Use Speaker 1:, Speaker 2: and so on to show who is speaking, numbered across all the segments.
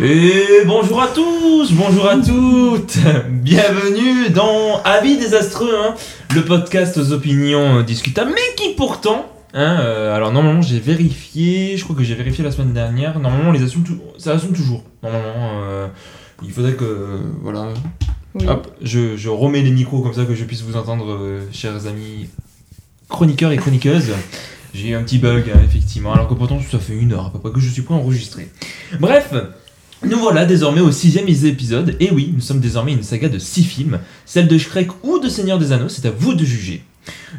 Speaker 1: Et bonjour à tous, bonjour à toutes, bienvenue dans Avis désastreux, hein, le podcast aux opinions euh, discutables, mais qui pourtant, hein, euh, alors normalement j'ai vérifié, je crois que j'ai vérifié la semaine dernière, normalement on les assume, tou- ça assume toujours, normalement, euh, il faudrait que, euh, voilà,
Speaker 2: Oui.
Speaker 1: hop, je, je remets les micros comme ça que je puisse vous entendre, euh, chers amis chroniqueurs et chroniqueuses. J'ai eu un petit bug, hein, effectivement, alors que pourtant ça fait une heure à peu près que je suis pas enregistré. Bref, nous voilà désormais au sixième épisode, et oui, nous sommes désormais une saga de six films, celle de Shrek ou de Seigneur des Anneaux, c'est à vous de juger.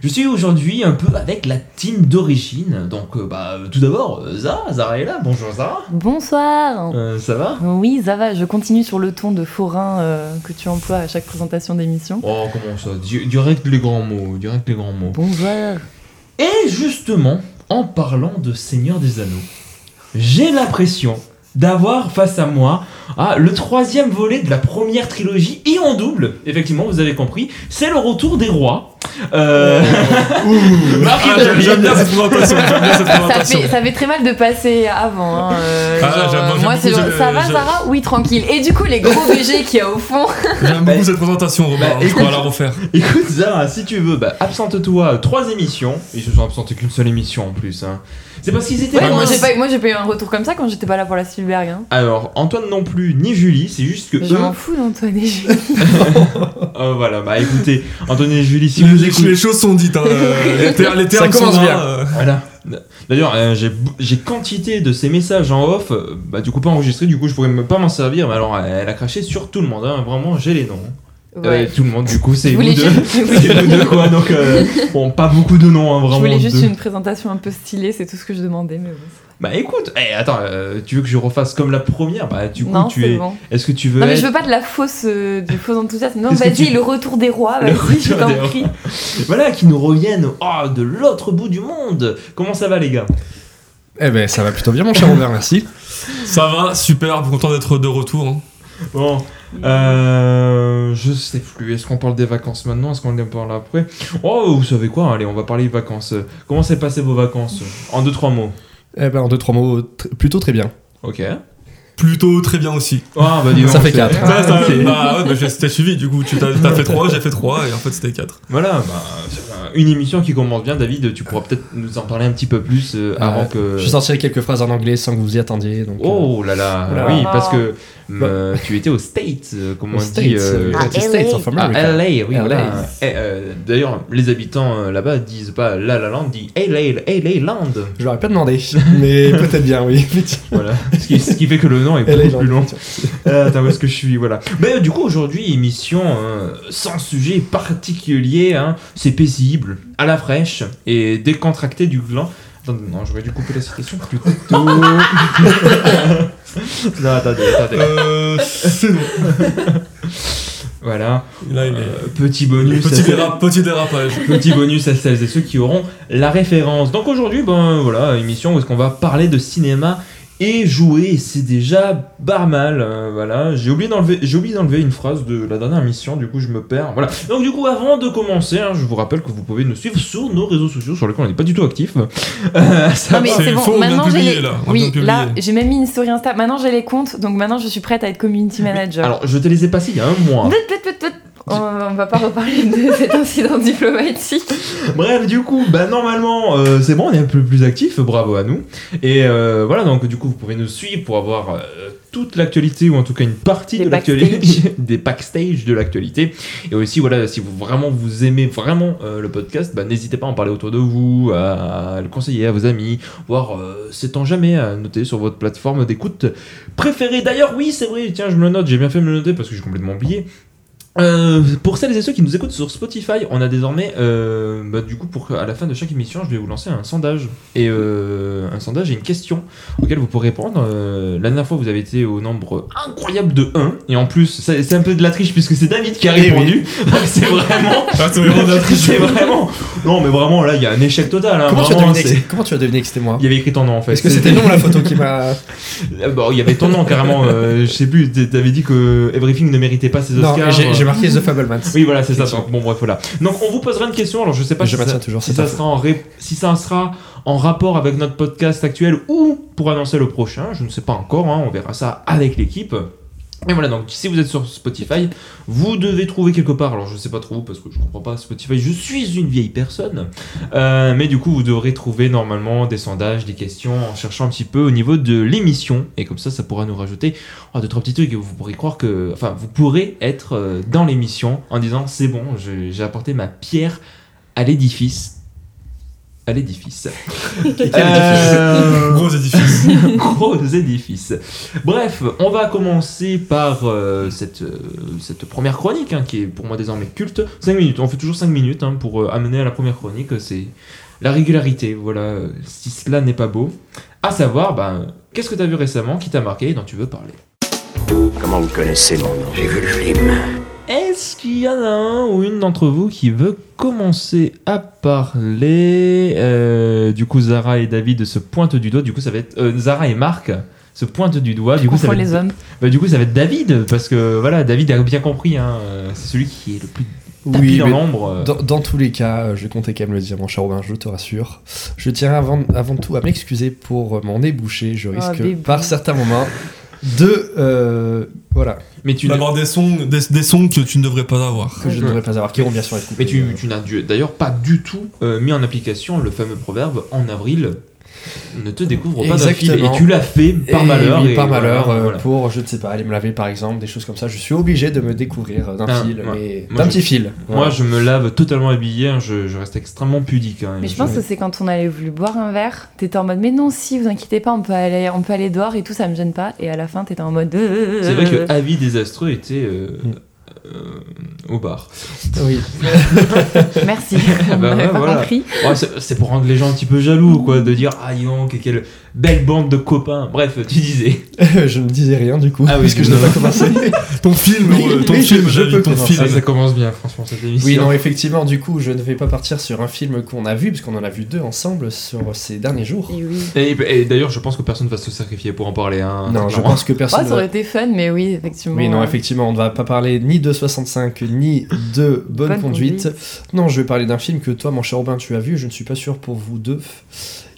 Speaker 1: Je suis aujourd'hui un peu avec la team d'origine, donc euh, bah, tout d'abord, euh, Zara, Zara est là, bonjour Zara,
Speaker 2: Bonsoir
Speaker 1: Euh, ça va
Speaker 2: Oui, ça va, je continue sur le ton de forain euh, que tu emploies à chaque présentation d'émission.
Speaker 1: Oh comment ça, Di- direct les grands mots, direct les grands mots.
Speaker 2: Bonsoir
Speaker 1: Et justement, en parlant de Seigneur des Anneaux, j'ai l'impression d'avoir face à moi ah, le troisième volet de la première trilogie et en double, effectivement, vous avez compris, c'est le retour des rois. Euh... Marc
Speaker 3: Oh. Ah, j'aime j'aime bien cette présentation. J'aime bien cette
Speaker 2: ça
Speaker 3: présentation.
Speaker 2: fait, ça fait très mal de passer avant. hein, euh,
Speaker 3: Ah,
Speaker 2: genre,
Speaker 3: j'aime-
Speaker 2: euh,
Speaker 3: j'aime
Speaker 2: moi, c'est
Speaker 3: beaucoup,
Speaker 2: genre,
Speaker 3: je-
Speaker 2: ça va,
Speaker 3: je-
Speaker 2: Zara Oui, tranquille. Et du coup, les gros BG qu'il y a au fond.
Speaker 3: J'aime
Speaker 1: Bah,
Speaker 3: beaucoup cette présentation, Robin.
Speaker 1: bah,
Speaker 3: on pourra la refaire.
Speaker 1: Écoute Zara, si tu veux, bah, absente-toi euh, trois émissions. Ils se sont absentés qu'une seule émission en plus. hein. C'est parce qu'ils étaient
Speaker 2: Ouais,
Speaker 1: pas
Speaker 2: moi,
Speaker 1: minces.
Speaker 2: j'ai pas, moi, j'ai pas eu un retour comme ça quand j'étais pas là pour la Spielberg. Hein.
Speaker 1: Alors, Antoine non plus, ni Julie, c'est juste que
Speaker 2: Je
Speaker 1: eux...
Speaker 2: m'en fous d'Antoine et Julie.
Speaker 1: Oh, voilà, bah écoutez, Antoine et Julie, si
Speaker 3: les,
Speaker 1: vous
Speaker 3: les-
Speaker 1: écoutez...
Speaker 3: les choses sont dites. hein, euh, les, ter- les termes
Speaker 4: commence
Speaker 3: sont là,
Speaker 4: bien.
Speaker 3: euh.
Speaker 1: Voilà. D'ailleurs, euh, j'ai bou- j'ai quantité de ces messages en off, euh, bah, du coup pas enregistrés, du coup je pourrais même pas m'en servir, mais alors elle a craché sur tout le monde, hein, vraiment j'ai les noms. Euh,
Speaker 2: Ouais.
Speaker 1: tout le monde, du coup c'est
Speaker 2: Je
Speaker 1: vous
Speaker 2: voulais
Speaker 1: deux.
Speaker 2: juste- je
Speaker 1: C'est vous
Speaker 2: voulais-
Speaker 1: deux quoi, donc euh, bon, pas beaucoup de noms, hein,
Speaker 2: je
Speaker 1: vraiment.
Speaker 2: voulais juste
Speaker 1: deux.
Speaker 2: une présentation un peu stylée, c'est tout ce que je demandais. Mais bon.
Speaker 1: Bah écoute, eh, attends, euh, tu veux que je refasse comme la première Bah du coup
Speaker 2: non,
Speaker 1: tu
Speaker 2: c'est
Speaker 1: es.
Speaker 2: bon.
Speaker 1: Est-ce que tu veux.
Speaker 2: Non mais je
Speaker 1: être-
Speaker 2: veux pas de la fausse, euh, du faux enthousiasme. Non,
Speaker 1: Est-ce que
Speaker 2: vas-y,
Speaker 1: tu-
Speaker 2: le retour des rois,
Speaker 1: Le
Speaker 2: vas-y, je
Speaker 1: retour
Speaker 2: t'en
Speaker 1: des rois.
Speaker 2: prie.
Speaker 1: Voilà, qui nous reviennent oh, de l'autre bout du monde Comment ça va les gars
Speaker 4: Eh ben, ça va plutôt bien, mon cher Robert, merci.
Speaker 3: Ça va, super, content d'être de retour. hein.
Speaker 1: Bon, euh, je sais plus. Est-ce qu'on parle des vacances maintenant Est-ce qu'on en parle après Oh, vous savez quoi Allez, on va parler des vacances. Comment s'est passé vos vacances En deux trois mots.
Speaker 4: Eh ben, en deux, trois mots, tr- plutôt très bien.
Speaker 1: Ok.
Speaker 3: Plutôt très bien aussi.
Speaker 1: Ah bah dis donc,
Speaker 4: Ça fait
Speaker 1: c'est-
Speaker 4: quatre.
Speaker 3: Ça, ça-
Speaker 1: Ah, ok.
Speaker 3: bah, ouais, bah, j'ai- c'était suivi du coup. Tu t'as t'as fait 3, j'ai fait 3 et en fait c'était 4.
Speaker 1: Voilà, bah, c'est, euh, une émission qui commence bien. David, tu pourras peut-être nous en parler un petit peu plus euh, avant que.
Speaker 4: Bah, Je sortirai quelques phrases en anglais sans que vous vous y attendiez. Donc, euh,
Speaker 1: Oh là là,
Speaker 4: Oh là
Speaker 1: oui,
Speaker 2: là.
Speaker 1: parce que euh, tu étais aux States, euh, comme
Speaker 4: aux
Speaker 1: on
Speaker 4: Bah. States,
Speaker 1: dit.
Speaker 4: euh,
Speaker 1: euh,
Speaker 4: United
Speaker 2: LA.
Speaker 4: States of
Speaker 1: Ah,
Speaker 4: America.
Speaker 1: LA, oui,
Speaker 4: LA.
Speaker 1: voilà. Eh, euh, D'ailleurs, les habitants euh, là-bas disent pas La La Land, disent LA, LA Land.
Speaker 4: Je l'aurais pas demandé, mais peut-être bien, oui. effectivement.
Speaker 1: Voilà. ce, qui, ce qui fait que le nom est
Speaker 4: Elle est
Speaker 1: beaucoup plus long.
Speaker 4: longue.
Speaker 1: Euh, attends, où est-ce que je suis Voilà. Mais euh, du coup, aujourd'hui, émission euh, sans sujet particulier. hein. C'est paisible, à la fraîche et décontracté du gland. Attendez, non, j'aurais dû couper la citation plus tôt. non, attendez, attendez.
Speaker 3: Euh, c'est bon.
Speaker 1: Voilà.
Speaker 3: Là, il est.
Speaker 1: Euh, petit bonus.
Speaker 3: Petit,
Speaker 1: à celles-
Speaker 3: déra- petit dérapage.
Speaker 1: petit bonus à celles et ceux qui auront la référence. Donc aujourd'hui, ben voilà, émission où est-ce qu'on va parler de cinéma et jouer, et c'est déjà pas mal. euh, voilà, j'ai oublié d'enlever, j'ai oublié d'enlever une phrase de la dernière émission, du coup je me perds. Voilà. Donc du coup, avant de commencer, hein, je vous rappelle que vous pouvez nous suivre sur nos réseaux sociaux sur lesquels on n'est pas du tout actif. Euh, ça
Speaker 2: Non mais
Speaker 1: va.
Speaker 3: C'est
Speaker 2: c'est bon,
Speaker 3: faux, on vient de
Speaker 2: maintenant
Speaker 3: publier,
Speaker 2: j'ai les...
Speaker 3: là. On vient
Speaker 2: Oui,
Speaker 3: de publier.
Speaker 2: là, j'ai même mis une story Insta. Maintenant j'ai les comptes, donc maintenant je suis prête à être community manager.
Speaker 1: Alors, je te les ai passés il y a un mois.
Speaker 2: Peut-être, peut-être, peut-être, peut-être. On, on va pas reparler de cet incident diplomatique.
Speaker 1: Bref, du coup, bah normalement, euh, c'est bon, on est un peu plus actif, bravo à nous. Et euh, voilà, donc du coup, vous pouvez nous suivre pour avoir euh, toute l'actualité, ou en tout cas une partie
Speaker 2: Des
Speaker 1: de l'actualité, des backstage de l'actualité. Et aussi, voilà, si vous vraiment vous aimez vraiment euh, le podcast, bah, n'hésitez pas à en parler autour de vous, à, à le conseiller à vos amis, voire, euh, sait-on jamais, à noter sur votre plateforme d'écoute préférée. D'ailleurs, oui, c'est vrai, tiens, je me le note, j'ai bien fait de me le noter parce que j'ai complètement oublié. Euh, pour celles et ceux qui nous écoutent sur Spotify, on a désormais, euh, bah, du coup, pour, à la fin de chaque émission, je vais vous lancer un sondage. Et euh, un sondage et une question auquel vous pourrez répondre. Euh, la dernière fois, vous avez été au nombre incroyable de 1. Et en plus, ça- c'est un peu de la triche puisque c'est David qui a
Speaker 4: Eh oui.
Speaker 1: répondu. Donc, c'est vraiment.
Speaker 3: Ah, c'est vraiment de la triche.
Speaker 1: c'est vraiment. Non, mais vraiment, là, il y a un échec total. hein.
Speaker 4: Comment, tu as
Speaker 1: Vraiment,
Speaker 4: deviné que
Speaker 1: c'est-
Speaker 4: c'est- comment tu as deviné que c'était moi
Speaker 1: Il y avait écrit ton nom en fait.
Speaker 4: Est-ce que c'était non la photo qui m'a.
Speaker 1: Euh, bon, il y avait ton nom carrément. euh, je sais plus, t- t'avais dit que Everything ne méritait pas ses
Speaker 4: Non,
Speaker 1: Oscars. euh.
Speaker 4: mais j'ai j'ai marqué The Fablemans.
Speaker 1: Oui, voilà, c'est ça. Donc, bon, bref, voilà. Donc, on vous posera une question. Alors, je sais pas
Speaker 4: Je
Speaker 1: si, ça,
Speaker 4: maintiens toujours
Speaker 1: si
Speaker 4: cette
Speaker 1: ça
Speaker 4: info.
Speaker 1: sera en ré- si ça sera en rapport avec notre podcast actuel ou pour annoncer le prochain. Je ne sais pas encore, hein, on verra ça avec l'équipe. Et voilà, donc si vous êtes sur Spotify, vous devez trouver quelque part, alors je sais pas trop où parce que je comprends pas Spotify, je suis une vieille personne, Euh, mais du coup vous devrez trouver normalement des sondages, des questions en cherchant un petit peu au niveau de l'émission, et comme ça ça pourra nous rajouter oh, deux trois petits trucs et vous pourrez croire que, enfin vous pourrez être euh, dans l'émission en disant c'est bon, je- j'ai apporté ma pierre à l'édifice, à l'édifice. Euh,
Speaker 3: Gros édifice.
Speaker 1: gros édifice. Bref, on va commencer par euh, cette, euh, cette première chronique hein, qui est pour moi désormais culte. 5 minutes, on fait toujours 5 minutes hein, pour euh, amener à la première chronique. euh, C'est la régularité, voilà, euh, si cela n'est pas beau. À savoir, ben, qu'est-ce que tu as vu récemment qui t'a marqué et dont tu veux parler
Speaker 5: Comment vous connaissez mon nom J'ai vu le film.
Speaker 1: Est-ce qu'il y en a un ou une d'entre vous qui veut commencer à parler Euh, Du coup, Zara et David se pointent du doigt. Du coup, ça va être. euh, Zara et Marc se pointent du doigt. Du coup, ça
Speaker 2: Confond
Speaker 1: va être
Speaker 2: les hommes.
Speaker 1: Bah, du coup, ça va être David, parce que voilà, David a bien compris, hein, euh, c'est celui qui est le plus tapis
Speaker 4: Oui,
Speaker 1: dans
Speaker 4: mais
Speaker 1: l'ombre. euh.
Speaker 4: Dans, dans tous les cas, euh, je comptais quand même le dire, mon cher Robin, je te rassure. Je tiens avant, avant tout à m'excuser pour euh, mon nez bouché. Je
Speaker 2: Ah,
Speaker 4: risque,
Speaker 2: bébé.
Speaker 4: par certains moments, de. euh, voilà,
Speaker 1: Mais tu,
Speaker 3: Tu vas avoir des sons, des, des sons que tu ne devrais pas avoir.
Speaker 4: que je ne devrais pas avoir, qui vont bien sûr être coupés.
Speaker 1: mais tu, tu n'as dû- d'ailleurs pas du tout euh, mis en application le fameux proverbe en avril. Ne te découvre pas d'un fil. Et
Speaker 4: Exactement.
Speaker 1: tu l'as fait par
Speaker 4: Et
Speaker 1: malheur.
Speaker 4: oui,
Speaker 1: et
Speaker 4: par
Speaker 1: voilà,
Speaker 4: malheur, euh,
Speaker 1: voilà.
Speaker 4: pour, je ne sais pas, aller me laver par exemple, des choses comme ça. Je suis obligé de me découvrir euh, d'un
Speaker 1: Ah,
Speaker 4: fil,
Speaker 1: ouais.
Speaker 4: mais
Speaker 1: Moi,
Speaker 4: d'un
Speaker 1: je-
Speaker 4: petit fil.
Speaker 1: Moi, je me lave totalement habillé, hein, je, je reste extrêmement pudique. hein,
Speaker 2: Mais je pense que c'est quand on allait voulu boire un verre, t'étais en mode mais non si vous inquiétez pas on peut aller on peut aller dehors et tout ça me gêne pas et à la fin t'étais en mode euh,
Speaker 1: C'est vrai
Speaker 2: euh,
Speaker 1: que Avis désastreux était euh,
Speaker 4: Mm.
Speaker 1: euh, au bar.
Speaker 4: Oui.
Speaker 2: euh, merci
Speaker 1: Ah
Speaker 2: on
Speaker 1: bah
Speaker 2: n'avait
Speaker 1: ouais,
Speaker 2: pas
Speaker 1: voilà.
Speaker 2: compris
Speaker 1: Ouais, c'est c'est pour rendre les gens un petit peu jaloux, quoi, de dire ah dis donc quelle belle bande de copains. Bref, tu disais.
Speaker 4: je ne disais rien du coup,
Speaker 1: Ah oui,
Speaker 4: parce que je n'ai pas commencé.
Speaker 3: Ton film,
Speaker 4: Oui,
Speaker 3: euh, ton
Speaker 4: oui,
Speaker 3: film,
Speaker 4: je- je
Speaker 3: David,
Speaker 4: peux
Speaker 3: ton
Speaker 4: commencer.
Speaker 3: film.
Speaker 1: Ah, ça commence bien, franchement, cette émission.
Speaker 4: Oui, non, effectivement, du coup, je ne vais pas partir sur un film qu'on a vu, parce qu'on en a vu deux ensemble sur ces derniers jours.
Speaker 2: Et oui.
Speaker 1: Et, et d'ailleurs, je pense que personne va se sacrifier pour en parler. Hein,
Speaker 4: Non, je
Speaker 1: clairement.
Speaker 4: pense que
Speaker 2: Ouais,
Speaker 4: personne.
Speaker 2: Oh, ça aurait été fun mais oui effectivement
Speaker 4: Oui, non, effectivement, on ne va pas parler ni de 65, ni de Bonne,
Speaker 2: Bonne
Speaker 4: conduite.
Speaker 2: conduite.
Speaker 4: Non, je vais parler d'un film que toi, mon cher Robin, tu as vu, je ne suis pas sûr pour vous deux.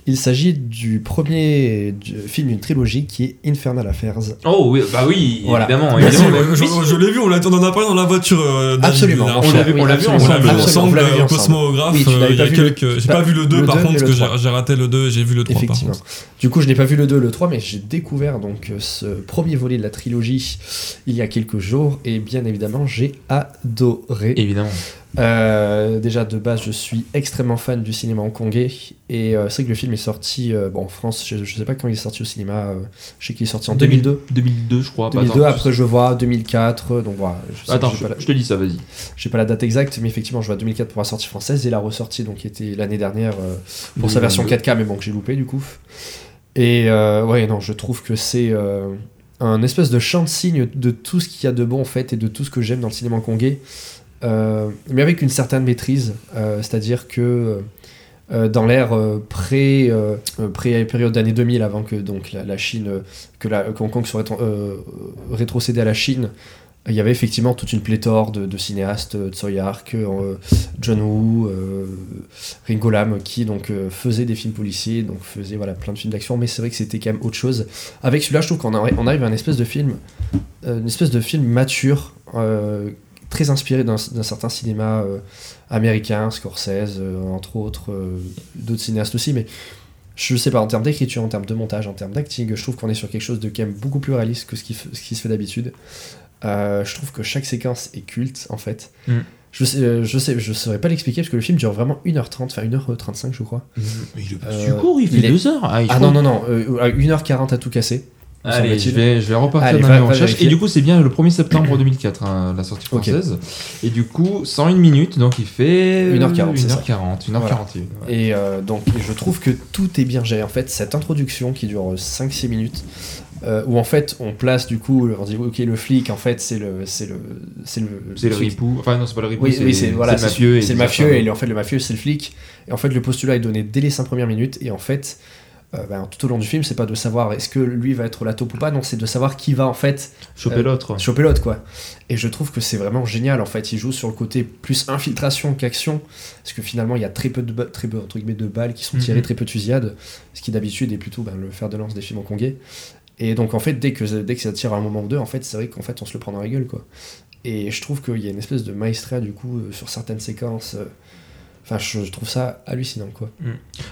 Speaker 4: Il s'agit du premier du- film d'une trilogie qui est Infernal Affairs.
Speaker 1: Oh, oui, bah oui,
Speaker 4: Voilà.
Speaker 1: évidemment.
Speaker 4: Bien
Speaker 1: évidemment,
Speaker 4: sûr,
Speaker 1: mais-
Speaker 3: Je, je- je l'ai vu, on, l'a- on en a parlé dans la voiture. euh, David,
Speaker 4: Absolument,
Speaker 3: là.
Speaker 4: mon
Speaker 1: Ah, on
Speaker 4: cher.
Speaker 1: l'a vu- on l'a vu
Speaker 4: absolument.
Speaker 3: On l'a vu
Speaker 1: Absolument,
Speaker 3: ensemble,
Speaker 4: on l'a vu
Speaker 3: euh,
Speaker 4: ensemble.
Speaker 3: Cosmographe.
Speaker 4: Oui, tu
Speaker 3: euh,
Speaker 4: l'avais
Speaker 3: il y a
Speaker 4: pas vu le-
Speaker 3: quelques- J'ai
Speaker 4: pas-
Speaker 3: pas vu le 2
Speaker 4: le
Speaker 3: par
Speaker 4: deux, mais
Speaker 3: contre,
Speaker 4: le
Speaker 3: parce que j'ai
Speaker 4: trois.
Speaker 3: j'ai raté le 2 j'ai vu le 3 par
Speaker 4: Effectivement.
Speaker 3: contre.
Speaker 4: Du coup, je n'ai pas vu le 2, le 3, mais j'ai découvert donc euh, ce premier volet de la trilogie il y a quelques jours, et bien évidemment, j'ai adoré.
Speaker 1: Évidemment.
Speaker 4: Euh, déjà de base, je suis extrêmement fan du cinéma hongkongais et euh, c'est vrai que le film est sorti euh, bon, en France. Je, je sais pas quand il est sorti au cinéma. euh, je sais qu'il est sorti en 2002.
Speaker 1: 2002, je crois. bah,
Speaker 4: 2002.
Speaker 1: attends,
Speaker 4: après, je vois 2004. euh, Donc voilà. Je sais
Speaker 1: Attends,
Speaker 4: que j'ai
Speaker 1: je,
Speaker 4: pas la-
Speaker 1: je te dis ça, vas-y.
Speaker 4: j'ai pas, la date exacte, mais effectivement, je vois 2004 pour la sortie française et la ressortie donc qui était l'année dernière euh, pour sa version 4K, mais bon que j'ai loupé du coup. Et euh, ouais, non, je trouve que c'est euh, un espèce de champ de signe de tout ce qu'il y a de bon en fait et de tout ce que j'aime dans le cinéma hongkongais, euh, mais avec une certaine maîtrise, euh, c'est-à-dire que euh, dans l'ère euh, pré, euh, pré période d'année 2000, avant que donc la, la Chine, euh, que, la, que Hong Kong soit rétro- euh, rétrocédé à la Chine, il y avait effectivement toute une pléthore de, de cinéastes, euh, Tsui Hark, euh, John Woo, euh, Ringo Lam, qui donc euh, faisait des films policiers, donc faisait voilà plein de films d'action, mais c'est vrai que c'était quand même autre chose. Avec celui-là, je trouve qu'on arri- on arrive à un espèce de film, euh, une espèce de film mature, euh, très inspiré d'un d'un certain cinéma euh, américain, Scorsese, euh, entre autres, euh, d'autres cinéastes aussi, mais je sais pas, en termes d'écriture, en termes de montage, en termes d'acting, je trouve qu'on est sur quelque chose de quand même beaucoup plus réaliste que ce qui, f- ce qui se fait d'habitude. Euh, je trouve que chaque séquence est culte, en fait.
Speaker 1: Mm.
Speaker 4: Je sais, euh, je sais, je saurais pas l'expliquer parce que le film dure vraiment 1h30, enfin 1h35, je crois.
Speaker 1: Mais il est
Speaker 4: Euh,
Speaker 1: du court, il
Speaker 4: il est-
Speaker 1: fait 2 heures. Ah, il
Speaker 4: Ah
Speaker 1: faut-
Speaker 4: non, non, non, euh, à 1h40 à tout casser. semble-t-il.
Speaker 1: Allez, je vais, je vais repartir
Speaker 4: Allez,
Speaker 1: dans
Speaker 4: va-
Speaker 1: mes
Speaker 4: va
Speaker 1: recherches.
Speaker 4: vérifier.
Speaker 1: Et du coup, c'est bien le 1er septembre 2004, hein, la sortie
Speaker 4: Ok.
Speaker 1: française. Et du coup, 101 minutes, donc il fait.
Speaker 4: 1h40, c'est ça.
Speaker 1: 1h40, 1h41. ouais.
Speaker 4: Et euh, donc, je trouve que tout est bien géré. En fait, cette introduction qui dure 5-6 minutes, euh, où en fait, on place du coup, on dit, ok, le flic, en fait, c'est le. C'est le. C'est le,
Speaker 1: C'est le
Speaker 4: celui-
Speaker 1: ripou. Enfin, non, c'est pas le ripou,
Speaker 4: Oui,
Speaker 1: c'est
Speaker 4: oui, c'est voilà,
Speaker 1: c'est le mafieux. et
Speaker 4: C'est le
Speaker 1: bizarre,
Speaker 4: mafieux,
Speaker 1: pardon.
Speaker 4: et en fait, le mafieux, c'est le flic. Et en fait, le postulat est donné dès les 5 premières minutes, et en fait, euh, ben, tout au long du film, c'est pas de savoir est-ce que lui va être la taupe ou pas, non, c'est de savoir qui va en fait
Speaker 1: Choper
Speaker 4: Euh,
Speaker 1: l'autre.
Speaker 4: choper l'autre, quoi. Et je trouve que c'est vraiment génial, en fait. Il joue sur le côté plus infiltration qu'action, parce que finalement, il y a très peu de, ba- très peu, entre guillemets, de balles qui sont tirées,
Speaker 1: Mhm.
Speaker 4: très peu de fusillades, ce qui d'habitude est plutôt ben, le fer de lance des films hongkongais. Et donc, en fait, dès que, dès que ça tire à un moment ou deux, en fait, c'est vrai qu'en fait, on se le prend dans la gueule, quoi. Et je trouve qu'il y a une espèce de maestria, du coup, euh, sur certaines séquences. euh, Enfin, je, je trouve ça hallucinant, quoi.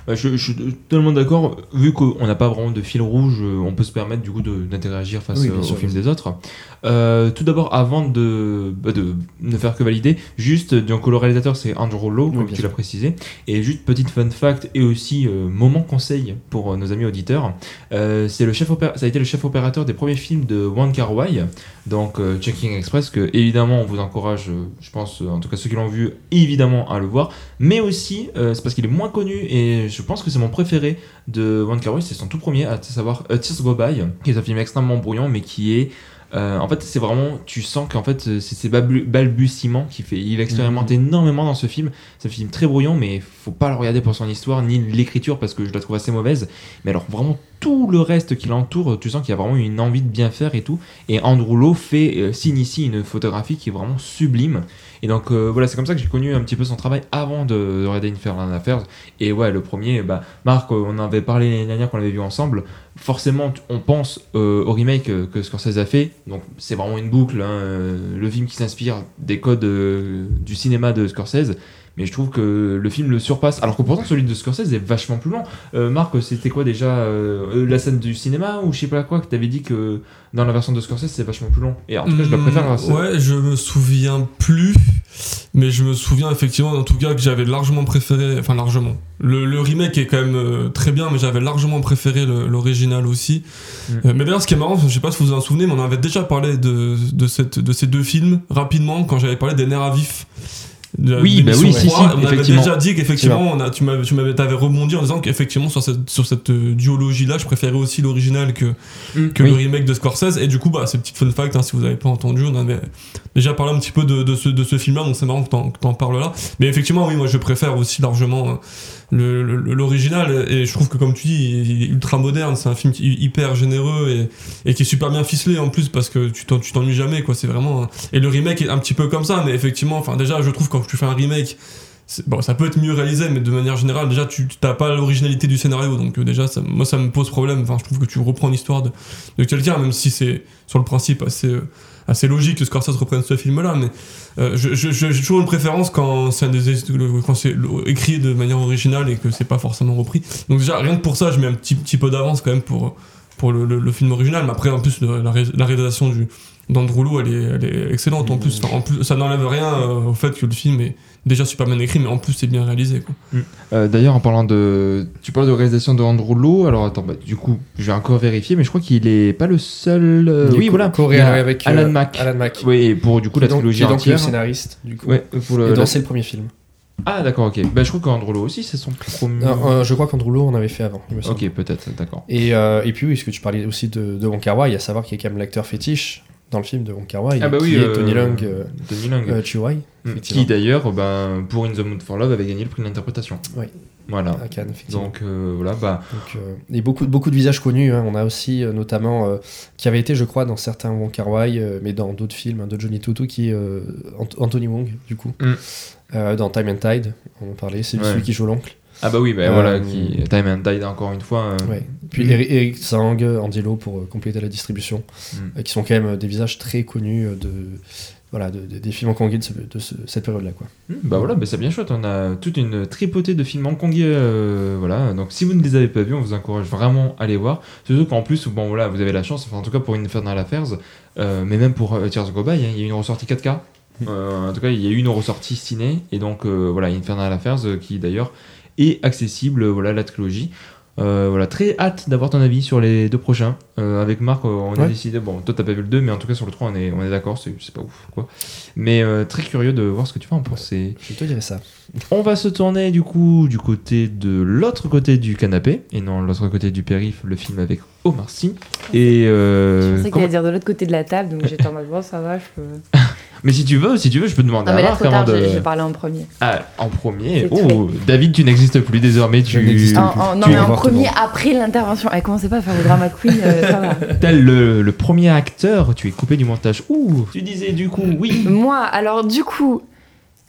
Speaker 1: Bah, je, je suis totalement d'accord. Vu qu'on n'a pas vraiment de fil rouge, euh, on peut se permettre du coup de- d'interagir face
Speaker 4: Oui,
Speaker 1: euh,
Speaker 4: bien
Speaker 1: aux
Speaker 4: sûr.
Speaker 1: films des autres. Euh, tout d'abord, avant de, bah, de ne faire que valider, juste euh, donc le réalisateur c'est Andrew Lowe,
Speaker 4: Oui,
Speaker 1: comme
Speaker 4: bien
Speaker 1: tu
Speaker 4: sûr.
Speaker 1: l'as précisé. Et juste petite fun fact et aussi euh, moment conseil pour euh, nos amis auditeurs. Euh, c'est le chef opé- ça a été le chef opérateur des premiers films de Wan Kar Wai, donc euh, Checking Express que évidemment on vous encourage, euh, je pense euh, en tout cas ceux qui l'ont vu évidemment à le voir mais aussi euh, c'est parce qu'il est moins connu et je pense que c'est mon préféré de One Kar Wai, c'est son tout premier à savoir euh, Tears Go By, qui est un film extrêmement brouillant mais qui est euh, en fait c'est vraiment tu sens qu'en fait euh, c'est ses babu- balbutiements qui fait il expérimente énormément dans ce film c'est un film très brouillant mais faut pas le regarder pour son histoire ni l'écriture parce que je la trouve assez mauvaise mais alors vraiment tout le reste qui l'entoure tu sens qu'il y a vraiment une envie de bien faire et tout et Andrew Lowe fait euh, signe ici une photographie qui est vraiment sublime et donc euh, voilà, c'est comme ça que j'ai connu un petit peu son travail avant de, de regarder Infernal Affairs. Et ouais, le premier, bah, Marc, euh, on en avait parlé l'année dernière qu'on l'avait vu ensemble. Forcément, t- on pense euh, au remake euh, que Scorsese a fait. Donc c'est vraiment une boucle, hein, euh, le film qui s'inspire des codes euh, du cinéma de Scorsese. Mais je trouve que le film le surpasse. Alors que pourtant celui de Scorsese est vachement plus long. Euh, Marc, c'était quoi déjà euh, euh, la scène du cinéma ou je sais pas quoi que t'avais dit que dans la version de Scorsese c'est vachement plus long. Et en tout cas, je la préfère. hein, à
Speaker 3: Hmm,
Speaker 1: ça.
Speaker 3: Ouais, je me souviens plus, mais je me souviens effectivement, en tout cas, que j'avais largement préféré, enfin largement. Le, le remake est quand même euh, très bien, mais j'avais largement préféré le- l'original aussi.
Speaker 1: Mm.
Speaker 3: Euh, mais d'ailleurs, ce qui est marrant, je sais pas si vous vous en souvenez, mais on avait déjà parlé de, de, cette, de ces deux films rapidement quand j'avais parlé des nerfs à vif. de-
Speaker 1: Oui, bah
Speaker 3: d'émission
Speaker 1: oui, si,
Speaker 3: 3.
Speaker 1: si,
Speaker 3: on avait
Speaker 1: effectivement.
Speaker 3: déjà dit qu'effectivement, on a- tu m'avais- tu m'avais t'avais rebondi en disant qu'effectivement, sur cette, sur cette euh, duologie-là, je préférais aussi l'original que,
Speaker 1: Mm.
Speaker 3: que
Speaker 1: Oui.
Speaker 3: le remake de Scorsese. Et du coup, bah, c'est petit fun fact, hein, si vous n'avez pas entendu, on avait déjà parlé un petit peu de, de ce, de ce film-là, donc c'est marrant que t'en, que t'en parles là. Mais effectivement, oui, moi je préfère aussi largement euh, le- le- l'original. Et je trouve que, comme tu dis, il est ultra moderne, c'est un film qui est hyper généreux et, et qui est super bien ficelé en plus, parce que tu, t'en- tu t'ennuies jamais, quoi. C'est vraiment. un- Et le remake est un petit peu comme ça, mais effectivement, enfin, déjà, je trouve quand tu fais un remake. c'est- Bon, ça peut être mieux réalisé, mais de manière générale, déjà, tu tu- t'as pas l'originalité du scénario, donc euh, déjà, ça, moi, ça me pose problème. Enfin, je trouve que tu reprends l'histoire de, de quelqu'un, même si c'est sur le principe assez, euh, assez logique que Scorsese reprenne ce film-là, mais euh, je- je- je- j'ai toujours une préférence quand c'est un des- le- quand c'est le- écrit de manière originale et que c'est pas forcément repris. Donc déjà, rien que pour ça, je mets un petit, petit peu d'avance quand même pour, pour le, le- le film original, mais après, en plus, le- la, ré- la réalisation du d'Andrew Lowe, elle est, elle est excellente en plus. Enfin, en plus, ça n'enlève rien euh, au fait que le film est déjà super bien écrit, mais en plus, c'est bien réalisé. quoi.
Speaker 1: Euh, D'ailleurs, en parlant de. Tu parles de réalisation de Andrew Lowe. Alors, attends, bah, du coup, je vais encore vérifier, mais je crois qu'il est pas le seul. euh,
Speaker 4: Il est
Speaker 1: Oui,
Speaker 4: co-
Speaker 1: voilà.
Speaker 4: co-réalisé
Speaker 1: Il y a
Speaker 4: avec, euh,
Speaker 1: Alan Mack.
Speaker 4: Alan Mack.
Speaker 1: Oui, et pour du coup la
Speaker 4: Qui est donc- qui
Speaker 1: trilogie
Speaker 4: est donc le
Speaker 1: entière.
Speaker 4: scénariste, du coup.
Speaker 1: Ouais, pour le.
Speaker 4: et
Speaker 1: la-
Speaker 4: donc, c'est le premier film.
Speaker 1: Ah, d'accord, ok. Bah, je crois qu'Andrew Lowe aussi, c'est son premier.
Speaker 4: Non, euh, je crois qu'Andrew Lowe en avait fait avant, il me semble.
Speaker 1: ok, peut-être, d'accord.
Speaker 4: Et, euh, et puis oui, ce que tu parlais aussi de, de Wong Kar-wai, à savoir qu'il y a quand même l'acteur fétiche dans le film de Wong Kar-wai,
Speaker 1: Ah bah oui,
Speaker 4: qui est
Speaker 1: euh,
Speaker 4: Tony Leung, euh,
Speaker 1: Tony Leung.
Speaker 4: euh, Chiu-Wai,
Speaker 1: Mm.
Speaker 4: effectivement.
Speaker 1: qui d'ailleurs, ben, pour In the Mood for Love, avait gagné le prix de l'interprétation.
Speaker 4: Oui.
Speaker 1: Voilà.
Speaker 4: à Cannes, effectivement.
Speaker 1: Donc, euh, voilà, bah.
Speaker 4: Donc, euh, et beaucoup, beaucoup de visages connus. hein. On a aussi euh, notamment euh, qui avait été, je crois, dans certains Wong Kar Wai, euh, mais dans d'autres films hein, de Johnny Tutu, qui est euh, Ant- Anthony Wong, du coup,
Speaker 1: Mm.
Speaker 4: Euh, dans Time and Tide. On en parlait. C'est
Speaker 1: Ouais.
Speaker 4: celui qui joue l'oncle.
Speaker 1: Ah, bah oui, bah
Speaker 4: Euh,
Speaker 1: voilà, qui... Time and Tide, encore une fois. euh,
Speaker 4: Ouais. Puis
Speaker 1: Mm.
Speaker 4: Eric, Eric Tsang, Andilo pour euh, compléter la distribution,
Speaker 1: Mm.
Speaker 4: euh, qui sont quand même euh, des visages très connus euh, de voilà de- de- des films hongkongais de, ce- de ce- cette période-là quoi.
Speaker 1: Hmm, Bah voilà, bah c'est bien chouette, on a toute une tripotée de films hongkongais, euh, voilà, donc si vous ne les avez pas vus, on vous encourage vraiment à les voir, surtout qu'en plus, bon voilà, vous avez la chance, enfin en tout cas pour Infernal Affairs, euh, mais même pour euh, Tears Go By, hein, il y a une ressortie 4K, Euh, en tout cas il y a une ressortie ciné, et donc euh, voilà, Infernal Affairs euh, qui d'ailleurs est accessible, euh, voilà, la trilogie. Euh, voilà, très hâte d'avoir ton avis sur les deux prochains. Euh, avec Marc, euh, on a
Speaker 4: Ouais.
Speaker 1: décidé, bon, toi t'as pas vu le 2, mais en tout cas sur le 3, on est, on est d'accord, c'est c'est pas ouf quoi. Mais euh, très curieux de voir ce que tu vas en penser.
Speaker 4: Je te dirais ça.
Speaker 1: On va se tourner du coup du côté de l'autre côté du canapé et non l'autre côté du périph, le film avec Omar Sy et
Speaker 2: Je
Speaker 1: euh,
Speaker 2: pensais qu'il
Speaker 1: comment- Ah
Speaker 2: allait dire de l'autre côté de la table, donc j'étais en mode bon, ça va, je peux.
Speaker 1: Mais si tu veux, si tu veux, je peux demander
Speaker 2: Non, mais
Speaker 1: à
Speaker 2: là,
Speaker 1: Marc
Speaker 2: trop tard,
Speaker 1: avant
Speaker 2: je- je
Speaker 1: bah de.
Speaker 2: vais parler en premier.
Speaker 1: Ah, en premier.
Speaker 2: C'est
Speaker 1: Oh, David, tu n'existes plus désormais.
Speaker 4: Je n'existe
Speaker 1: Tu.
Speaker 4: plus.
Speaker 2: En- en- non,
Speaker 4: Tu
Speaker 2: mais
Speaker 4: vas
Speaker 2: en
Speaker 4: voir tout le
Speaker 2: premier,
Speaker 4: monde.
Speaker 2: après l'intervention. Eh, commencez pas à faire vos drama queen, euh, ça va.
Speaker 1: Tel le, le premier acteur, tu es coupé du montage. Ouh. Tu disais du coup oui.
Speaker 2: Moi, alors du coup,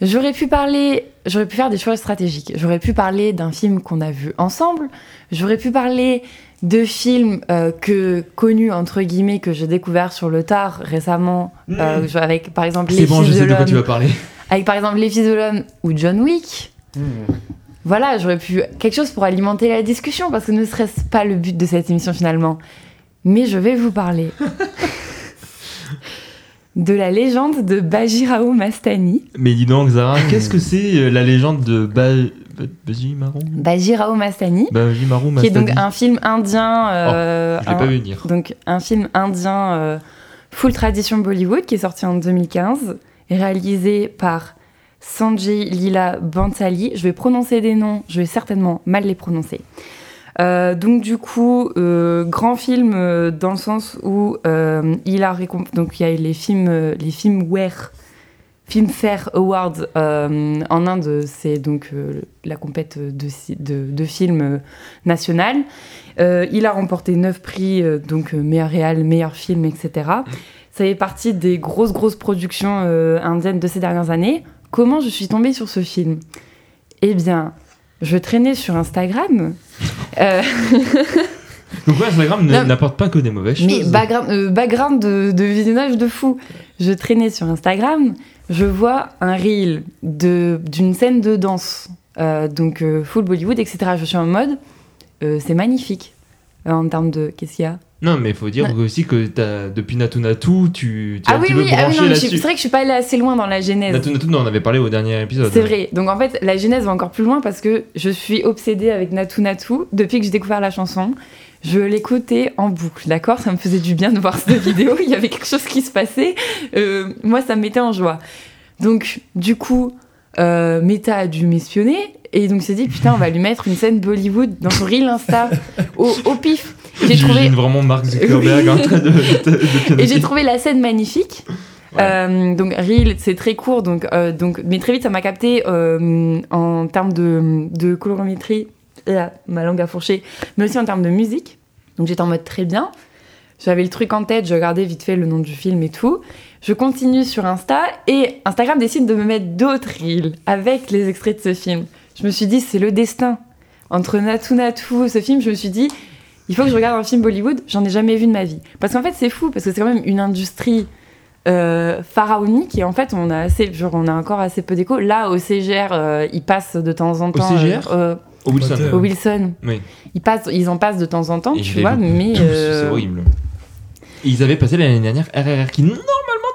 Speaker 2: j'aurais pu parler, j'aurais pu faire des choix stratégiques. J'aurais pu parler d'un film qu'on a vu ensemble. J'aurais pu parler de films euh, que connus entre guillemets que j'ai découvert sur le tard récemment, euh, je- avec par exemple les
Speaker 1: Mm. C'est bon, je
Speaker 2: fils de
Speaker 1: sais de quoi tu vas
Speaker 2: l'homme,
Speaker 1: parler.
Speaker 2: avec par exemple les fils de l'homme ou John Wick. Voilà, j'aurais pu quelque chose pour alimenter la discussion parce que ne serait-ce pas le but de cette émission finalement. Mais je vais vous parler de la légende de Bajirao Mastani.
Speaker 1: Mais dis donc, Zara, qu'est-ce que c'est euh, la légende de ba... Ba- Baji Maru
Speaker 2: Bajirao Mastani,
Speaker 1: Baji Maru
Speaker 2: qui est donc
Speaker 1: Mastadi.
Speaker 2: un film indien. euh,
Speaker 1: Oh, Je l'ai
Speaker 2: un-
Speaker 1: pas vu venir.
Speaker 2: Donc un film indien euh, full tradition Bollywood qui est sorti en 2015, réalisé par Sanjay Lila Bansali. Je vais prononcer des noms, je vais certainement mal les prononcer. Euh, donc du coup, euh, grand film euh, dans le sens où euh, il a récom- donc il y a eu les films euh, les filmware Filmfare Awards euh, en Inde, c'est donc euh, la compète de, ci- de, de films euh, nationales. Euh, il a remporté 9 prix, euh, donc euh, meilleur réal, meilleur film, etc. Ça fait partie des grosses, grosses productions euh, indiennes de ces dernières années. Comment je suis tombée sur ce film Eh bien, je traînais sur Instagram. Euh,
Speaker 1: Donc ouais, Instagram ne-
Speaker 2: Non.
Speaker 1: n'apporte pas que des mauvaises
Speaker 2: mais
Speaker 1: choses.
Speaker 2: background, euh, background de, de visionnage de fou. Je traînais sur Instagram, je vois un reel de- d'une scène de danse, euh, donc euh, full Bollywood, etc. Je suis en mode, euh, c'est magnifique. Euh, en termes de, qu'est-ce qu'il y a
Speaker 1: Non, mais faut dire aussi que t'as- depuis Natu Natu, tu, tu as
Speaker 2: Ah
Speaker 1: un
Speaker 2: oui,
Speaker 1: petit
Speaker 2: oui,
Speaker 1: peu
Speaker 2: ah oui,
Speaker 1: branché
Speaker 2: non, mais je suis-
Speaker 1: là-dessus.
Speaker 2: c'est vrai que je suis pas allée assez loin dans la genèse.
Speaker 1: Natu Natu, non, on en avait parlé au dernier épisode.
Speaker 2: C'est vrai. Donc en fait, la genèse va encore plus loin parce que je suis obsédée avec Natu Natu depuis que j'ai découvert la chanson. Je l'écoutais en boucle, d'accord Ça me faisait du bien de voir cette vidéo. Il y avait quelque chose qui se passait. Euh, moi, ça me mettait en joie. Donc, du coup, euh, Meta a dû m'espionner. Et donc, il s'est dit, putain, on va lui mettre une scène Bollywood dans son reel Insta au, au pif. J'ai trouvé
Speaker 1: hein. J'imagine vraiment Mark Zuckerberg
Speaker 2: Oui.
Speaker 1: en train de, de, de
Speaker 2: Et
Speaker 1: pianoter.
Speaker 2: j'ai trouvé la scène magnifique.
Speaker 1: Ouais.
Speaker 2: Euh, donc Reel, c'est très court, donc, euh, donc, mais très vite ça m'a capté euh, en termes de, de colorimétrie, et là, ma langue a fourché, mais aussi en termes de musique. Donc j'étais en mode très bien. J'avais le truc en tête, je regardais vite fait le nom du film et tout. Je continue sur Insta et Instagram décide de me mettre d'autres reels avec les extraits de ce film. Je me suis dit, c'est le destin. Entre Natu Natu, ce film, je me suis dit, il faut que je regarde un film Bollywood, j'en ai jamais vu de ma vie. Parce qu'en fait, c'est fou, parce que c'est quand même une industrie euh, pharaonique et en fait, on a, assez, genre, on a encore assez peu d'écho. Là, au CGR, euh, ils passent de temps en temps.
Speaker 1: CGR?
Speaker 2: euh, euh,
Speaker 1: Au Wilson.
Speaker 2: au Wilson.
Speaker 1: Oui.
Speaker 2: Ils, passent, ils en passent de temps en temps,
Speaker 1: Et je
Speaker 2: tu
Speaker 1: l'ai
Speaker 2: vois,
Speaker 1: vu
Speaker 2: mais.
Speaker 1: Tous,
Speaker 2: euh,
Speaker 1: C'est horrible. Ils avaient passé l'année dernière RRR qui normalement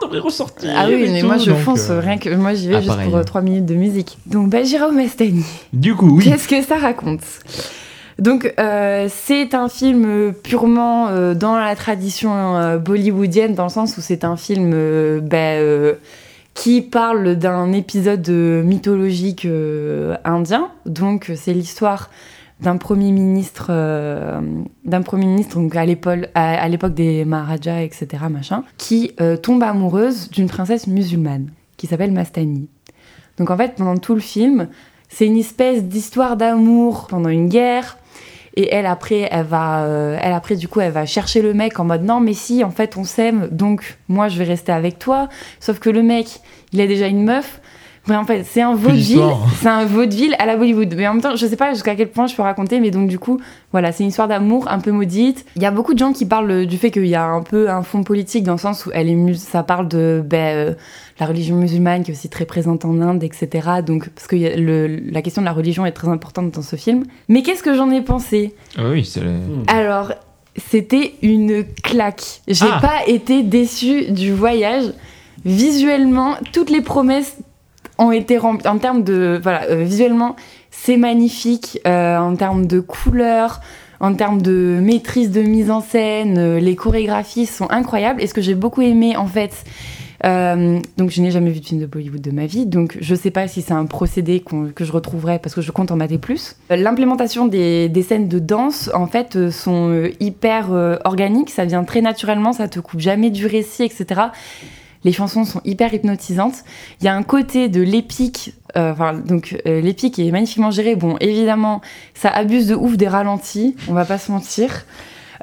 Speaker 1: devrait ressortir.
Speaker 2: Ah oui,
Speaker 1: et
Speaker 2: mais
Speaker 1: tout,
Speaker 2: moi je
Speaker 1: donc,
Speaker 2: fonce,
Speaker 1: euh,
Speaker 2: rien que moi j'y vais
Speaker 1: ah,
Speaker 2: juste
Speaker 1: pareil.
Speaker 2: pour 3 minutes de musique. Donc Bajira Mastani,
Speaker 1: Du coup, oui.
Speaker 2: qu'est-ce que ça raconte Donc euh, c'est un film euh, purement euh, dans la tradition euh, bollywoodienne, dans le sens où c'est un film euh, ben, euh, qui parle d'un épisode euh, mythologique euh, indien. Donc c'est l'histoire d'un premier ministre, euh, d'un premier ministre donc à l'époque à, à l'époque des Maharajas, etc. machin, qui euh, tombe amoureuse d'une princesse musulmane qui s'appelle Mastani. Donc en fait pendant tout le film, c'est une espèce d'histoire d'amour pendant une guerre. Et elle après, elle va, euh, elle après du coup, elle va chercher le mec en mode non mais si en fait on s'aime donc moi je vais rester avec toi. Sauf que le mec, il a déjà une meuf. Mais en fait, c'est un vaudeville,
Speaker 1: d'histoire.
Speaker 2: c'est un vaudeville à la Bollywood. Mais en même temps, je sais pas jusqu'à quel point je peux raconter, mais donc du coup, voilà, c'est une histoire d'amour un peu maudite. Il y a beaucoup de gens qui parlent du fait qu'il y a un peu un fond politique dans le sens où elle est mus- ça parle de ben, euh, la religion musulmane qui est aussi très présente en Inde, etc. Donc, parce que il y a le- la question de la religion est très importante dans ce film. Mais qu'est-ce que j'en ai pensé
Speaker 1: Ah oui, c'est le-
Speaker 2: Alors, c'était une claque. J'ai
Speaker 1: Ah.
Speaker 2: pas été déçue du voyage. Visuellement, toutes les promesses ont été remplies. En termes de. Voilà, euh, visuellement, c'est magnifique. euh, en termes de couleurs, en termes de maîtrise de mise en scène, euh, les chorégraphies sont incroyables. Et ce que j'ai beaucoup aimé, en fait, euh, donc je n'ai jamais vu de film de Bollywood de ma vie, donc je sais pas si c'est un procédé qu'on- que je retrouverai parce que je compte en mater plus. Euh, L'implémentation des, des scènes de danse, en fait, euh, sont euh, hyper euh, organiques, ça vient très naturellement, ça te coupe jamais du récit, etc. Les chansons sont hyper hypnotisantes. Il y a un côté de l'épique. euh, Enfin, donc euh, l'épique est magnifiquement géré. Bon, évidemment, ça abuse de ouf des ralentis. On va pas se mentir.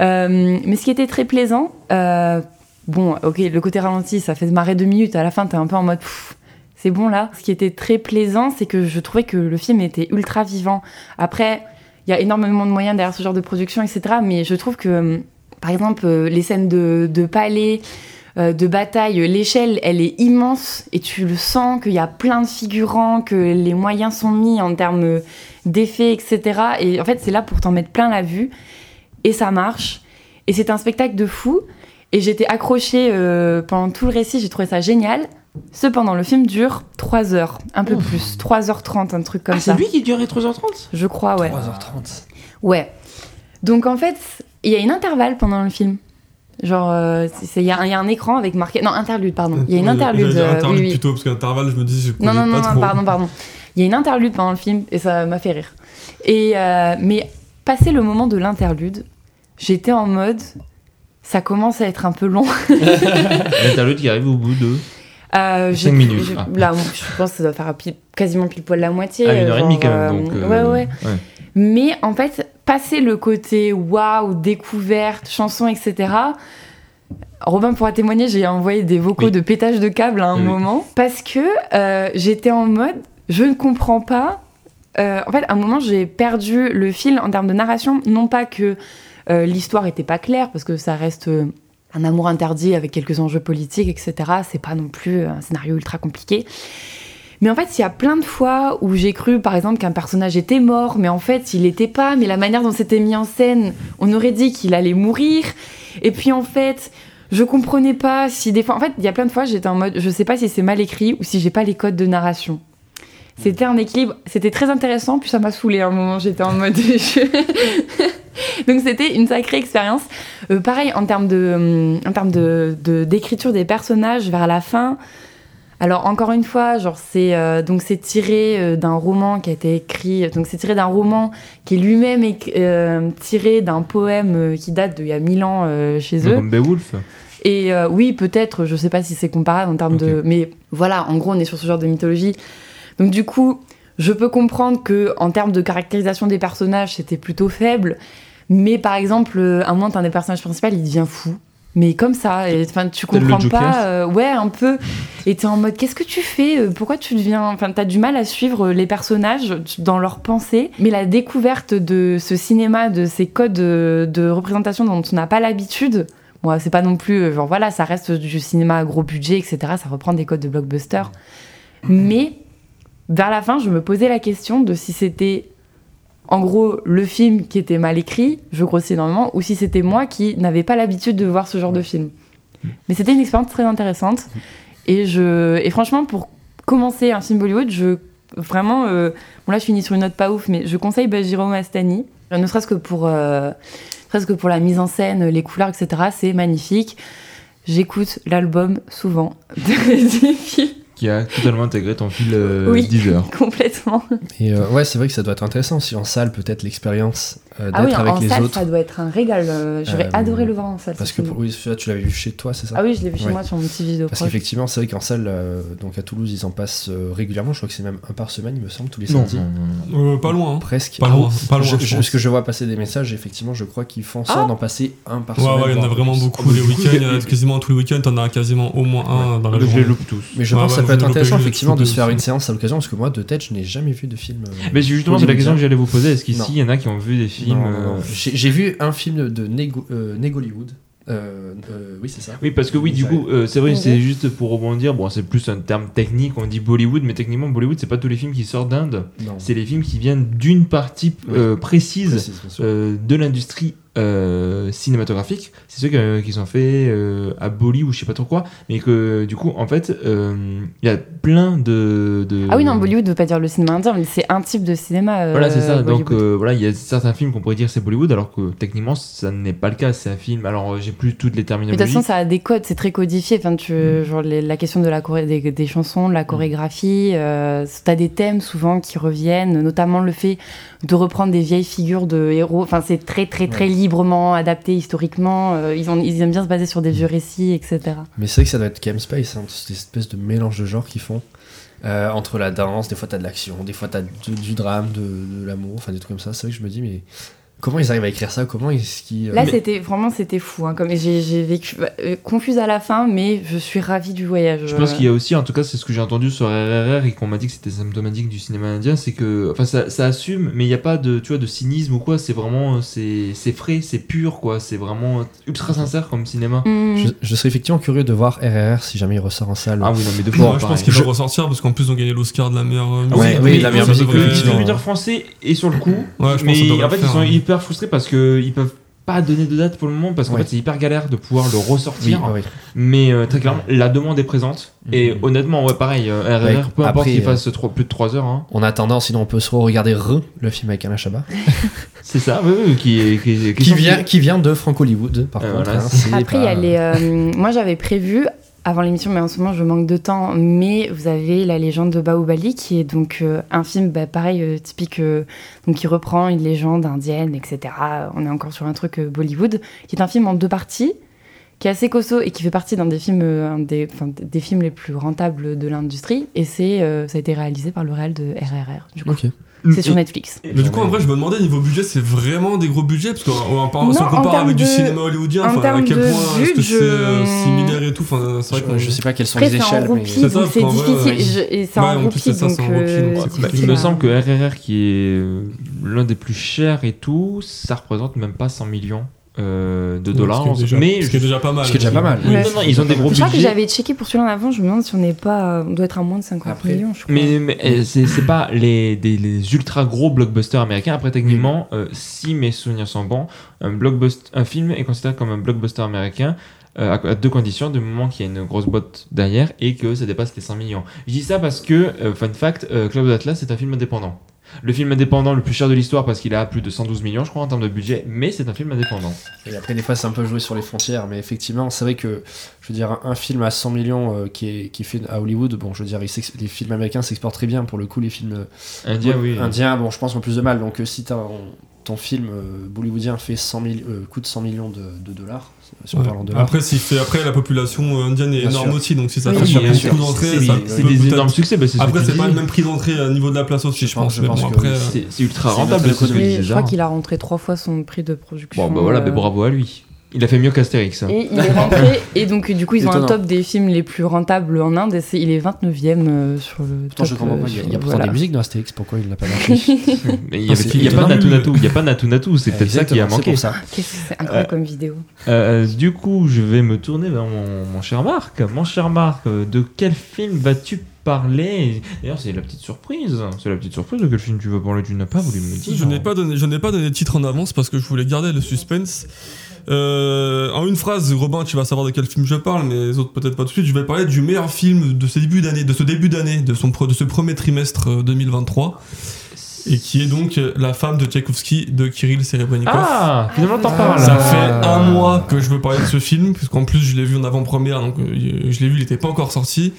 Speaker 2: Euh, mais ce qui était très plaisant, euh, bon, ok, le côté ralenti, ça fait marrer deux minutes. À la fin, t'es un peu en mode, pff, c'est bon là. Ce qui était très plaisant, c'est que je trouvais que le film était ultra vivant. Après, il y a énormément de moyens derrière ce genre de production, etc. Mais je trouve que, hum, par exemple, euh, les scènes de, de palais, euh, de bataille, euh, l'échelle, elle est immense et tu le sens qu'il y a plein de figurants, que les moyens sont mis en termes d'effets, etc. Et en fait, c'est là pour t'en mettre plein la vue. Et ça marche. Et c'est un spectacle de fou. Et j'étais accrochée euh, pendant tout le récit, j'ai trouvé ça génial. Cependant, le film dure 3 heures, un peu plus, 3h30, un truc comme
Speaker 6: Ah, c'est
Speaker 2: ça.
Speaker 6: lui qui durait 3h30
Speaker 2: Je crois, ouais.
Speaker 4: 3h30.
Speaker 2: Ouais. Donc en fait, il y a une intervalle pendant le film. Genre, euh, c'est- il y, a un- il y a un écran avec marqué. Non, interlude, pardon. Il y a une
Speaker 3: Ouais,
Speaker 2: interlude.
Speaker 3: j'allais dire
Speaker 2: euh, oui,
Speaker 3: interlude
Speaker 2: oui.
Speaker 3: plutôt, parce qu'intervalle, je me dis, je
Speaker 2: Non,
Speaker 3: connais
Speaker 2: non, non,
Speaker 3: pas
Speaker 2: non,
Speaker 3: trop.
Speaker 2: pardon, pardon. Il y a une interlude pendant le film et ça m'a fait rire. Et, euh, mais passé le moment de l'interlude, j'étais en mode. Ça commence à être un peu long.
Speaker 1: L'interlude qui arrive au bout de.
Speaker 2: Euh, j'ai-
Speaker 1: Cinq minutes.
Speaker 2: j'ai-
Speaker 1: Ah.
Speaker 2: Là, je pense que ça doit faire pile- quasiment pile poil la moitié.
Speaker 1: à Ah, une heure et
Speaker 2: genre,
Speaker 1: demie quand même.
Speaker 2: euh,
Speaker 1: Donc, euh,
Speaker 2: ouais, ouais. Mais en fait, passer le côté waouh, découverte, chanson, etc. Robin pourra témoigner, j'ai envoyé des vocaux
Speaker 1: Oui.
Speaker 2: de pétage de câble à un
Speaker 1: Oui.
Speaker 2: moment parce que euh, j'étais en mode je ne comprends pas. Euh, en fait, à un moment, j'ai perdu le fil en termes de narration. Non pas que euh, l'histoire n'était pas claire, parce que ça reste euh, un amour interdit avec quelques enjeux politiques, etc. C'est pas non plus un scénario ultra compliqué. Mais en fait, il y a plein de fois où j'ai cru, par exemple, qu'un personnage était mort, mais en fait, il l'était pas. Mais la manière dont c'était mis en scène, on aurait dit qu'il allait mourir. Et puis, en fait, je comprenais pas si des fois. En fait, il y a plein de fois, j'étais en mode, je sais pas si c'est mal écrit ou si j'ai pas les codes de narration. C'était un équilibre, c'était très intéressant, puis ça m'a saoulé à un moment, j'étais en mode. je- Donc c'était une sacrée expérience. Euh, pareil, en termes de, hum, en termes de, de- d'écriture des personnages vers la fin. Alors encore une fois, genre c'est euh, donc c'est tiré euh, d'un roman qui a été écrit, donc c'est tiré d'un roman qui est lui-même éc- euh, tiré d'un poème euh, qui date d'il y a mille ans euh, chez eux.
Speaker 1: Comme Beowulf.
Speaker 2: Et euh, oui, peut-être, je sais pas si c'est comparable en termes de. Mais voilà, en gros, on est sur ce genre de mythologie. Donc, du coup, je peux comprendre que en termes de caractérisation des personnages, c'était plutôt faible. Mais par exemple, euh, à un moment, un des personnages principaux, il devient fou. Mais comme ça, et, enfin, tu
Speaker 1: Tel le
Speaker 2: comprends
Speaker 1: Joker.
Speaker 2: pas. euh, ouais, un peu. Et t'es en mode, qu'est-ce que tu fais euh, Pourquoi tu deviens. Enfin, t'as du mal à suivre euh, les personnages tu- dans leurs pensées. Mais la découverte de ce cinéma, de ces codes euh, de, représentation dont on n'a pas l'habitude, moi, c'est pas non plus. euh, Genre, voilà, ça reste du cinéma à gros budget, etc. Ça reprend des codes de blockbuster. Mais vers la fin, je me posais la question de si c'était en gros le film qui était mal écrit, je grossis énormément, ou si c'était moi qui n'avais pas l'habitude de voir ce genre de film. Mais c'était une expérience très intéressante. Et, je, et franchement, pour commencer un film Bollywood, je vraiment. euh, bon, là, je finis sur une note pas ouf, mais je conseille Bajiro Mastani, ne serait-ce que pour. euh, presque pour la mise en scène, les couleurs, etc. C'est magnifique. J'écoute l'album souvent des films
Speaker 1: Qui a totalement intégré ton fil euh,
Speaker 2: Oui.
Speaker 1: Deezer.
Speaker 2: complètement.
Speaker 4: Et euh, ouais, c'est vrai que ça doit être intéressant aussi en salle, peut-être l'expérience euh, d'être
Speaker 2: Ah oui,
Speaker 4: avec
Speaker 2: en
Speaker 4: les
Speaker 2: salle,
Speaker 4: autres.
Speaker 2: ça doit être un régal. euh, J'aurais
Speaker 4: Euh,
Speaker 2: adoré le voir en salle.
Speaker 4: Parce
Speaker 2: ce
Speaker 4: que
Speaker 2: film.
Speaker 4: pour- oui, tu l'avais vu chez toi, c'est ça
Speaker 2: Ah oui, je l'ai vu chez
Speaker 4: Ouais.
Speaker 2: moi sur mon petit vidéo.
Speaker 4: Parce
Speaker 2: proche.
Speaker 4: qu'effectivement, c'est vrai qu'en salle, euh, donc à Toulouse, ils en passent euh, régulièrement. Je crois que c'est même un par semaine, il me semble, tous les
Speaker 1: Non,
Speaker 4: samedis.
Speaker 1: non, non, non.
Speaker 3: Euh, pas loin, hein.
Speaker 4: Presque.
Speaker 3: Pas
Speaker 4: Ah,
Speaker 3: loin, pas loin,
Speaker 4: je- je-
Speaker 3: je pense.
Speaker 4: parce que je vois passer des messages, effectivement, je crois qu'ils font ça
Speaker 2: Ah.
Speaker 4: d'en passer un par
Speaker 3: Ouais,
Speaker 4: semaine.
Speaker 3: ouais, il y en a
Speaker 4: voire
Speaker 3: vraiment
Speaker 4: plus.
Speaker 3: beaucoup. Les week-ends, il y en a quasiment tous les week-ends, t'en as quasiment au moins un dans la
Speaker 1: Donc, je les
Speaker 3: journée.
Speaker 1: loupe tous.
Speaker 4: Mais je
Speaker 3: Ouais,
Speaker 4: pense que
Speaker 3: ouais,
Speaker 4: ça
Speaker 3: vous
Speaker 4: peut être
Speaker 3: développez
Speaker 4: intéressant,
Speaker 3: le
Speaker 4: effectivement, de
Speaker 3: truc
Speaker 4: se faire
Speaker 3: aussi.
Speaker 4: une séance à l'occasion, parce que moi, de tête, je n'ai jamais vu de film. euh,
Speaker 1: Mais c'est justement, c'est la question que j'allais vous poser. Est-ce
Speaker 4: Non.
Speaker 1: qu'ici, il y en a qui ont vu des films
Speaker 4: Non, non, non.
Speaker 1: euh,
Speaker 4: J'ai j'ai vu un film de Nego- euh, Negoliwood. Euh, euh, oui, c'est ça.
Speaker 1: Oui, parce que oui, du coup, euh, c'est vrai, c'est
Speaker 2: Mmh.
Speaker 1: juste pour rebondir. Bon, c'est plus un terme technique. On dit Bollywood, mais techniquement, Bollywood, c'est pas tous les films qui sortent d'Inde.
Speaker 4: Non.
Speaker 1: C'est les films qui viennent d'une partie
Speaker 4: Oui.
Speaker 1: euh, précise
Speaker 4: Précis, bien sûr.
Speaker 1: euh, de l'industrie euh, cinématographique. C'est ceux qui, euh, qui sont faits euh, à Bolly ou je sais pas trop quoi. Mais que du coup, en fait, euh, il y a plein de. de-
Speaker 2: Ah oui,
Speaker 4: euh,
Speaker 2: non, Bollywood ne veut pas dire le cinéma indien, mais c'est un type de cinéma. euh,
Speaker 1: Voilà, c'est ça. Donc
Speaker 2: Bollywood.
Speaker 1: euh, voilà, il y a certains films qu'on pourrait dire c'est Bollywood, alors que techniquement, ça n'est pas le cas. C'est un film. Alors, euh, j'ai plus toutes les
Speaker 2: Mais de
Speaker 1: terminologies.
Speaker 2: toute façon, ça a des codes, c'est très codifié. Enfin, tu,
Speaker 4: Mm.
Speaker 2: genre, les- la question de la choré- des, des chansons, de la chorégraphie, euh, t'as des thèmes souvent qui reviennent, notamment le fait de reprendre des vieilles figures de héros. Enfin, c'est très, très, très
Speaker 4: Ouais.
Speaker 2: librement adapté historiquement. euh, ils, ont- ils aiment bien se baser sur des vieux récits, etc.
Speaker 4: Mais c'est vrai que ça doit être Game Space, hein, cette espèce de mélange de genres qu'ils font. Euh, entre la danse, des fois t'as de l'action, des fois t'as du, du drame, de, de l'amour, enfin des trucs comme ça. C'est vrai que je me dis, mais comment ils arrivent à écrire ça Comment est-ce qu'ils. euh,
Speaker 2: Là,
Speaker 4: mais-
Speaker 2: c'était vraiment c'était fou. hein, comme j'ai j'ai vécu bah, euh, confuse à la fin, mais je suis ravie du voyage.
Speaker 1: Je pense
Speaker 2: euh.
Speaker 1: qu'il y a aussi, en tout cas, c'est ce que j'ai entendu sur RRR et qu'on m'a dit que c'était symptomatique du cinéma indien, c'est que, enfin, ça, ça assume, mais il n'y a pas de, tu vois, de cynisme ou quoi. C'est vraiment, euh, c'est, c'est frais, c'est pur, quoi. C'est vraiment ultra sincère comme cinéma.
Speaker 2: Hmm.
Speaker 4: je, je serais effectivement curieux de voir RRR si jamais il ressort en salle.
Speaker 1: Ah oui, non, mais deux
Speaker 4: Bon,
Speaker 1: fois.
Speaker 3: Ouais, je pense
Speaker 1: pareil.
Speaker 3: qu'il va
Speaker 4: Je-
Speaker 3: ressortir parce qu'en plus ils ont gagné l'Oscar de la meilleure euh,
Speaker 1: Ah
Speaker 3: musique.
Speaker 4: Ouais,
Speaker 1: oui,
Speaker 4: oui,
Speaker 1: mais
Speaker 4: la meilleure
Speaker 1: ça
Speaker 4: musique,
Speaker 1: devrait-
Speaker 4: effectivement.
Speaker 1: Le leader français est sur le coup,
Speaker 3: Ouais, je pense que ça
Speaker 1: mais
Speaker 3: devrait
Speaker 1: en
Speaker 3: le
Speaker 1: fait, ils
Speaker 3: faire,
Speaker 1: sont
Speaker 3: hein.
Speaker 1: hyper frustrés parce que ils peuvent pas donner de date pour le moment parce qu'en
Speaker 4: Ouais.
Speaker 1: fait c'est hyper galère de pouvoir le
Speaker 4: Oui,
Speaker 1: ressortir
Speaker 4: ah oui.
Speaker 1: mais euh, très clairement la demande est présente et
Speaker 4: Mhm.
Speaker 1: honnêtement ouais pareil euh,
Speaker 4: Ouais,
Speaker 1: RRR peu importe
Speaker 4: après,
Speaker 1: qu'il
Speaker 4: euh,
Speaker 1: fasse trois- plus de 3 heures hein,
Speaker 4: En attendant, sinon on peut se regarder Re, le film avec Alain Chabat,
Speaker 1: c'est ça oui, oui, qui est qui, est-
Speaker 4: qui
Speaker 1: est-
Speaker 4: vient, qui vient de Frank Hollywood, par
Speaker 1: Euh,
Speaker 4: contre.
Speaker 1: voilà,
Speaker 4: hein,
Speaker 1: c'est-
Speaker 4: c'est
Speaker 2: Après, il y
Speaker 4: pas-
Speaker 2: a les. euh, moi, j'avais prévu avant l'émission, mais en ce moment, je manque de temps. Mais vous avez la légende de Baobali, qui est donc euh, un film, bah, pareil, euh, typique, euh, donc qui reprend une légende indienne, etc. On est encore sur un truc euh, Bollywood, qui est un film en deux parties, qui est assez costaud et qui fait partie d'un des films, euh, un des, enfin, des films les plus rentables de l'industrie. Et c'est, euh, ça a été réalisé par le réal de RRR. Du coup,
Speaker 4: Ok.
Speaker 1: Mm.
Speaker 2: c'est sur Netflix.
Speaker 3: Mais du coup, en vrai, je me demandais, niveau budget, c'est vraiment des gros budgets Parce qu'on on
Speaker 2: Non,
Speaker 3: parle- si on
Speaker 2: en
Speaker 3: compare
Speaker 2: termes
Speaker 3: avec du
Speaker 2: de-
Speaker 3: cinéma hollywoodien,
Speaker 2: en
Speaker 3: enfin, à
Speaker 2: termes
Speaker 3: quel
Speaker 2: de
Speaker 3: point est-ce que
Speaker 2: vue,
Speaker 3: c'est euh,
Speaker 2: je-
Speaker 3: similaire et tout Enfin, c'est vrai
Speaker 4: Je,
Speaker 3: qu'on.
Speaker 4: je sais pas quelles sont
Speaker 2: Après,
Speaker 4: les
Speaker 2: c'est en
Speaker 4: échelles. mais-
Speaker 2: roupie,
Speaker 3: C'est
Speaker 2: donc
Speaker 3: ça,
Speaker 2: c'est
Speaker 3: enfin, ouais,
Speaker 2: difficile.
Speaker 3: ouais.
Speaker 2: Je- et c'est
Speaker 3: Ouais, en
Speaker 2: en
Speaker 3: plus,
Speaker 2: roupie,
Speaker 3: c'est ça,
Speaker 2: donc.
Speaker 3: c'est en roupie,
Speaker 2: euh,
Speaker 3: donc
Speaker 1: Ouais,
Speaker 3: c'est
Speaker 2: c'est
Speaker 1: bah, il
Speaker 2: difficile
Speaker 1: me
Speaker 2: à-
Speaker 1: semble que RRR, qui est euh, l'un des plus chers et tout, ça représente même pas 100 millions euh, de dollars.
Speaker 3: Ce qui est déjà-
Speaker 1: mais
Speaker 3: ce qui est déjà pas mal.
Speaker 4: ce qui est déjà pas mal.
Speaker 1: Oui,
Speaker 2: Ouais.
Speaker 1: non, non, ils ont des gros
Speaker 2: Je crois que
Speaker 1: budgets.
Speaker 2: j'avais checké pour celui-là en avant, je me demande si on n'est pas. On doit être à moins de 50
Speaker 4: Après,
Speaker 2: millions, je crois.
Speaker 1: Mais, mais,
Speaker 3: eh,
Speaker 1: euh, c'est c'est pas les, des- les ultra gros blockbusters américains. Après, techniquement,
Speaker 3: Mm.
Speaker 1: euh, si mes souvenirs sont bons, un, blockbuster, un film est considéré comme un blockbuster américain euh, à, à deux conditions du moment qu'il y a une grosse boîte derrière et que ça dépasse les 100 millions. Je dis ça parce que, euh, fun fact, euh, Club d'Atlas c'est un film indépendant. Le film indépendant le plus cher de l'histoire parce qu'il a plus de 112 millions, je crois, en termes de budget, mais c'est un film indépendant.
Speaker 4: Et après, des fois, c'est un peu joué sur les frontières, mais effectivement, c'est vrai que, je veux dire, un, un film à 100 millions euh, qui, est, qui est fait à Hollywood, bon, je veux dire, il s'ex- les films américains s'exportent très bien, pour le coup, les films euh,
Speaker 1: Indien, oui.
Speaker 4: indiens, bon, je pense qu'en plus de mal, donc euh, si t'as- on- ton film euh, bollywoodien fait 100 000, euh, coûte 100 millions de, de dollars, euh, si on
Speaker 3: Ouais.
Speaker 4: parle en dollars,
Speaker 3: Après, s'il fait- après, la population euh, indienne est
Speaker 4: Bien
Speaker 3: énorme
Speaker 4: sûr.
Speaker 3: aussi, donc si ça
Speaker 2: Oui,
Speaker 3: touche à
Speaker 1: bien sûr.
Speaker 3: beaucoup d'entrées,
Speaker 1: C'est-
Speaker 3: ça
Speaker 1: C'est
Speaker 3: peut
Speaker 1: des
Speaker 3: peut-être-
Speaker 1: énormes succès. bah, c'est ce
Speaker 3: Après,
Speaker 1: que tu
Speaker 3: c'est pas
Speaker 1: dis.
Speaker 3: le même prix d'entrée euh, au niveau de la place aussi,
Speaker 4: Je
Speaker 3: je pense.
Speaker 4: pense-
Speaker 3: mais
Speaker 4: je
Speaker 3: bon,
Speaker 4: pense que
Speaker 3: après,
Speaker 4: oui,
Speaker 3: euh,
Speaker 1: C'est c'est ultra
Speaker 4: C'est notre
Speaker 1: rentable, c'est ce que
Speaker 4: économie.
Speaker 1: je
Speaker 2: Et je
Speaker 1: disais,
Speaker 2: crois
Speaker 1: hein.
Speaker 2: qu'il a rentré trois fois son prix de production.
Speaker 1: Bon, bah voilà,
Speaker 2: euh,
Speaker 1: bah, bravo à lui. Il a fait mieux qu'Astérix. hein.
Speaker 2: Et il est rentré, et donc du coup, ils ont un
Speaker 4: Étonnant.
Speaker 2: top des films les plus rentables en Inde, et c'est- il est 29ème euh, sur le.
Speaker 4: Pourtant,
Speaker 2: top,
Speaker 4: je comprends
Speaker 2: euh,
Speaker 4: pas, il y a, il y a
Speaker 2: sur-
Speaker 4: pourtant
Speaker 2: voilà.
Speaker 4: des musiques dans Astérix, pourquoi il n'a pas marché
Speaker 1: Mais il n'y a,
Speaker 3: Parce qu'il est
Speaker 1: pas
Speaker 3: dingue.
Speaker 1: Natu Natu, il y a pas Natu Natu, c'est peut-être ça qui a
Speaker 4: Exactement, c'est
Speaker 1: manqué.
Speaker 4: pour ça.
Speaker 2: Qu'est-ce que c'est incroyable comme vidéo.
Speaker 1: Euh, du coup, je vais me tourner vers mon, mon cher Marc. Mon cher Marc, euh, de quel film vas-tu parler D'ailleurs, c'est la petite surprise. C'est la petite surprise de quel film tu vas parler. Tu n'as pas voulu me dire.
Speaker 3: Je n'ai pas donné, je n'ai pas donné de titre en avance parce que je voulais garder le suspense. Euh, en une phrase, Robin, tu vas savoir de quel film je parle, mais les autres peut-être pas tout de suite. Je vais parler du meilleur film de ce début d'année, de ce début d'année, de son pro- de ce premier trimestre euh, 2023, et qui est donc euh, La femme de Tchaïkovski de Kirill Serebrennikov.
Speaker 1: Ah, finalement, t'en parles.
Speaker 3: Ça
Speaker 4: Ah.
Speaker 3: fait un mois que je veux parler de ce film, puisqu'en plus je l'ai vu en avant-première, donc euh, je l'ai vu, il était pas encore sorti.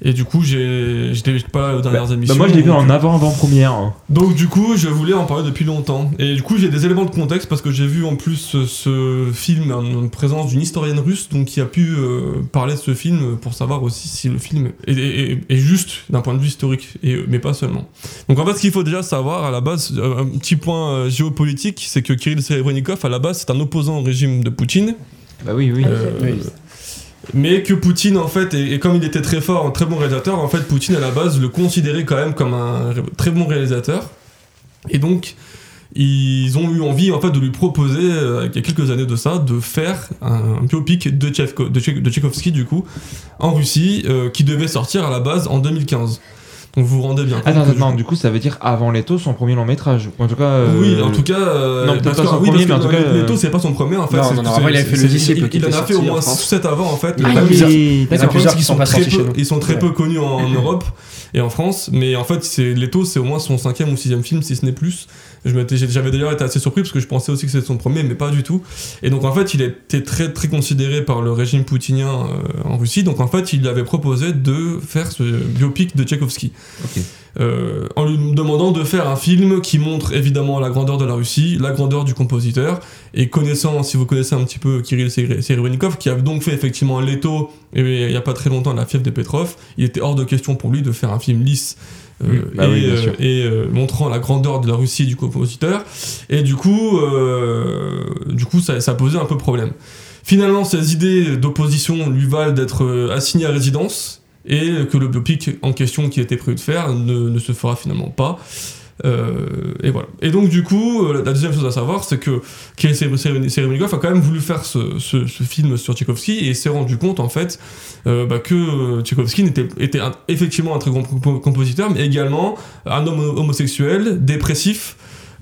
Speaker 3: Et du coup, j'ai, je l'ai pas aux dernières
Speaker 1: Bah,
Speaker 3: émissions.
Speaker 1: moi, je l'ai vu
Speaker 3: donc, euh,
Speaker 1: en avant-avant-première. hein.
Speaker 3: donc du coup, je voulais en parler depuis longtemps. Et du coup, j'ai des éléments de contexte parce que j'ai vu en plus euh, ce film en présence d'une historienne russe, donc qui a pu euh, parler de ce film pour savoir aussi si le film est, est- est- est juste d'un point de vue historique, et, euh, mais pas seulement. Donc en fait, ce qu'il faut déjà savoir à la base, euh, un petit point euh, géopolitique, c'est que Kirill Serebrennikov, à la base, c'est un opposant au régime de Poutine.
Speaker 1: Bah oui, oui.
Speaker 3: Euh, Mais que Poutine, en fait, et, et comme il était très fort, un très bon réalisateur, en fait, Poutine, à la base, le considérait quand même comme un ré- très bon réalisateur. Et donc, ils ont eu envie, en fait, de lui proposer, euh, il y a quelques années de ça, de faire un, biopic de, Tchaïkovski, de, Tchaï- de Tchaïkovski, du coup, en Russie, euh, qui devait sortir à la base en 2015. Donc, vous vous rendez bien compte.
Speaker 1: Attends,
Speaker 3: que
Speaker 1: attends,
Speaker 3: je-
Speaker 1: du coup, ça veut dire avant Leto, son premier long métrage. En tout cas. euh,
Speaker 3: oui, en tout cas. euh,
Speaker 1: non, peut-être
Speaker 3: parce
Speaker 1: pas
Speaker 3: que-
Speaker 1: son
Speaker 3: oui, parce
Speaker 1: premier,
Speaker 3: que
Speaker 1: mais en tout cas,
Speaker 3: Leto,
Speaker 1: euh,
Speaker 3: c'est pas son premier, en fait.
Speaker 4: Non,
Speaker 3: c'est-
Speaker 4: non, non,
Speaker 3: c'est-
Speaker 4: avant, il avait fait
Speaker 3: c'est-
Speaker 4: le
Speaker 3: c'est-
Speaker 4: disciple
Speaker 3: il-
Speaker 4: qui
Speaker 3: Il en
Speaker 4: était
Speaker 3: a fait au
Speaker 4: sorti en
Speaker 3: moins
Speaker 4: France.
Speaker 3: 7 avant, en fait.
Speaker 4: Il y en a
Speaker 3: mais-
Speaker 1: Ah,
Speaker 4: plusieurs.
Speaker 1: oui,
Speaker 4: Il y en a
Speaker 1: d'accord.
Speaker 4: plusieurs
Speaker 3: Parce
Speaker 4: qui
Speaker 3: qu'ils
Speaker 4: sont
Speaker 3: sont,
Speaker 4: pas
Speaker 3: très
Speaker 4: sortis chez
Speaker 3: peu,
Speaker 4: nous.
Speaker 3: ils sont très
Speaker 4: Ouais.
Speaker 3: peu connus en, en Europe et en France, mais en fait, c'est Leto, c'est au moins son cinquième ou sixième film, si ce n'est plus. Je m'étais- J'avais d'ailleurs été assez surpris parce que je pensais aussi que c'était son premier, mais pas du tout. Et donc, en fait, il était très très considéré par le régime poutinien euh, en Russie. Donc, en fait, il avait proposé de faire ce biopic de Tchaïkovski.
Speaker 1: Ok.
Speaker 3: euh, en lui demandant de faire un film qui montre évidemment la grandeur de la Russie, la grandeur du compositeur, et connaissant, si vous connaissez un petit peu Kirill Ser- Serebrennikov, qui a donc fait effectivement Leto, et il n'y a pas très longtemps La fièvre des Petrov, il était hors de question pour lui de faire un film lisse. euh,
Speaker 1: Mm, bah
Speaker 3: et
Speaker 1: oui, bien
Speaker 3: euh,
Speaker 1: sûr.
Speaker 3: et, euh, montrant la grandeur de la Russie et du compositeur. Et du coup, euh, du coup ça, ça posait un peu problème. Finalement, ces idées d'opposition lui valent d'être euh, assigné à résidence et que le biopic en question qui était prévu de faire ne, ne se fera finalement pas. Euh, et voilà. Et donc, du coup, euh, la deuxième chose à savoir, c'est que Kirill Serebrennikov a quand même voulu faire ce, ce- ce film sur Tchaïkovski et s'est rendu compte, en fait, euh, bah, que euh, Tchaïkovski n'était- était, un- effectivement un très grand compo- compositeur, mais également un homme homosexuel, dépressif,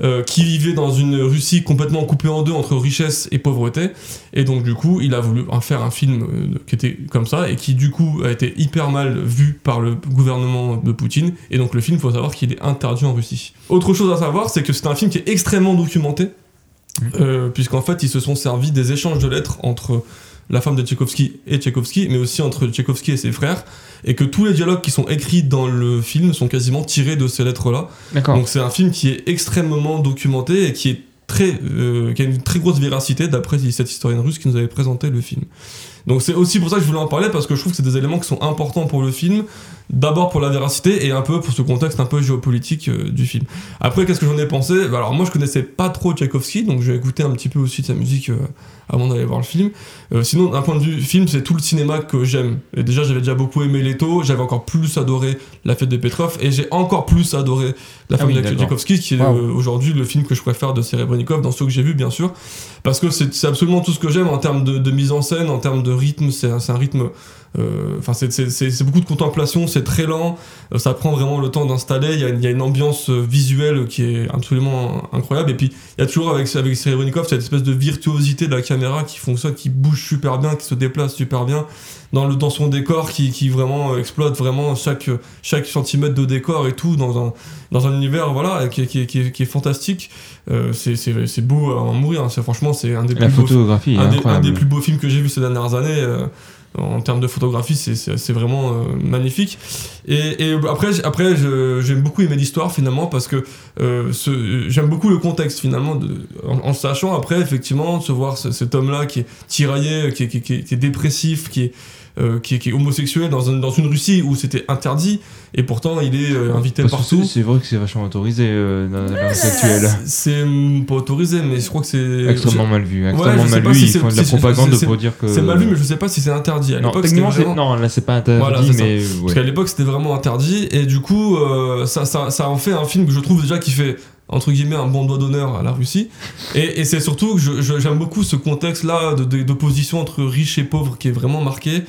Speaker 3: euh, qui vivait dans une Russie complètement coupée en deux entre richesse et pauvreté. Et donc, du coup, il a voulu en faire un film euh, qui était comme ça et qui, du coup, a été hyper mal vu par le gouvernement de Poutine. Et donc, le film, faut savoir qu'il est interdit en Russie. Autre chose à savoir, c'est que c'est un film qui est extrêmement documenté, euh, puisqu'en fait, ils se sont servis des échanges de lettres entre la femme de Tchaïkovski et Tchaïkovski, mais aussi entre Tchaïkovski et ses frères, et que tous les dialogues qui sont écrits dans le film sont quasiment tirés de ces lettres-là.
Speaker 1: D'accord.
Speaker 3: Donc c'est un film qui est extrêmement documenté et qui est très, euh, qui a une très grosse véracité d'après cette historienne russe qui nous avait présenté le film. Donc c'est aussi pour ça que je voulais en parler parce que je trouve que c'est des éléments qui sont importants pour le film. D'abord pour la véracité et un peu pour ce contexte un peu géopolitique euh, du film. Après qu'est-ce que j'en ai pensé Bah, Alors moi je connaissais pas trop Tchaïkovski donc j'ai écouté un petit peu aussi de sa musique euh, avant d'aller voir le film. Euh, sinon d'un point de vue film c'est tout le cinéma que j'aime. Et déjà j'avais déjà beaucoup aimé Leto, j'avais encore plus adoré La fête de Petrov et j'ai encore plus adoré La
Speaker 1: Ah
Speaker 3: femme
Speaker 1: oui,
Speaker 3: de
Speaker 1: d'accord.
Speaker 3: Tchaïkovski qui est
Speaker 4: Wow.
Speaker 3: euh, aujourd'hui le film que je préfère de Serebrennikov dans ceux que j'ai vus bien sûr parce que c'est c'est absolument tout ce que j'aime en termes de, de mise en scène, en termes de rythme. C'est un, c'est un rythme. euh, Enfin, c'est- c'est- c'est c'est beaucoup de contemplation, c'est très lent, euh, ça prend vraiment le temps d'installer. Il y a, une- il y a une ambiance euh, visuelle qui est absolument incroyable. Et puis, il y a toujours avec, avec Serebrennikov cette espèce de virtuosité de la caméra qui fonctionne, qui bouge super bien, qui se déplace super bien dans, le, dans son décor, qui, qui vraiment euh, exploite vraiment chaque, chaque centimètre de décor et tout dans un, dans un univers voilà, qui, est- qui est- qui est- qui est fantastique. Euh, c'est- c'est c'est beau à en mourir. hein. C'est- Franchement, c'est un des
Speaker 1: La
Speaker 3: plus beaux
Speaker 1: photographie est
Speaker 3: un des, un
Speaker 1: incroyable.
Speaker 3: des plus beaux films que j'ai vu ces dernières années euh, en termes de photographie c'est- c'est c'est vraiment euh, magnifique et, et après j'- après je- j'aime beaucoup aimer l'histoire finalement parce que euh, ce- j'aime beaucoup le contexte finalement de- en, en sachant après effectivement de se voir ce- cet homme là qui est tiraillé qui est, qui est- qui est- qui est dépressif qui est euh, qui, est, qui est homosexuel dans, un- dans une Russie où c'était interdit et pourtant il est euh, invité
Speaker 1: Parce que
Speaker 3: partout
Speaker 1: c'est- C'est vrai que c'est vachement autorisé euh, dans la version actuelle.
Speaker 3: C'est- c'est hum, pas autorisé mais je crois que c'est
Speaker 1: Extrêmement mal vu.
Speaker 3: Ouais,
Speaker 1: Extrêmement
Speaker 3: je sais
Speaker 1: mal
Speaker 3: pas
Speaker 1: vu.
Speaker 3: si
Speaker 1: Ils
Speaker 3: c'est-
Speaker 1: font de la
Speaker 3: si c'est-
Speaker 1: propagande
Speaker 3: c'est-
Speaker 1: pour dire que.
Speaker 3: c'est mal vu mais je sais pas si c'est interdit à
Speaker 1: Non,
Speaker 3: l'époque c'était
Speaker 1: techniquement, c'est-
Speaker 3: vraiment-
Speaker 1: non, là c'est pas
Speaker 3: Voilà,
Speaker 1: interdit,
Speaker 3: c'est ça.
Speaker 1: mais. ouais.
Speaker 3: Parce qu'à l'époque, c'était vraiment interdit. Et du coup, euh, ça, ça, ça en fait un film que je trouve déjà qui fait, entre guillemets, un bon doigt d'honneur à la Russie. Et, et c'est surtout que je- je- j'aime beaucoup ce contexte-là de- de- d'opposition entre riches et pauvres qui est vraiment marqué.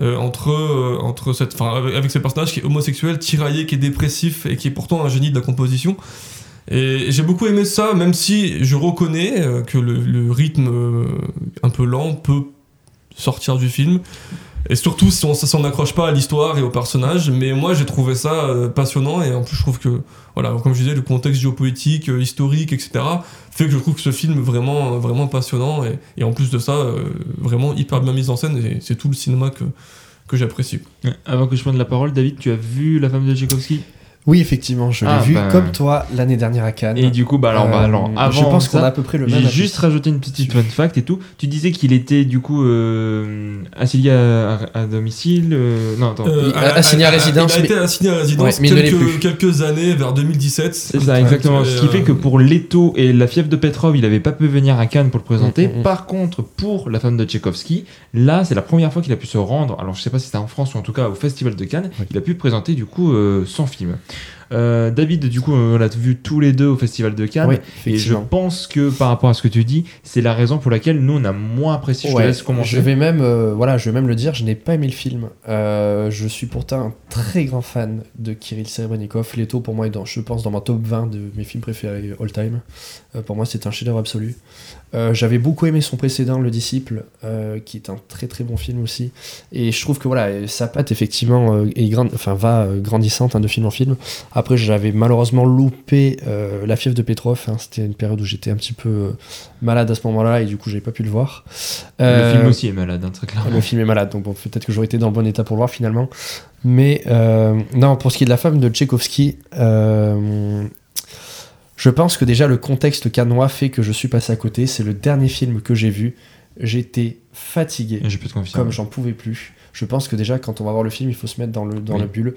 Speaker 3: euh, entre euh, entre cette enfin avec, avec ce personnage qui est homosexuel tiraillé qui est dépressif et qui est pourtant un génie de la composition et j'ai beaucoup aimé ça même si je reconnais euh, que le, le rythme euh, un peu lent peut sortir du film et surtout si on ça s'en accroche pas à l'histoire et aux personnages, mais moi j'ai trouvé ça euh, passionnant et en plus je trouve que, voilà, comme je disais, le contexte géopolitique, euh, historique, etc., fait que je trouve que ce film vraiment, euh, vraiment passionnant et, et en plus de ça, euh, vraiment hyper bien mis en scène et c'est tout le cinéma que, que j'apprécie.
Speaker 1: Ouais. Avant que je prenne la parole, David, tu as vu La femme de Tchaïkovski
Speaker 4: Oui, effectivement, je l'ai
Speaker 1: Ah,
Speaker 4: vu
Speaker 1: bah.
Speaker 4: comme toi l'année dernière à Cannes.
Speaker 1: Et du coup, bah alors, bah,
Speaker 4: Euh,
Speaker 1: alors avant.
Speaker 4: je pense
Speaker 1: ça,
Speaker 4: qu'on a à peu près le même.
Speaker 1: J'ai
Speaker 4: avis.
Speaker 1: juste rajouté une petite fun fact et tout. Tu disais qu'il était du coup euh, assis à, à- à domicile. euh, non, attends.
Speaker 3: Euh,
Speaker 4: il a assigné à résidence,
Speaker 3: Il a
Speaker 4: mais-
Speaker 3: été assigné à résidence
Speaker 4: Ouais, mais il ne l'est
Speaker 3: quelques,
Speaker 4: plus.
Speaker 3: quelques années, vers 2017.
Speaker 1: C'est ça, exactement. Ce qui fait que pour Leto et la fièvre de Petrov, il avait pas pu venir à Cannes pour le présenter.
Speaker 4: Mm, mm, mm.
Speaker 1: Par contre, pour la femme de Tchaïkovski, là, c'est la première fois qu'il a pu se rendre. Alors, je sais pas si c'était en France ou en tout cas au Festival de Cannes.
Speaker 4: Oui.
Speaker 1: Il a pu présenter du coup euh, son film. Euh, David, du coup, on l'a vu tous les deux au Festival de Cannes.
Speaker 4: Oui,
Speaker 1: Et je
Speaker 4: effectivement.
Speaker 1: pense que par rapport à ce que tu dis, c'est la raison pour laquelle nous on a moins apprécié. Je
Speaker 4: Ouais,
Speaker 1: te laisse commencer.
Speaker 4: je vais même, euh, voilà, je vais même le dire, je n'ai pas aimé le film. Euh, je suis pourtant un très grand fan de Kirill Serebrennikov. Leto, pour moi, est dans, je pense, dans ma top 20 de mes films préférés all time. Euh, pour moi, c'est un chef-d'œuvre absolu. Euh, J'avais beaucoup aimé son précédent, Le Disciple, euh, qui est un très très bon film aussi. Et je trouve que voilà, euh, sa patte effectivement euh, est grande, enfin va euh, grandissante hein, de film en film. Après, j'avais malheureusement loupé euh, la fièvre de Petrov. hein. C'était une période où j'étais un petit peu euh, malade à ce moment-là et du coup, j'avais pas pu le voir.
Speaker 1: Le
Speaker 4: Euh,
Speaker 1: film aussi est malade, hein, très clairement.
Speaker 4: Le film est malade, donc bon, peut-être que j'aurais été dans le bon état pour le voir finalement. Mais euh, non, pour ce qui est de la femme de Tchaïkovski, euh, je pense que déjà le contexte canois fait que je suis passé à côté. C'est le dernier film que j'ai vu. J'étais fatigué,
Speaker 1: J'ai plus de confiance.
Speaker 4: comme j'en pouvais plus. Je pense que déjà, quand on va voir le film, il faut se mettre dans le, dans
Speaker 1: Oui.
Speaker 4: la bulle.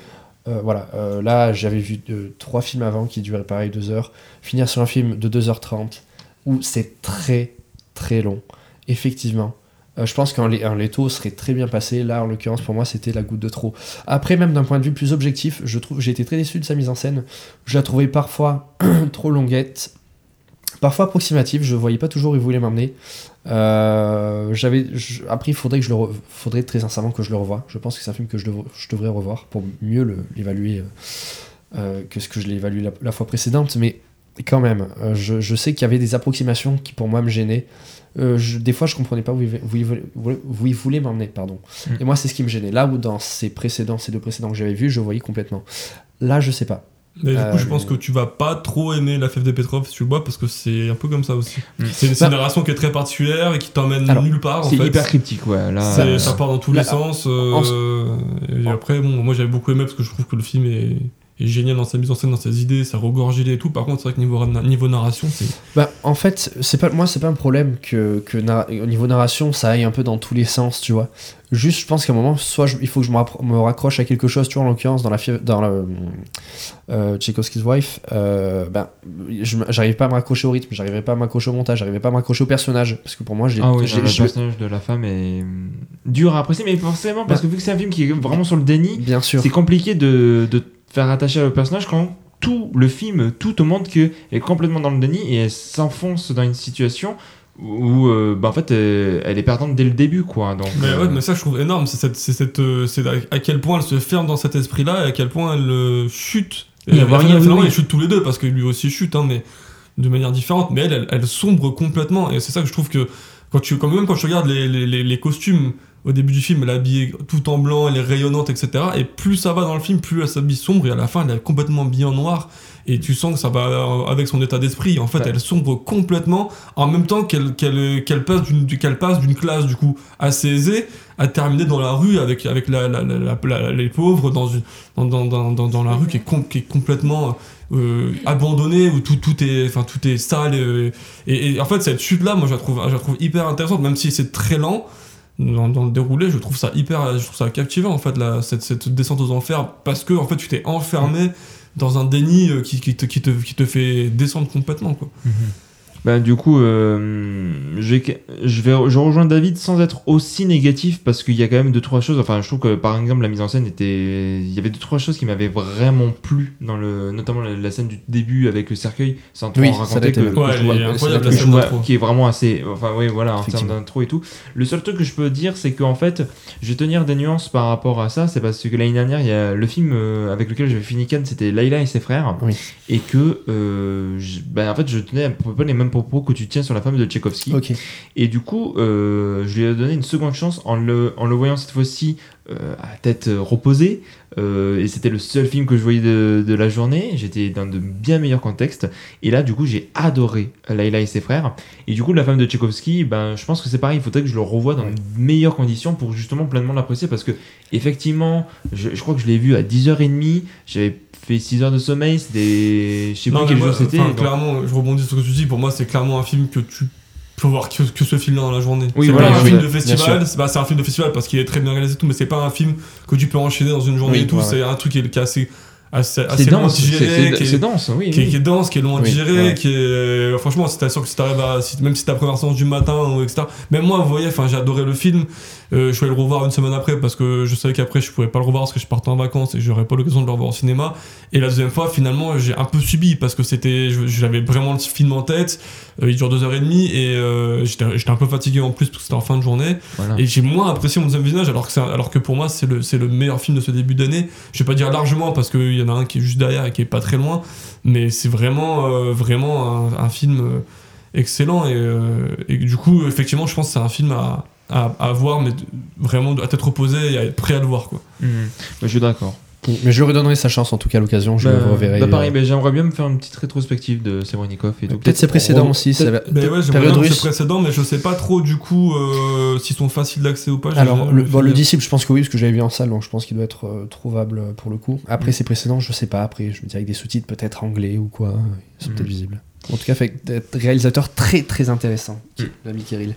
Speaker 4: Euh, voilà, euh, là j'avais vu euh, trois films avant qui duraient pareil deux heures. Finir sur un film de 2h30 où c'est très très long, effectivement. Euh, je pense qu'un lé- un Leto serait très bien passé. Là, en l'occurrence, pour moi, c'était la goutte de trop. Après, même d'un point de vue plus objectif, je trouve, j'ai été très déçu de sa mise en scène. Je la trouvais parfois trop longuette, parfois approximative. Je voyais pas toujours où il voulait m'emmener. Euh, j'avais je- après il faudrait que je le re- faudrait très sincèrement que je le revoie je pense que c'est un film que je, devrais- je devrais revoir pour mieux le- l'évaluer euh, euh, que ce que je l'ai évalué la, la fois précédente mais quand même euh, je, je sais qu'il y avait des approximations qui pour moi me gênaient Euh, je- des fois je comprenais pas où il, où il voulait- où il voulait m'emmener pardon
Speaker 1: Mm.
Speaker 4: et moi c'est ce qui me gênait là où dans ces précédents ces deux précédents que j'avais vus je voyais complètement là je sais pas
Speaker 3: Mais du
Speaker 4: Euh,
Speaker 3: coup, je pense que tu vas pas trop aimer la fève de Petrov, tu vois, parce que c'est un peu comme ça aussi.
Speaker 1: Mm.
Speaker 3: C'est une, c'est
Speaker 4: Bah-
Speaker 3: une narration qui est très particulière et qui t'emmène
Speaker 4: Alors,
Speaker 3: nulle part, en
Speaker 1: C'est
Speaker 3: fait.
Speaker 1: hyper cryptique, ouais. Là,
Speaker 3: C'est-
Speaker 1: euh,
Speaker 3: ça part dans tous
Speaker 4: là,
Speaker 3: les sens. euh, et
Speaker 4: en-
Speaker 3: après, bon, moi j'avais beaucoup aimé parce que je trouve que le film est, est génial dans sa mise en scène, dans ses idées, sa regorge d'idées et tout. Par contre, c'est vrai que niveau, ra- niveau narration, c'est.
Speaker 4: Bah, en fait, c'est pas, moi, c'est pas un problème que, que na- au niveau narration, ça aille un peu dans tous les sens, tu vois. Juste, je pense qu'à un moment, soit je- il faut que je me, rappro- me raccroche à quelque chose, tu vois, en l'occurrence, dans la fi- dans le, euh, Tchaikovsky's Wife, euh, ben, je m- j'arrivais pas à me raccrocher au rythme, j'arrivais pas à me raccrocher au montage, j'arrivais pas à me raccrocher au personnage, parce que pour moi, j'ai,
Speaker 1: Ah oui,
Speaker 4: j'ai-
Speaker 1: le
Speaker 4: je-
Speaker 1: personnage de la femme est hum, dur à apprécier, mais forcément, parce que vu que c'est un film qui est vraiment sur le déni,
Speaker 4: Bah. bien sûr.
Speaker 1: c'est compliqué de, de te faire attacher au personnage quand tout le film, tout te montre qu'elle est complètement dans le déni et elle s'enfonce dans une situation où, euh, bah, en fait, euh, elle est perdante dès le début, quoi. Donc,
Speaker 3: Mais
Speaker 1: euh,
Speaker 3: ouais, mais ça je trouve énorme. C'est cette, c'est cette, euh, c'est à- à quel point elle se ferme dans cet esprit-là et à quel point elle euh, chute.
Speaker 1: Il y a
Speaker 3: Et
Speaker 1: rien,
Speaker 3: finalement,
Speaker 1: oui, oui.
Speaker 3: ils chutent tous les deux parce que lui aussi chute, hein, mais de manière différente. Mais elle, elle, elle sombre complètement et c'est ça que je trouve que quand tu, quand même quand je regarde les, les, les, les costumes au début du film, elle est habillée tout en blanc, elle est rayonnante, etc. Et plus ça va dans le film, plus elle s'habille sombre et à la fin elle est complètement habillée en noir. Et tu sens que ça va euh, avec son état d'esprit. En fait,
Speaker 4: Ouais.
Speaker 3: elle sombre complètement en même temps qu'elle qu'elle qu'elle passe d'une du- qu'elle passe d'une classe du coup assez aisée à terminer dans la rue avec avec la, la- la- la- la- les pauvres dans une dans, dans, dans, dans, dans la rue qui est, com- qui est complètement euh, abandonnée où tout tout est enfin tout est sale euh, et, et en fait cette chute là moi je la trouve je la trouve hyper intéressante même si c'est très lent dans, dans le déroulé je trouve ça hyper je trouve ça captivant en fait la, cette, cette descente aux enfers parce que en fait tu t'es enfermé dans un déni euh, qui, qui, te, qui, te, qui te fait descendre complètement quoi
Speaker 1: Bah, du coup, euh, je vais- je vais je rejoins David sans être aussi négatif parce qu'il y a quand même deux trois choses. Enfin, je trouve que par exemple la mise en scène était, il y avait deux trois choses qui m'avaient vraiment plu dans le, notamment la, la scène du début avec le cercueil, sans trop
Speaker 4: Oui,
Speaker 1: en
Speaker 4: ça
Speaker 1: raconter
Speaker 4: l'était,
Speaker 1: que,
Speaker 4: ouais.
Speaker 1: que je
Speaker 3: Ouais, elle
Speaker 1: vois-
Speaker 3: est incroyable
Speaker 1: que
Speaker 3: la
Speaker 1: je
Speaker 3: scène
Speaker 1: vois-
Speaker 3: d'intro.
Speaker 1: qui est vraiment assez, enfin oui voilà en termes
Speaker 4: Effectivement.
Speaker 1: d'intro et tout. Le seul truc que je peux dire, c'est qu'en fait, je vais tenir des nuances par rapport à ça, c'est parce que l'année dernière, il y a le film euh, avec lequel j'avais fini Cannes, c'était Layla et ses frères
Speaker 4: Oui.
Speaker 1: et que euh, je- ben, en fait je tenais à peu près les mêmes propos que tu tiens sur la femme de Tchaïkovski
Speaker 4: Ok.
Speaker 1: et du coup euh, je lui ai donné une seconde chance en le, en le voyant cette fois-ci euh, à tête euh, reposée Euh, et c'était le seul film que je voyais de, de la journée j'étais dans de bien meilleurs contextes et là du coup j'ai adoré Laila et ses frères et du coup la femme de Tchaïkovski ben, je pense que c'est pareil il faudrait que je le revoie dans
Speaker 4: Ouais.
Speaker 1: de meilleures conditions pour justement pleinement l'apprécier parce que effectivement je, je crois que je l'ai vu à 10h30 j'avais fait 6 heures de sommeil c'était je sais
Speaker 3: Non,
Speaker 1: plus quel
Speaker 3: mais moi,
Speaker 1: jour c'était
Speaker 3: enfin,
Speaker 1: donc-
Speaker 3: Clairement, je rebondis sur ce que tu dis. Pour moi, c'est clairement un film que tu peux voir que, que ce film-là dans la journée.
Speaker 1: Oui,
Speaker 3: c'est
Speaker 1: voilà,
Speaker 3: pas un
Speaker 1: oui,
Speaker 3: film
Speaker 4: oui,
Speaker 3: de
Speaker 4: bien
Speaker 3: festival. C'est bah, c'est un film de festival parce qu'il est très bien réalisé et tout, mais c'est pas un film que tu peux enchaîner dans une journée
Speaker 4: Oui,
Speaker 3: et tout.
Speaker 4: ouais,
Speaker 3: c'est un truc qui est, qui est assez, assez,
Speaker 1: c'est
Speaker 3: assez long à
Speaker 1: dense c'est-
Speaker 3: digérer,
Speaker 1: c'est
Speaker 3: qui est-
Speaker 1: c'est dense oui,
Speaker 3: qui est,
Speaker 1: oui.
Speaker 3: qui est dense, qui est loin à
Speaker 4: Oui,
Speaker 3: digérer,
Speaker 4: ouais.
Speaker 3: qui est. euh, Franchement, c'est sûr que si t'arrives à. si- même si ta première séance du matin, ou etc. Même moi, vous voyez, enfin, j'ai adoré le film. Euh, je suis allé le revoir une semaine après parce que je savais qu'après, je pouvais pas le revoir parce que je partais en vacances et j'aurais pas l'occasion de le revoir au cinéma. Et la deuxième fois, finalement, j'ai un peu subi parce que c'était. je- J'avais vraiment le film en tête. Euh, il dure deux heures et demie et euh, j'étais j'étais un peu fatigué en plus parce que c'était en fin de journée.
Speaker 1: Voilà.
Speaker 3: Et j'ai moins apprécié mon deuxième visionnage, alors que, c'est un- alors que pour moi, c'est le, c'est le meilleur film de ce début d'année. Je vais pas dire largement, parce qu'il y en a un qui est juste derrière et qui est pas très loin, mais c'est vraiment, euh, vraiment un, un film euh, excellent. Et, euh, et du coup, effectivement, je pense que c'est un film à, à, à voir, mais de- vraiment à tête reposée et à être prêt à le voir. Quoi.
Speaker 1: Mhm. Bah, je suis d'accord.
Speaker 4: Mais je lui redonnerai sa chance en tout cas à l'occasion, je
Speaker 1: Bah,
Speaker 4: le reverrai.
Speaker 1: bah, pareil,
Speaker 4: euh,
Speaker 1: mais j'aimerais bien me faire une petite rétrospective de Semennikov et tout.
Speaker 4: Peut-être ses précédents aussi, ça va-
Speaker 3: Peut-être- ben ouais, j'aimerais
Speaker 4: période
Speaker 3: bien que
Speaker 4: russe.
Speaker 3: c'est précédent, mais je sais pas trop du coup euh, s'ils sont faciles d'accès ou pas. j'ai
Speaker 4: Alors,
Speaker 3: jamais
Speaker 4: le,
Speaker 3: vu
Speaker 4: bon, le
Speaker 3: film.
Speaker 4: disciple, je pense que oui, parce que j'avais vu en salle, donc je pense qu'il doit être euh, trouvable euh, pour le coup.
Speaker 1: Mm.
Speaker 4: Après ses précédents, je sais pas. Après, je me dirais avec des sous-titres peut-être anglais ou quoi, euh, ils sont
Speaker 1: Mm.
Speaker 4: peut-être visibles. En tout cas, fait des réalisateurs très très intéressants,
Speaker 1: Mm.
Speaker 4: l'ami Kirill.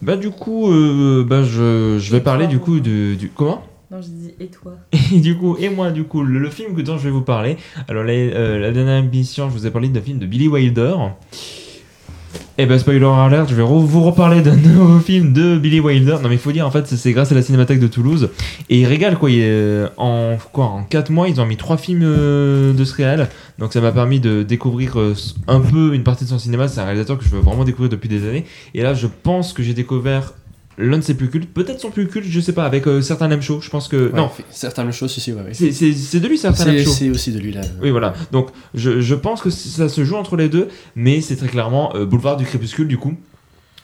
Speaker 1: Bah du coup, euh, bah, je, je vais parler du coup de, du... Comment
Speaker 2: Non, je dis et toi
Speaker 1: Et du coup, et moi, du coup, le, le film que- dont je vais vous parler. Alors, la, euh, la dernière émission, je vous ai parlé d'un film de Billy Wilder. Et ben, spoiler alert, je vais re- vous reparler d'un nouveau film de Billy Wilder. Non, mais il faut dire, en fait, c'est- c'est grâce à la Cinémathèque de Toulouse. Et il régale, quoi. il est- euh, en, quoi en 4 mois, ils ont mis 3 films euh, de ce réal. Donc, ça m'a permis de découvrir euh, un peu une partie de son cinéma. C'est un réalisateur que je veux vraiment découvrir depuis des années. Et là, je pense que j'ai découvert l'un de ses plus cultes. Peut-être son plus culte, je sais pas, avec euh, certains M. Show. Je pense que. Non,
Speaker 4: certaines choses, si, si, ouais,
Speaker 1: c'est- C'est c'est de lui, ça, Fernand Shaw.
Speaker 4: aussi de lui là.
Speaker 1: Oui, voilà. Donc, je, je pense que ça se joue entre les deux, mais c'est très clairement euh, Boulevard du Crépuscule, du coup.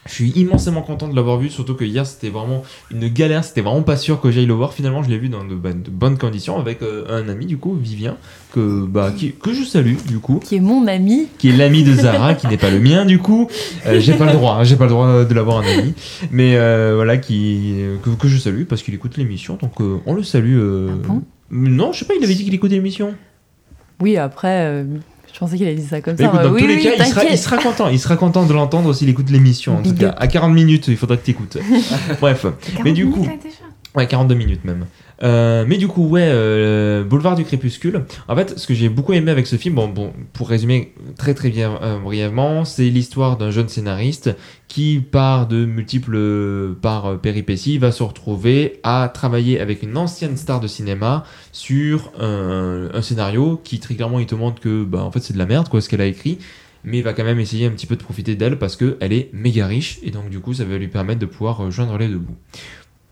Speaker 1: Je suis immensément content de l'avoir vu, surtout que hier c'était vraiment une galère, c'était vraiment pas sûr que j'aille le voir. Finalement, je l'ai vu dans de, bonnes- de bonnes conditions avec euh, un ami, du coup, Vivien, que, bah, qui- que je salue, du coup
Speaker 2: Qui est mon ami.
Speaker 1: qui est l'ami de Zara, qui n'est pas le mien du coup. Euh, j'ai pas le droit, hein, j'ai pas le droit de l'avoir un ami. Mais euh, voilà, qui, que, que je salue parce qu'il écoute l'émission, donc euh, on le salue. euh,
Speaker 2: Ah bon
Speaker 1: non, je sais pas, il avait dit qu'il écoutait l'émission.
Speaker 2: Oui, après, euh, je pensais qu'il a dit ça comme
Speaker 1: Mais
Speaker 2: ça.
Speaker 1: écoute,
Speaker 2: Bah
Speaker 1: dans
Speaker 2: oui,
Speaker 1: tous les
Speaker 2: oui,
Speaker 1: cas, il sera,
Speaker 2: t'inquiète.
Speaker 1: il sera content. Il sera content de l'entendre s'il écoute l'émission. En tout
Speaker 2: Big
Speaker 1: cas,
Speaker 2: up.
Speaker 1: à 40 minutes, il faudra que t'écoutes. Bref, mais du coup, Ouais, 42 minutes même. Euh, mais du coup, ouais, euh, Boulevard du Crépuscule. En fait, ce que j'ai beaucoup aimé avec ce film, bon, bon pour résumer très très bien, euh, brièvement, c'est l'histoire d'un jeune scénariste qui, par de multiples euh, par euh, péripéties, va se retrouver à travailler avec une ancienne star de cinéma sur un, un scénario qui très clairement il te montre que, bah, en fait, c'est de la merde, quoi, ce qu'elle a écrit. Mais il va quand même essayer un petit peu de profiter d'elle parce que elle est méga riche et donc du coup, ça va lui permettre de pouvoir euh, joindre les deux bouts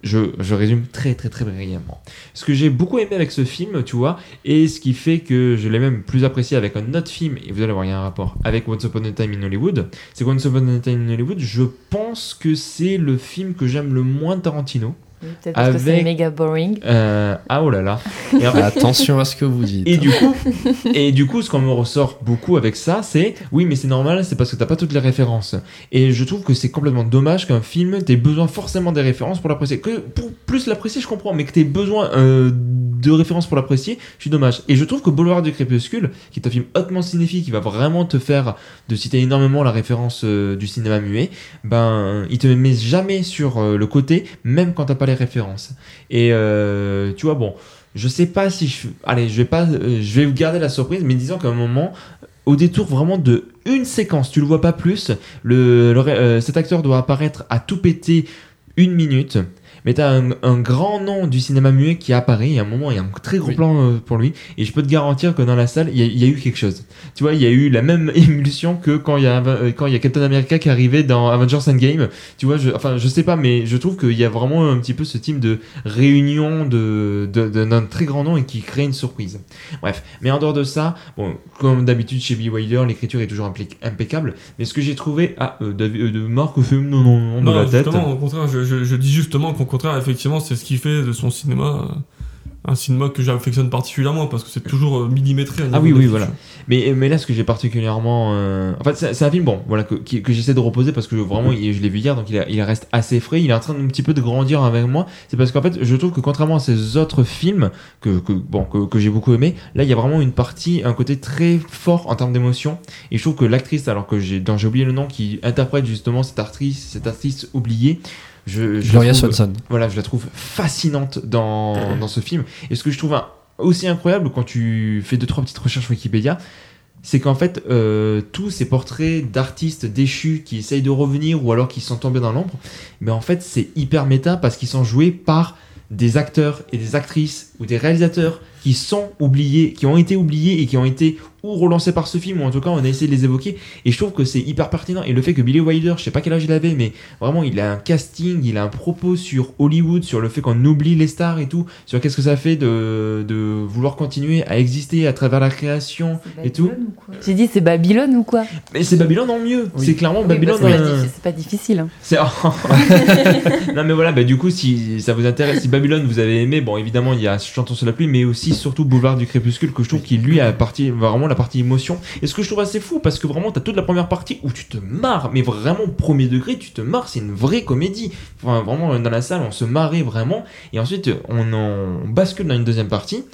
Speaker 1: je, je résume très très très brillamment. Ce que j'ai beaucoup aimé avec ce film, tu vois, et ce qui fait que je l'ai même plus apprécié avec un autre film, et vous allez voir, il y a un rapport avec Once Upon a Time in Hollywood, c'est que Once Upon a Time in Hollywood, je pense que c'est le film que j'aime le moins de Tarantino.
Speaker 2: Oui, Peut-être parce que c'est
Speaker 1: Avec-
Speaker 2: méga boring.
Speaker 1: Euh, ah oh là là. Et en fait,
Speaker 4: Attention à ce que vous dites.
Speaker 1: et du coup, et du coup, ce qu'on me ressort beaucoup avec ça, c'est oui, mais c'est normal, c'est parce que t'as pas toutes les références. Et je trouve que c'est complètement dommage qu'un film t'aies besoin forcément des références pour l'apprécier. Que pour plus l'apprécier, je comprends, mais que t'aies besoin euh, de références pour l'apprécier, je suis dommage. Et je trouve que Boulevard du crépuscule, qui est un film hautement cinéphile, qui va vraiment te faire de citer énormément la référence euh, du cinéma muet, ben il te met jamais sur euh, le côté, même quand t'as pas les références. Et euh, tu vois, bon. Je sais pas si je. Allez, je vais pas. euh, Je vais vous garder la surprise, mais disons qu'à un moment, au détour vraiment de une séquence, tu le vois pas plus, le, le ré- euh, cet acteur doit apparaître à tout péter une minute. Mais t'as un, un grand nom du cinéma muet qui apparaît, il y a un moment, il y a un très gros
Speaker 4: Oui.
Speaker 1: plan euh, pour lui, et je peux te garantir que dans la salle, il y, a- il y a eu quelque chose. Tu vois, il y a eu la même émulsion que quand il y a, Ava- euh, quand il y a Captain America qui arrivait dans Avengers Endgame. Tu vois, je, enfin, je sais pas, mais je trouve qu'il y a vraiment un petit peu ce type de, réunion de, de- de- d'un très grand nom et qui crée une surprise. Bref, mais en dehors de ça, bon, comme d'habitude chez B. Wilder, l'écriture est toujours impli- impeccable, mais ce que j'ai trouvé... Ah, euh, David, euh, de Marc fait non, non, non, de
Speaker 3: Non,
Speaker 1: la tête.
Speaker 3: justement, au contraire, je, je- je dis justement qu'au contraire, effectivement, c'est ce qui fait de son cinéma euh, un cinéma que j'affectionne particulièrement parce que c'est toujours euh, millimétré. au niveau
Speaker 1: Ah oui,
Speaker 3: de
Speaker 1: oui,
Speaker 3: l'écriture.
Speaker 1: voilà. Mais, mais là, ce que j'ai particulièrement. euh, En fait, c'est c'est un film, bon, voilà, que, qui- que j'essaie de reposer parce que vraiment, il- je l'ai vu hier, donc il, a- il reste assez frais. Il est en train un petit peu de grandir avec moi. C'est parce qu'en fait, je trouve que contrairement à ces autres films que, que, bon, que, que j'ai beaucoup aimé, là, il y a vraiment une partie, un côté très fort en termes d'émotion. Et je trouve que l'actrice, alors que j'ai dont j'ai oublié le nom, qui interprète justement cette artiste, cette artiste oubliée. Je, je la
Speaker 4: Gloria
Speaker 1: trouve-
Speaker 4: Swanson.
Speaker 1: voilà, je la trouve fascinante dans, dans ce film. Et ce que je trouve un- aussi incroyable quand tu fais deux trois petites recherches Wikipédia, c'est qu'en fait, euh, tous ces portraits d'artistes déchus qui essayent de revenir ou alors qui sont tombés dans l'ombre, mais en fait, c'est hyper méta parce qu'ils sont joués par des acteurs et des actrices ou des réalisateurs qui sont oubliés, qui ont été oubliés et qui ont été ou relancés par ce film ou en tout cas on a essayé de les évoquer et je trouve que c'est hyper pertinent et le fait que Billy Wilder, je sais pas quel âge il avait mais Vraiment, il a un casting, il a un propos sur Hollywood, sur le fait qu'on oublie les stars et tout, sur qu'est-ce que ça fait de, de vouloir continuer à exister à travers la
Speaker 2: Ah,
Speaker 1: création. Et tout.
Speaker 2: J'ai dit c'est Babylone ou quoi
Speaker 1: Mais c'est Babylone en mieux.
Speaker 4: Oui.
Speaker 1: C'est clairement
Speaker 2: Oui, parce
Speaker 1: Babylone.
Speaker 2: que c'est
Speaker 1: euh,
Speaker 2: pas diffi- C'est pas difficile. hein.
Speaker 1: C'est. non mais voilà, bah, du coup, si ça vous intéresse, si Babylone vous avez aimé, bon évidemment il y a Chantons sous la pluie, mais aussi surtout Boulevard du Crépuscule, que je trouve qui lui a la partie, vraiment la partie émotion. Et ce que je trouve assez fou, parce que vraiment, t'as toute la première partie où tu te marres, mais vraiment premier degré, tu te marres, c'est une vraie comédie. Enfin, vraiment, dans la salle, on se marrait vraiment. Et ensuite, on, en- on bascule dans une deuxième partie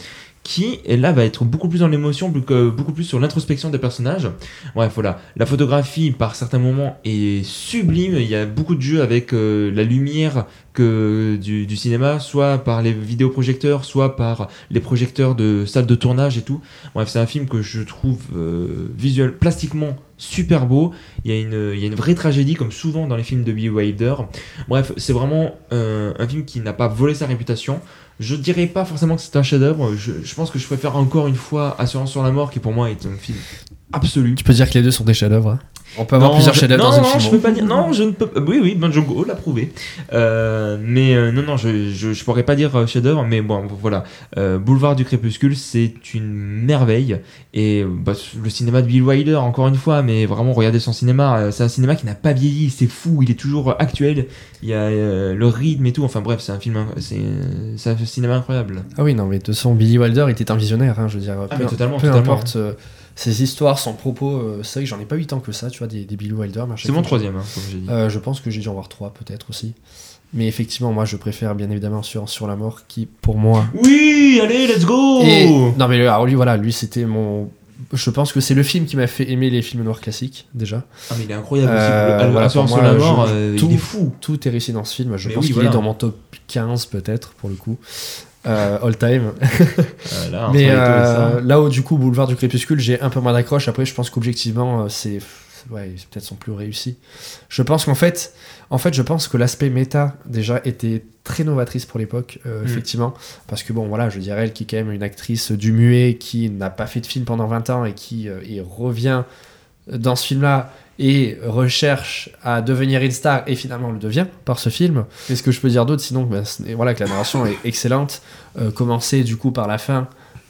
Speaker 1: qui et là va être beaucoup plus dans l'émotion, plus que- beaucoup plus sur l'introspection des personnages. Bref, voilà. La photographie, par certains moments, est sublime. Il y a beaucoup de jeux avec euh, la lumière que du, du cinéma, soit par les vidéoprojecteurs, soit par les projecteurs de salles de tournage et tout. Bref, c'est un film que je trouve euh, visuel, plastiquement super beau. Il y, a une, il y a une vraie tragédie, comme souvent dans les films de Billy Wilder. Bref, c'est vraiment euh, un film qui n'a pas volé sa réputation. Je dirais pas forcément que c'est un chef-d'œuvre. Je, je pense que je préfère encore une fois Assurance sur la mort, qui pour moi est un film absolu.
Speaker 4: Tu peux dire que les deux sont des chefs-d'œuvre. hein. On peut avoir
Speaker 1: Non,
Speaker 4: plusieurs
Speaker 1: je-
Speaker 4: chefs-d'œuvre
Speaker 1: non,
Speaker 4: dans un
Speaker 1: non,
Speaker 4: film.
Speaker 1: je peux pas dire. Non, je ne peux. Oui, ben, oui, Banjo l'a prouvé. Euh, mais euh, non, non, je, je, je pourrais pas dire euh, chef-d'œuvre, mais bon, voilà. Euh, Boulevard du crépuscule, c'est une merveille. Et euh, bah, le cinéma de Bill Wilder, encore une fois, mais vraiment, regardez son cinéma. euh, C'est un cinéma qui n'a pas vieilli. C'est fou. Il est toujours euh, actuel. Il y a euh, le rythme et tout. Enfin bref, c'est un film. inc- C'est euh, c'est un cinéma incroyable.
Speaker 4: Ah oui, non, mais de toute façon, Billy Wilder était un visionnaire, hein, je veux dire.
Speaker 1: Ah,
Speaker 4: peu
Speaker 1: mais totalement,
Speaker 4: peu
Speaker 1: totalement.
Speaker 4: importe euh, ses histoires, son propos, euh, c'est vrai que j'en ai pas eu tant que ça, tu vois, des, des Billy Wilder. machin.
Speaker 1: C'est mon troisième, hein, comme j'ai dit.
Speaker 4: Euh, je pense que j'ai dû en voir trois, peut-être aussi. Mais effectivement, moi, je préfère bien évidemment Assurance sur la mort, qui, pour moi.
Speaker 1: Oui, allez, let's go.
Speaker 4: Et- Non, mais alors, lui, voilà, lui, c'était mon. Je pense que c'est le film qui m'a fait aimer les films noirs classiques, déjà.
Speaker 1: Ah, mais il est incroyable. aussi.
Speaker 4: Euh,
Speaker 1: Le- le-
Speaker 4: voilà,
Speaker 1: Assurance
Speaker 4: pour
Speaker 1: sur
Speaker 4: moi,
Speaker 1: la mort,
Speaker 4: je-
Speaker 1: euh,
Speaker 4: tout-
Speaker 1: il est fou.
Speaker 4: Tout est réussi dans ce film. Je
Speaker 1: Mais
Speaker 4: pense
Speaker 1: oui,
Speaker 4: qu'il
Speaker 1: voilà.
Speaker 4: est dans mon top 15, peut-être, pour le coup. Euh, all time.
Speaker 1: Euh, là, entre les
Speaker 4: Mais
Speaker 1: deux et ça.
Speaker 4: euh, là où du coup Boulevard du Crépuscule, j'ai un peu moins d'accroche. Après, je pense qu'objectivement, euh, c'est ouais, c'est peut-être son plus réussi. Je pense qu'en fait, en fait, je pense que l'aspect méta déjà était très novatrice pour l'époque, euh,
Speaker 1: Mm.
Speaker 4: effectivement, parce que bon, voilà, je dirais elle qui est quand même une actrice du muet qui n'a pas fait de film pendant 20 ans et qui euh, et revient dans ce film-là et recherche à devenir une star et finalement le devient par ce film. Qu'est-ce que je peux dire d'autre sinon que, bah, ce n'est- voilà que la narration est excellente, euh, commencer du coup par la fin.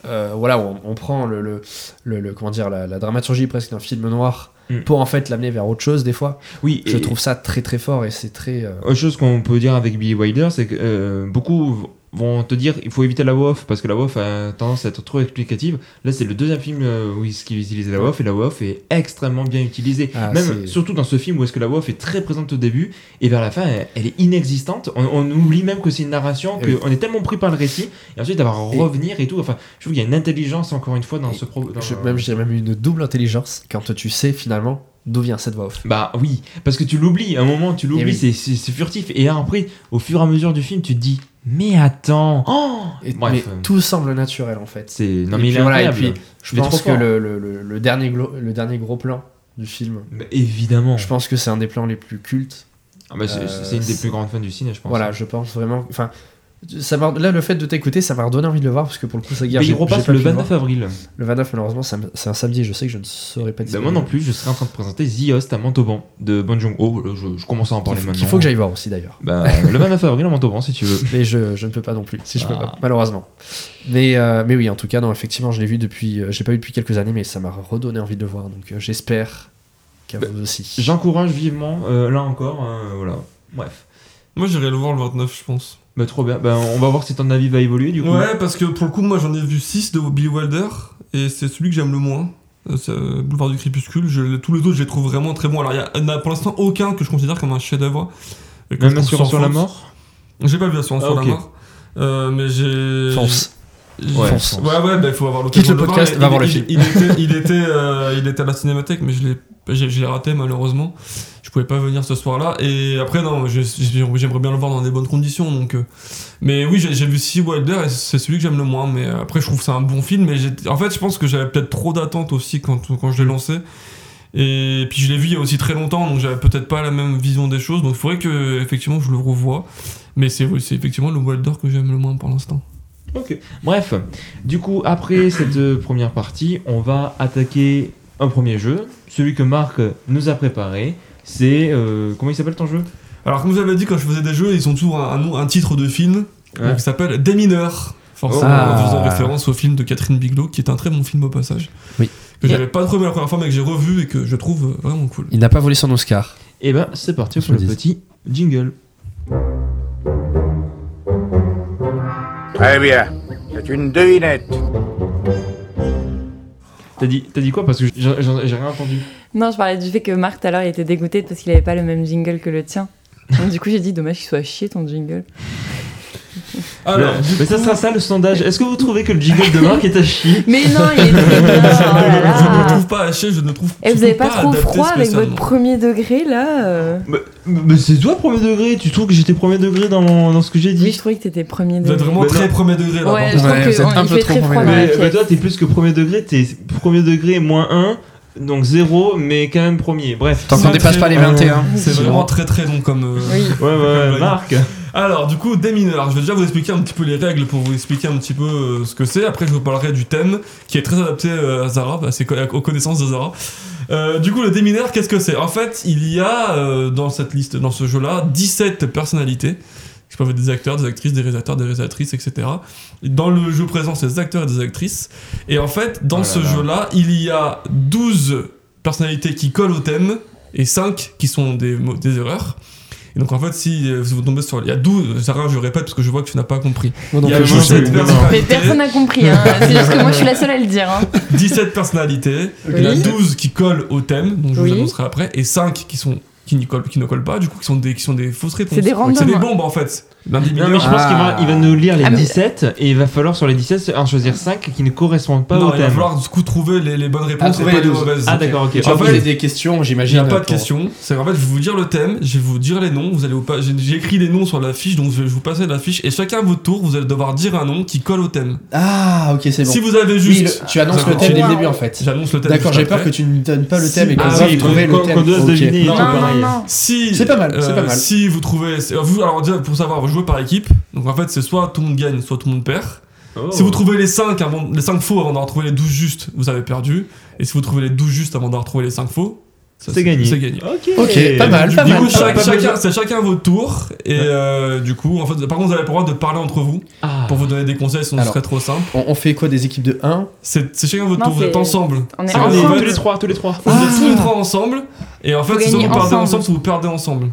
Speaker 4: euh, voilà, on, on prend le, le, le- le- comment dire la, la dramaturgie presque d'un film noir
Speaker 1: Mm.
Speaker 4: pour en fait l'amener vers autre chose des fois.
Speaker 1: Oui,
Speaker 4: Je
Speaker 1: et-
Speaker 4: trouve ça très très fort et c'est très euh,
Speaker 1: Autre chose qu'on peut dire avec Billy Wilder, c'est que euh, beaucoup v- vont te dire il faut éviter la WOF parce que la WOF a tendance à être trop explicative. Là, c'est le deuxième film euh, où ils qui utilise la WOF et la WOF est extrêmement bien utilisée.
Speaker 4: Ah,
Speaker 1: Même
Speaker 4: c'est-
Speaker 1: surtout dans ce film où est-ce que la WOF est très présente au début et vers la fin, elle, elle est inexistante. On, on oublie même que c'est une narration,
Speaker 4: Et oui.
Speaker 1: qu'on est tellement pris par le récit et ensuite d'avoir
Speaker 4: Et-
Speaker 1: revenir et tout. Enfin, je trouve qu'il y a une intelligence encore une fois dans
Speaker 4: Et
Speaker 1: ce pro. dans-
Speaker 4: je- même je dirais même une double intelligence quand tu sais finalement d'où vient cette voix off.
Speaker 1: Bah oui, parce que tu l'oublies, à un moment tu l'oublies,
Speaker 4: Eh oui.
Speaker 1: c'est- c'est c'est furtif. Et après, au fur et à mesure du film, tu te dis, mais attends, oh
Speaker 4: Et, mais
Speaker 1: Bref, euh,
Speaker 4: tout semble naturel en fait.
Speaker 1: c'est. Non,
Speaker 4: Et
Speaker 1: mais il
Speaker 4: puis
Speaker 1: est
Speaker 4: voilà, et
Speaker 1: incroyable.
Speaker 4: puis, Je
Speaker 1: Il est trop
Speaker 4: pense que
Speaker 1: fort.
Speaker 4: le, le- le- le dernier glo- le dernier gros plan du film,
Speaker 1: Mais évidemment.
Speaker 4: je pense que c'est un des plans les plus cultes
Speaker 1: Ah bah, c'est
Speaker 4: euh,
Speaker 1: c'est une des
Speaker 4: c'est-
Speaker 1: plus grandes fans du cinéma, je pense.
Speaker 4: Voilà, je pense vraiment. Enfin, ça m'a- là, le fait de t'écouter, ça m'a redonné envie de le voir parce que pour le coup, ça guerre.
Speaker 1: Mais il repasse le 29 avril.
Speaker 4: Le 29, malheureusement, ça me- c'est un samedi. Je sais que je ne saurais
Speaker 3: Ben,
Speaker 4: pas.
Speaker 1: Bah,
Speaker 4: disponible.
Speaker 1: moi non plus, je serai en train de présenter The Host à Montauban de Bon Jong Ho. Là, Je, je commence à en
Speaker 4: Il
Speaker 1: parler
Speaker 4: faut-
Speaker 1: maintenant.
Speaker 4: Il faut que j'aille voir aussi d'ailleurs.
Speaker 1: Bah, le 29 avril à Montauban, si tu veux.
Speaker 4: Mais je, je ne peux pas non plus, si je peux
Speaker 1: Ah.
Speaker 4: pas, malheureusement. Mais, euh, mais oui, en tout cas, non, effectivement, je l'ai vu depuis. euh, J'ai pas eu depuis quelques années, mais ça m'a redonné envie de le voir. Donc euh, j'espère qu'à
Speaker 3: Ben,
Speaker 4: vous aussi.
Speaker 1: J'encourage vivement, euh, là encore, hein, voilà. Bref.
Speaker 3: Moi, j'irai le voir le 29, je pense.
Speaker 1: Bah, trop bien. Bah, on va voir si ton avis va évoluer du coup.
Speaker 3: Ouais, parce que pour le coup, moi, j'en ai vu 6 de Billy Wilder, et c'est celui que j'aime le moins. Euh, c'est, euh, Boulevard du Crépuscule. Je- tous les autres, je les trouve vraiment très bons. Alors, il y a- il n'y en a pour l'instant aucun que je considère comme un chef-d'œuvre. Et que
Speaker 1: Même
Speaker 3: je trouve
Speaker 1: Assurance
Speaker 3: sans
Speaker 1: sur la
Speaker 3: faute.
Speaker 1: mort
Speaker 3: J'ai pas vu Assurance
Speaker 1: Ah,
Speaker 3: sur
Speaker 1: ok.
Speaker 3: la mort. Euh, mais j'ai.
Speaker 4: Fonce.
Speaker 3: j'ai-
Speaker 1: Ouais.
Speaker 4: Fonce.
Speaker 3: Ouais, ouais, bah, il faut avoir l'occasion.
Speaker 4: Quitte le
Speaker 3: de voir,
Speaker 4: podcast,
Speaker 3: mais
Speaker 4: va
Speaker 3: il-
Speaker 4: voir le
Speaker 3: il-
Speaker 4: film.
Speaker 3: Il, était, il, était, euh, il était à la cinémathèque, mais je l'ai, j'ai, je l'ai raté malheureusement. Je pouvais pas venir ce soir-là. Et après, non, je- je- j'aimerais bien le voir dans des bonnes conditions. Donc, euh, mais oui, j'ai, j'ai vu Sea Wilder et c'est celui que j'aime le moins. Mais euh, après, je trouve que c'est un bon film. Mais j'ai- en fait, je pense que j'avais peut-être trop d'attentes aussi quand, quand je l'ai lancé. Et puis je l'ai vu il y a aussi très longtemps, donc j'avais peut-être pas la même vision des choses. Donc il faudrait que effectivement je le revoie. Mais c'est, c'est effectivement le Wilder que j'aime le moins pour l'instant.
Speaker 1: Ok. Bref, du coup, après cette euh, première partie, on va attaquer un premier jeu. Celui que Marc nous a préparé, c'est. euh, comment il s'appelle ton jeu
Speaker 3: Alors, comme vous avez dit, quand je faisais des jeux, ils ont toujours un, un nom- un titre de film
Speaker 1: Ouais.
Speaker 3: donc, qui s'appelle Des mineurs. Forcément,
Speaker 4: Ah.
Speaker 3: en faisant référence au film de Catherine Bigelow, qui est un très bon film au passage.
Speaker 4: Oui.
Speaker 3: Que j'avais pas trop aimé la première fois, mais que j'ai revu et que je trouve euh, vraiment cool.
Speaker 4: Il n'a pas volé son Oscar.
Speaker 1: Eh ben, c'est parti
Speaker 4: Je
Speaker 1: pour le
Speaker 4: le dis.
Speaker 1: petit jingle.
Speaker 5: Très bien. C'est une devinette.
Speaker 1: T'as dit, t'as dit quoi Parce que j'ai j'ai- j'ai rien entendu.
Speaker 2: Non, je parlais du fait que Marc, tout à l'heure, il était dégoûté parce qu'il avait pas le même jingle que le tien. Donc, du coup, j'ai dit, dommage qu'il soit chier ton jingle.
Speaker 3: Alors,
Speaker 1: Non. mais ça sera ça le sondage. Est-ce que vous trouvez que le jingle de Marc est à chier
Speaker 2: Mais non, il est très bien. Oh là
Speaker 3: je ne
Speaker 2: là.
Speaker 3: trouve pas haché, je ne trouve
Speaker 2: Et vous
Speaker 3: surtout
Speaker 2: avez pas, trop
Speaker 3: adapté
Speaker 2: froid avec votre
Speaker 3: spécialement.
Speaker 2: premier degré là euh
Speaker 1: mais, mais c'est toi premier degré. Tu trouves que j'étais premier degré dans, dans ce que j'ai dit
Speaker 2: Oui, je trouvais que t'étais premier
Speaker 3: Vous êtes
Speaker 2: degré.
Speaker 3: vraiment
Speaker 1: Mais
Speaker 3: très
Speaker 1: non.
Speaker 3: premier degré là.
Speaker 2: Ouais,
Speaker 3: par
Speaker 2: je trouve
Speaker 3: contre.
Speaker 4: Ouais,
Speaker 2: que
Speaker 4: vous êtes
Speaker 2: on-
Speaker 4: un
Speaker 2: il
Speaker 4: peu
Speaker 2: fait
Speaker 4: trop
Speaker 2: très froid
Speaker 4: premier
Speaker 2: dans
Speaker 1: Mais,
Speaker 2: la
Speaker 1: bah,
Speaker 2: pièce.
Speaker 1: toi, t'es plus que premier degré, t'es premier degré moins 1, donc 0, mais quand même premier. Bref.
Speaker 4: Tant
Speaker 3: C'est
Speaker 4: qu'on dépasse
Speaker 3: très-
Speaker 4: pas les 21.
Speaker 3: C'est vraiment très très long comme. euh,
Speaker 2: Oui.
Speaker 1: Ouais, ouais, ouais, Marc.
Speaker 3: Alors, du coup, des mineurs. Je vais déjà vous expliquer un petit peu les règles pour vous expliquer un petit peu euh, ce que c'est. Après, je vous parlerai du thème qui est très adapté euh, à Zara, bah, c'est co- aux connaissances de Zara. Euh, du coup, le démineur, qu'est-ce que c'est En fait, il y a euh, dans cette liste, dans ce jeu-là, 17 personnalités. Je peux des acteurs, des actrices, des réalisateurs, des réalisatrices, etc. Dans le jeu présent, c'est des acteurs et des actrices. Et en fait, dans
Speaker 1: Oh là
Speaker 3: ce
Speaker 1: là.
Speaker 3: jeu-là, il y a 12 personnalités qui collent au thème et 5 qui sont des, mo- des erreurs. Et donc en fait, si euh, vous tombez sur... Il y a 12, Sarah, je répète parce que je vois que tu n'as pas compris. Il y a
Speaker 1: je sais,
Speaker 3: 17
Speaker 1: non.
Speaker 2: Mais personne
Speaker 3: personnalités,
Speaker 2: n'a compris, hein. c'est juste que moi je suis la seule à le dire. Hein.
Speaker 3: 17 personnalités, il y a
Speaker 2: Oui.
Speaker 3: 12 qui collent au thème, dont je
Speaker 2: Oui.
Speaker 3: vous annoncerai après, et 5 qui sont qui n'y collent, qui ne collent pas, du coup, qui sont des, qui sont des fausses réponses.
Speaker 2: C'est des randoms.
Speaker 3: C'est des bombes en fait. Dans des
Speaker 1: Non,
Speaker 3: mineurs,
Speaker 1: mais je pense qu'il va,
Speaker 4: Ah.
Speaker 1: il va nous lire les
Speaker 2: Ah, mais-
Speaker 1: 17 et il va falloir sur les 17 en choisir 5 qui ne correspondent pas
Speaker 3: non,
Speaker 1: au
Speaker 3: il va
Speaker 1: thème.
Speaker 3: falloir du coup trouver les, les bonnes réponses et
Speaker 4: trouver
Speaker 3: pas
Speaker 4: les
Speaker 3: les
Speaker 4: 12.
Speaker 3: mauvaises.
Speaker 1: Ah, d'accord, ok.
Speaker 4: Tu vas
Speaker 3: En fait,
Speaker 4: poser des questions,
Speaker 3: Il n'y
Speaker 4: j'imagine.
Speaker 3: a pas de
Speaker 4: pour-
Speaker 3: question. C'est en fait, je vais vous dire le thème, je vais vous dire les noms. Vous allez vous pas- j'ai j'ai écrit les noms sur la fiche, donc je vais vous passer la fiche. Et chacun à votre tour, vous allez devoir dire un nom qui colle au thème.
Speaker 4: Ah, ok, c'est bon.
Speaker 3: Si vous avez
Speaker 4: Oui,
Speaker 3: juste,
Speaker 4: le- tu annonces le thème dès le début en fait.
Speaker 3: j'annonce le thème.
Speaker 4: D'accord,
Speaker 3: juste
Speaker 4: j'ai peur que
Speaker 3: après.
Speaker 4: tu ne donnes pas le thème et qu'on
Speaker 3: Ah
Speaker 4: doive
Speaker 3: oui,
Speaker 4: trouver
Speaker 1: qu'on-
Speaker 4: le thème.
Speaker 1: qu'on doive
Speaker 4: Ok.
Speaker 1: deviner.
Speaker 4: Non,
Speaker 2: Non,
Speaker 4: non,
Speaker 2: non,
Speaker 1: pareil.
Speaker 2: non.
Speaker 3: Si euh,
Speaker 4: C'est pas mal, c'est pas mal.
Speaker 3: Si vous trouvez, c'est- vous alors déjà pour savoir, vous jouez par équipe. Donc en fait, c'est soit tout le monde gagne, soit tout le monde perd.
Speaker 1: Oh.
Speaker 3: Si vous trouvez les 5 avant, les 5 faux avant d'en retrouver les 12 justes, vous avez perdu. Et si vous trouvez les 12 justes avant d'en retrouver les 5 faux, ça,
Speaker 1: c'est gagné.
Speaker 3: C'est gagné.
Speaker 1: Ok,
Speaker 4: Ok, pas mal,
Speaker 3: Du
Speaker 4: pas
Speaker 3: coup,
Speaker 4: mal. pas
Speaker 3: chaque-
Speaker 4: mal.
Speaker 3: chacun, c'est chacun à votre tour. Et euh, du coup, en fait, par contre, vous avez le droit de parler entre vous
Speaker 1: Ah.
Speaker 3: pour vous donner des conseils, sinon ce
Speaker 4: Alors.
Speaker 3: serait trop simple.
Speaker 4: On, on fait quoi des équipes de 1
Speaker 3: C'est c'est chacun à votre
Speaker 2: Non,
Speaker 3: tour, vous
Speaker 2: c'est-
Speaker 3: êtes ensemble.
Speaker 2: On est
Speaker 3: C'est
Speaker 1: Ah, on est
Speaker 3: ensemble.
Speaker 1: tous les trois, tous les trois.
Speaker 3: Vous êtes tous les
Speaker 4: Ah.
Speaker 3: trois ensemble. Et en fait,
Speaker 2: Faut
Speaker 3: c'est soit vous
Speaker 2: gagner
Speaker 3: perdez
Speaker 2: ensemble.
Speaker 3: ensemble, soit vous perdez ensemble.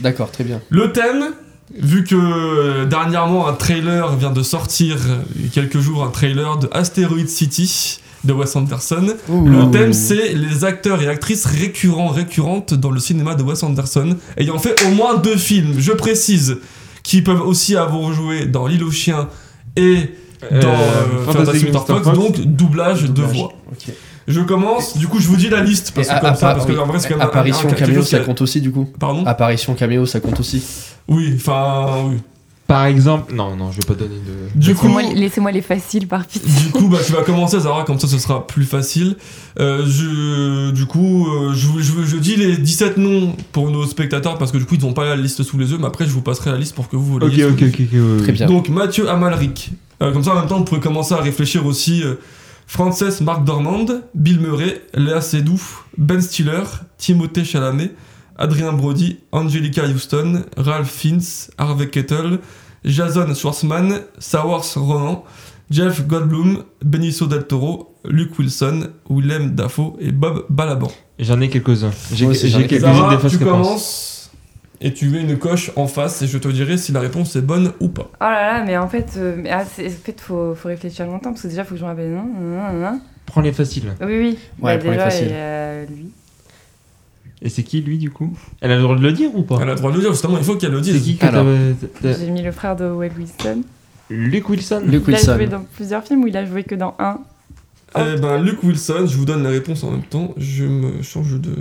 Speaker 4: D'accord, très bien.
Speaker 3: Le thème, vu que euh, dernièrement un trailer vient de sortir, euh, il y a quelques jours, un trailer de Asteroid City de Wes Anderson.
Speaker 4: Ah
Speaker 3: Le thème, c'est les acteurs et actrices récurrents, récurrentes dans le cinéma de Wes Anderson, ayant fait au moins deux films, je précise, qui peuvent aussi avoir joué dans L'île aux chiens et dans
Speaker 1: Euh,
Speaker 3: euh, Fantastic Mr. Fox, donc doublage de
Speaker 4: Doublage.
Speaker 3: voix.
Speaker 4: Ok.
Speaker 3: Je commence, du coup je vous dis la liste, parce
Speaker 4: Et à-
Speaker 3: que comme
Speaker 4: à-
Speaker 3: ça, parce
Speaker 4: oui,
Speaker 3: que en vrai c'est quand même un-
Speaker 4: Apparition
Speaker 3: un- Hein quelque
Speaker 4: caméo,
Speaker 3: chose qui
Speaker 4: ça
Speaker 3: a-
Speaker 4: compte Ah. aussi du coup
Speaker 3: Pardon
Speaker 4: Apparition caméo, ça compte aussi.
Speaker 3: Oui, enfin oui.
Speaker 1: Par exemple, non, non, je vais pas donner de.
Speaker 3: Du coup,
Speaker 2: Laissez-moi laissez-moi les faciles par pitié.
Speaker 3: Du coup, bah, tu vas commencer, Zara, comme ça ce sera plus facile. Euh, je, du coup, euh, je, vous- je, vous- je dis les 17 noms pour nos spectateurs parce que du coup, ils n'ont pas la liste sous les yeux, mais après, je vous passerai la liste pour que vous
Speaker 1: Ok,
Speaker 3: l'ayez sous
Speaker 1: ok,
Speaker 3: les
Speaker 1: ok. ok, ouais,
Speaker 4: Très
Speaker 1: ouais.
Speaker 4: bien.
Speaker 3: donc Mathieu Amalric. Euh, comme ça, en même temps, vous pouvez commencer à réfléchir aussi. euh, Frances Marc Dormand, Bill Murray, Léa Seydoux, Ben Stiller, Timothée Chalamet, Adrien Brody, Angelica Houston, Ralph Fiennes, Harvey Kettle, Jason Schwartzman, Sawars Ronan, Jeff Goldblum, Benicio Del Toro, Luke Wilson, Willem Dafoe et Bob Balaban.
Speaker 1: J'en ai quelques-uns. J'ai
Speaker 4: Moi aussi, j'en ai
Speaker 1: j'ai quelques-unes
Speaker 3: Zara,
Speaker 1: des faces
Speaker 3: tu
Speaker 1: que pense.
Speaker 3: commences et tu mets une coche en face et je te dirai si la réponse est bonne ou pas.
Speaker 2: Oh là là, mais en fait, euh, mais, ah, c'est- en fait faut, faut réfléchir longtemps parce que déjà faut que je me rappelle. Non, non, non, non.
Speaker 1: Prends les faciles.
Speaker 2: Oui, oui. Bah,
Speaker 4: Ouais, pour les
Speaker 2: déjà,
Speaker 4: faciles.
Speaker 2: il y a lui.
Speaker 1: Et c'est qui lui du coup Elle a le droit de le dire ou pas
Speaker 3: Elle a le droit de le dire, justement, il faut qu'elle le dise.
Speaker 1: C'est qui que
Speaker 4: Alors.
Speaker 1: t'avais- t'as- t'as-
Speaker 2: J'ai mis le frère de Walt Wilson.
Speaker 1: Luke Wilson
Speaker 4: Luke
Speaker 2: Il a joué
Speaker 4: Wilson.
Speaker 2: dans plusieurs films ou il a joué que dans un.
Speaker 1: Ah.
Speaker 3: Eh ben, Luke Wilson, je vous donne la réponse en même temps. Je me change de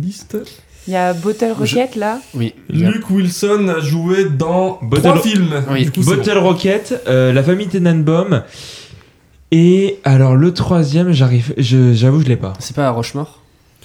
Speaker 3: liste.
Speaker 2: Il y a Bottle Rocket là.
Speaker 4: Oui.
Speaker 3: Luke Wilson a joué dans
Speaker 1: Bottle-
Speaker 3: trois films.
Speaker 4: Oui.
Speaker 3: Du coup, c'est
Speaker 1: Bottle Rocket, euh, la famille Tenenbaum. Et alors le troisième, j'arrive, je- j'avoue, je l'ai pas.
Speaker 4: C'est pas à Rochemort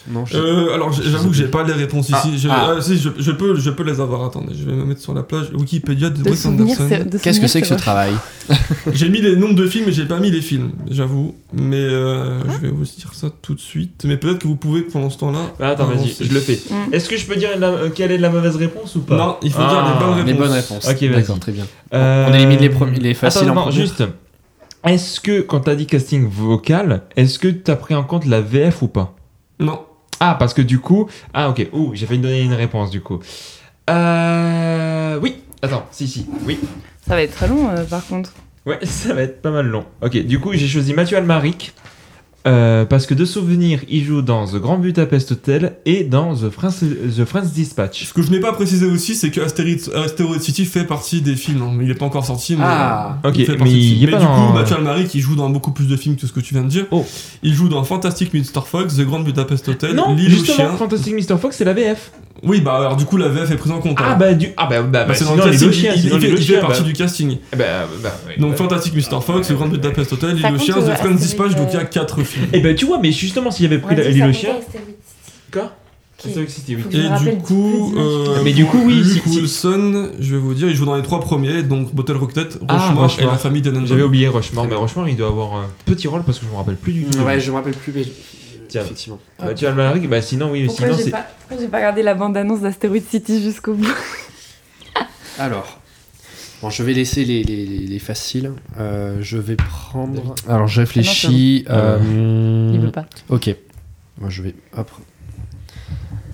Speaker 4: Non,
Speaker 3: bon. Euh, alors j- j'avoue que j'ai pas les réponses
Speaker 4: Ah,
Speaker 3: ici. Je,
Speaker 4: ah.
Speaker 3: ah, si, je, je peux, je peux les avoir. Attendez, je vais me mettre sur la plage Wikipédia de,
Speaker 2: De
Speaker 3: Wes
Speaker 2: souvenirs,
Speaker 3: Anderson.
Speaker 2: c'est- de
Speaker 4: Qu'est-ce que
Speaker 2: souvenirs,
Speaker 4: c'est que ce travail
Speaker 3: J'ai mis les nombres de films et j'ai pas mis les films, j'avoue. Mais euh, je vais vous dire ça tout de suite. Mais peut-être que vous pouvez pendant ce temps-là.
Speaker 1: Ah, attends, vas-y,
Speaker 3: avancer.
Speaker 1: je le fais.
Speaker 2: Mm.
Speaker 1: Est-ce que je peux dire la- euh, quelle est la mauvaise réponse ou pas
Speaker 3: Non, il faut
Speaker 1: Ah.
Speaker 3: dire les bonnes réponses.
Speaker 4: Les bonnes réponses.
Speaker 1: Ok, vas-y.
Speaker 4: D'accord, très bien.
Speaker 1: Euh,
Speaker 4: On élimine les, premi- les faciles
Speaker 1: Attends,
Speaker 4: en
Speaker 1: non,
Speaker 4: premier.
Speaker 1: juste. Est-ce que quand t'as dit casting vocal, est-ce que t'as pris en compte la VF ou pas
Speaker 3: Non.
Speaker 1: Ah, parce que du coup. Ah, ok. Ouh, j'ai failli donner une réponse du coup. Euh. Oui. Attends, si, si. Oui.
Speaker 2: Ça va être très long euh, par contre.
Speaker 1: Ouais, ça va être pas mal long. Ok, du coup, j'ai choisi Mathieu Almaric. euh, parce que de souvenir, il joue dans The Grand Budapest Hotel et dans The France, The France Dispatch.
Speaker 3: Ce que je n'ai pas précisé aussi, c'est que Asterix- Asteroid City fait partie des films. hein. Il n'est pas encore sorti, mais. euh,
Speaker 4: Ah.
Speaker 1: Ok,
Speaker 3: il fait
Speaker 1: mais
Speaker 3: partie des films.
Speaker 1: il est pas
Speaker 3: du
Speaker 1: dans.
Speaker 3: coup, Mathieu Almari qui joue dans beaucoup plus de films que ce que tu viens de dire.
Speaker 1: Oh.
Speaker 3: Il joue dans Fantastic Mr. Fox, The Grand Budapest Hotel,
Speaker 1: non,
Speaker 3: L'île aux
Speaker 1: justement,
Speaker 3: chiens.
Speaker 1: Fantastic Mr. Fox, c'est la VF.
Speaker 3: Oui, bah alors du coup la VF est prise en compte.
Speaker 1: Ah
Speaker 3: alors.
Speaker 1: bah, du... ah bah, bah, bah,
Speaker 3: Bah, c'est dans
Speaker 1: sinon,
Speaker 3: le
Speaker 1: les deux
Speaker 3: casting,
Speaker 1: chiens.
Speaker 3: il,
Speaker 1: sinon, les
Speaker 3: il fait,
Speaker 1: deux
Speaker 3: il fait
Speaker 1: chiens,
Speaker 3: partie
Speaker 1: bah-
Speaker 3: du casting.
Speaker 1: Eh bah, bah, oui,
Speaker 3: Donc
Speaker 1: bah.
Speaker 3: Fantastic Mr. Fox, Le Grand Budapest Hotel,
Speaker 2: Ça
Speaker 3: L'île aux
Speaker 2: compte,
Speaker 3: chiens,
Speaker 2: euh,
Speaker 3: The Friends
Speaker 2: Astérix,
Speaker 3: Dispatch, donc il y a
Speaker 2: euh,
Speaker 3: 4 films.
Speaker 1: Eh ben tu vois, mais justement, s'il y avait pris la- l'île aux chiens. Quoi
Speaker 2: Qui-
Speaker 1: Asterix City, oui.
Speaker 2: Faut que je me
Speaker 3: Et
Speaker 2: rappelle
Speaker 3: du coup,
Speaker 2: plus des images.
Speaker 3: euh,
Speaker 1: Mais du coup, oui,
Speaker 3: Luke
Speaker 1: si- si-
Speaker 3: Wilson, je vais vous dire, il joue dans les trois premiers, donc Bottle Rocket, Rochemort,
Speaker 1: Ah,
Speaker 3: et
Speaker 1: Rochemort.
Speaker 3: la famille Denenbaum.
Speaker 1: J'avais oublié Rochemort, mais Rochemort il doit avoir un petit rôle parce que je me rappelle plus du tout.
Speaker 4: Ouais, je me rappelle plus, mais.
Speaker 1: Mmh. Tiens.
Speaker 4: Effectivement.
Speaker 1: Bah, tu as le malarique, bah sinon oui,
Speaker 2: Pourquoi
Speaker 1: sinon
Speaker 2: j'ai
Speaker 1: c'est.
Speaker 2: pas, pourquoi j'ai pas regardé la bande-annonce d'Asteroid City jusqu'au bout
Speaker 4: Alors. Bon, je vais laisser les, les, les, les faciles. Euh, je vais prendre. Alors, je réfléchis.
Speaker 1: Ah non,
Speaker 4: euh,
Speaker 2: Il veut pas.
Speaker 4: Ok. Moi, je vais. Hop.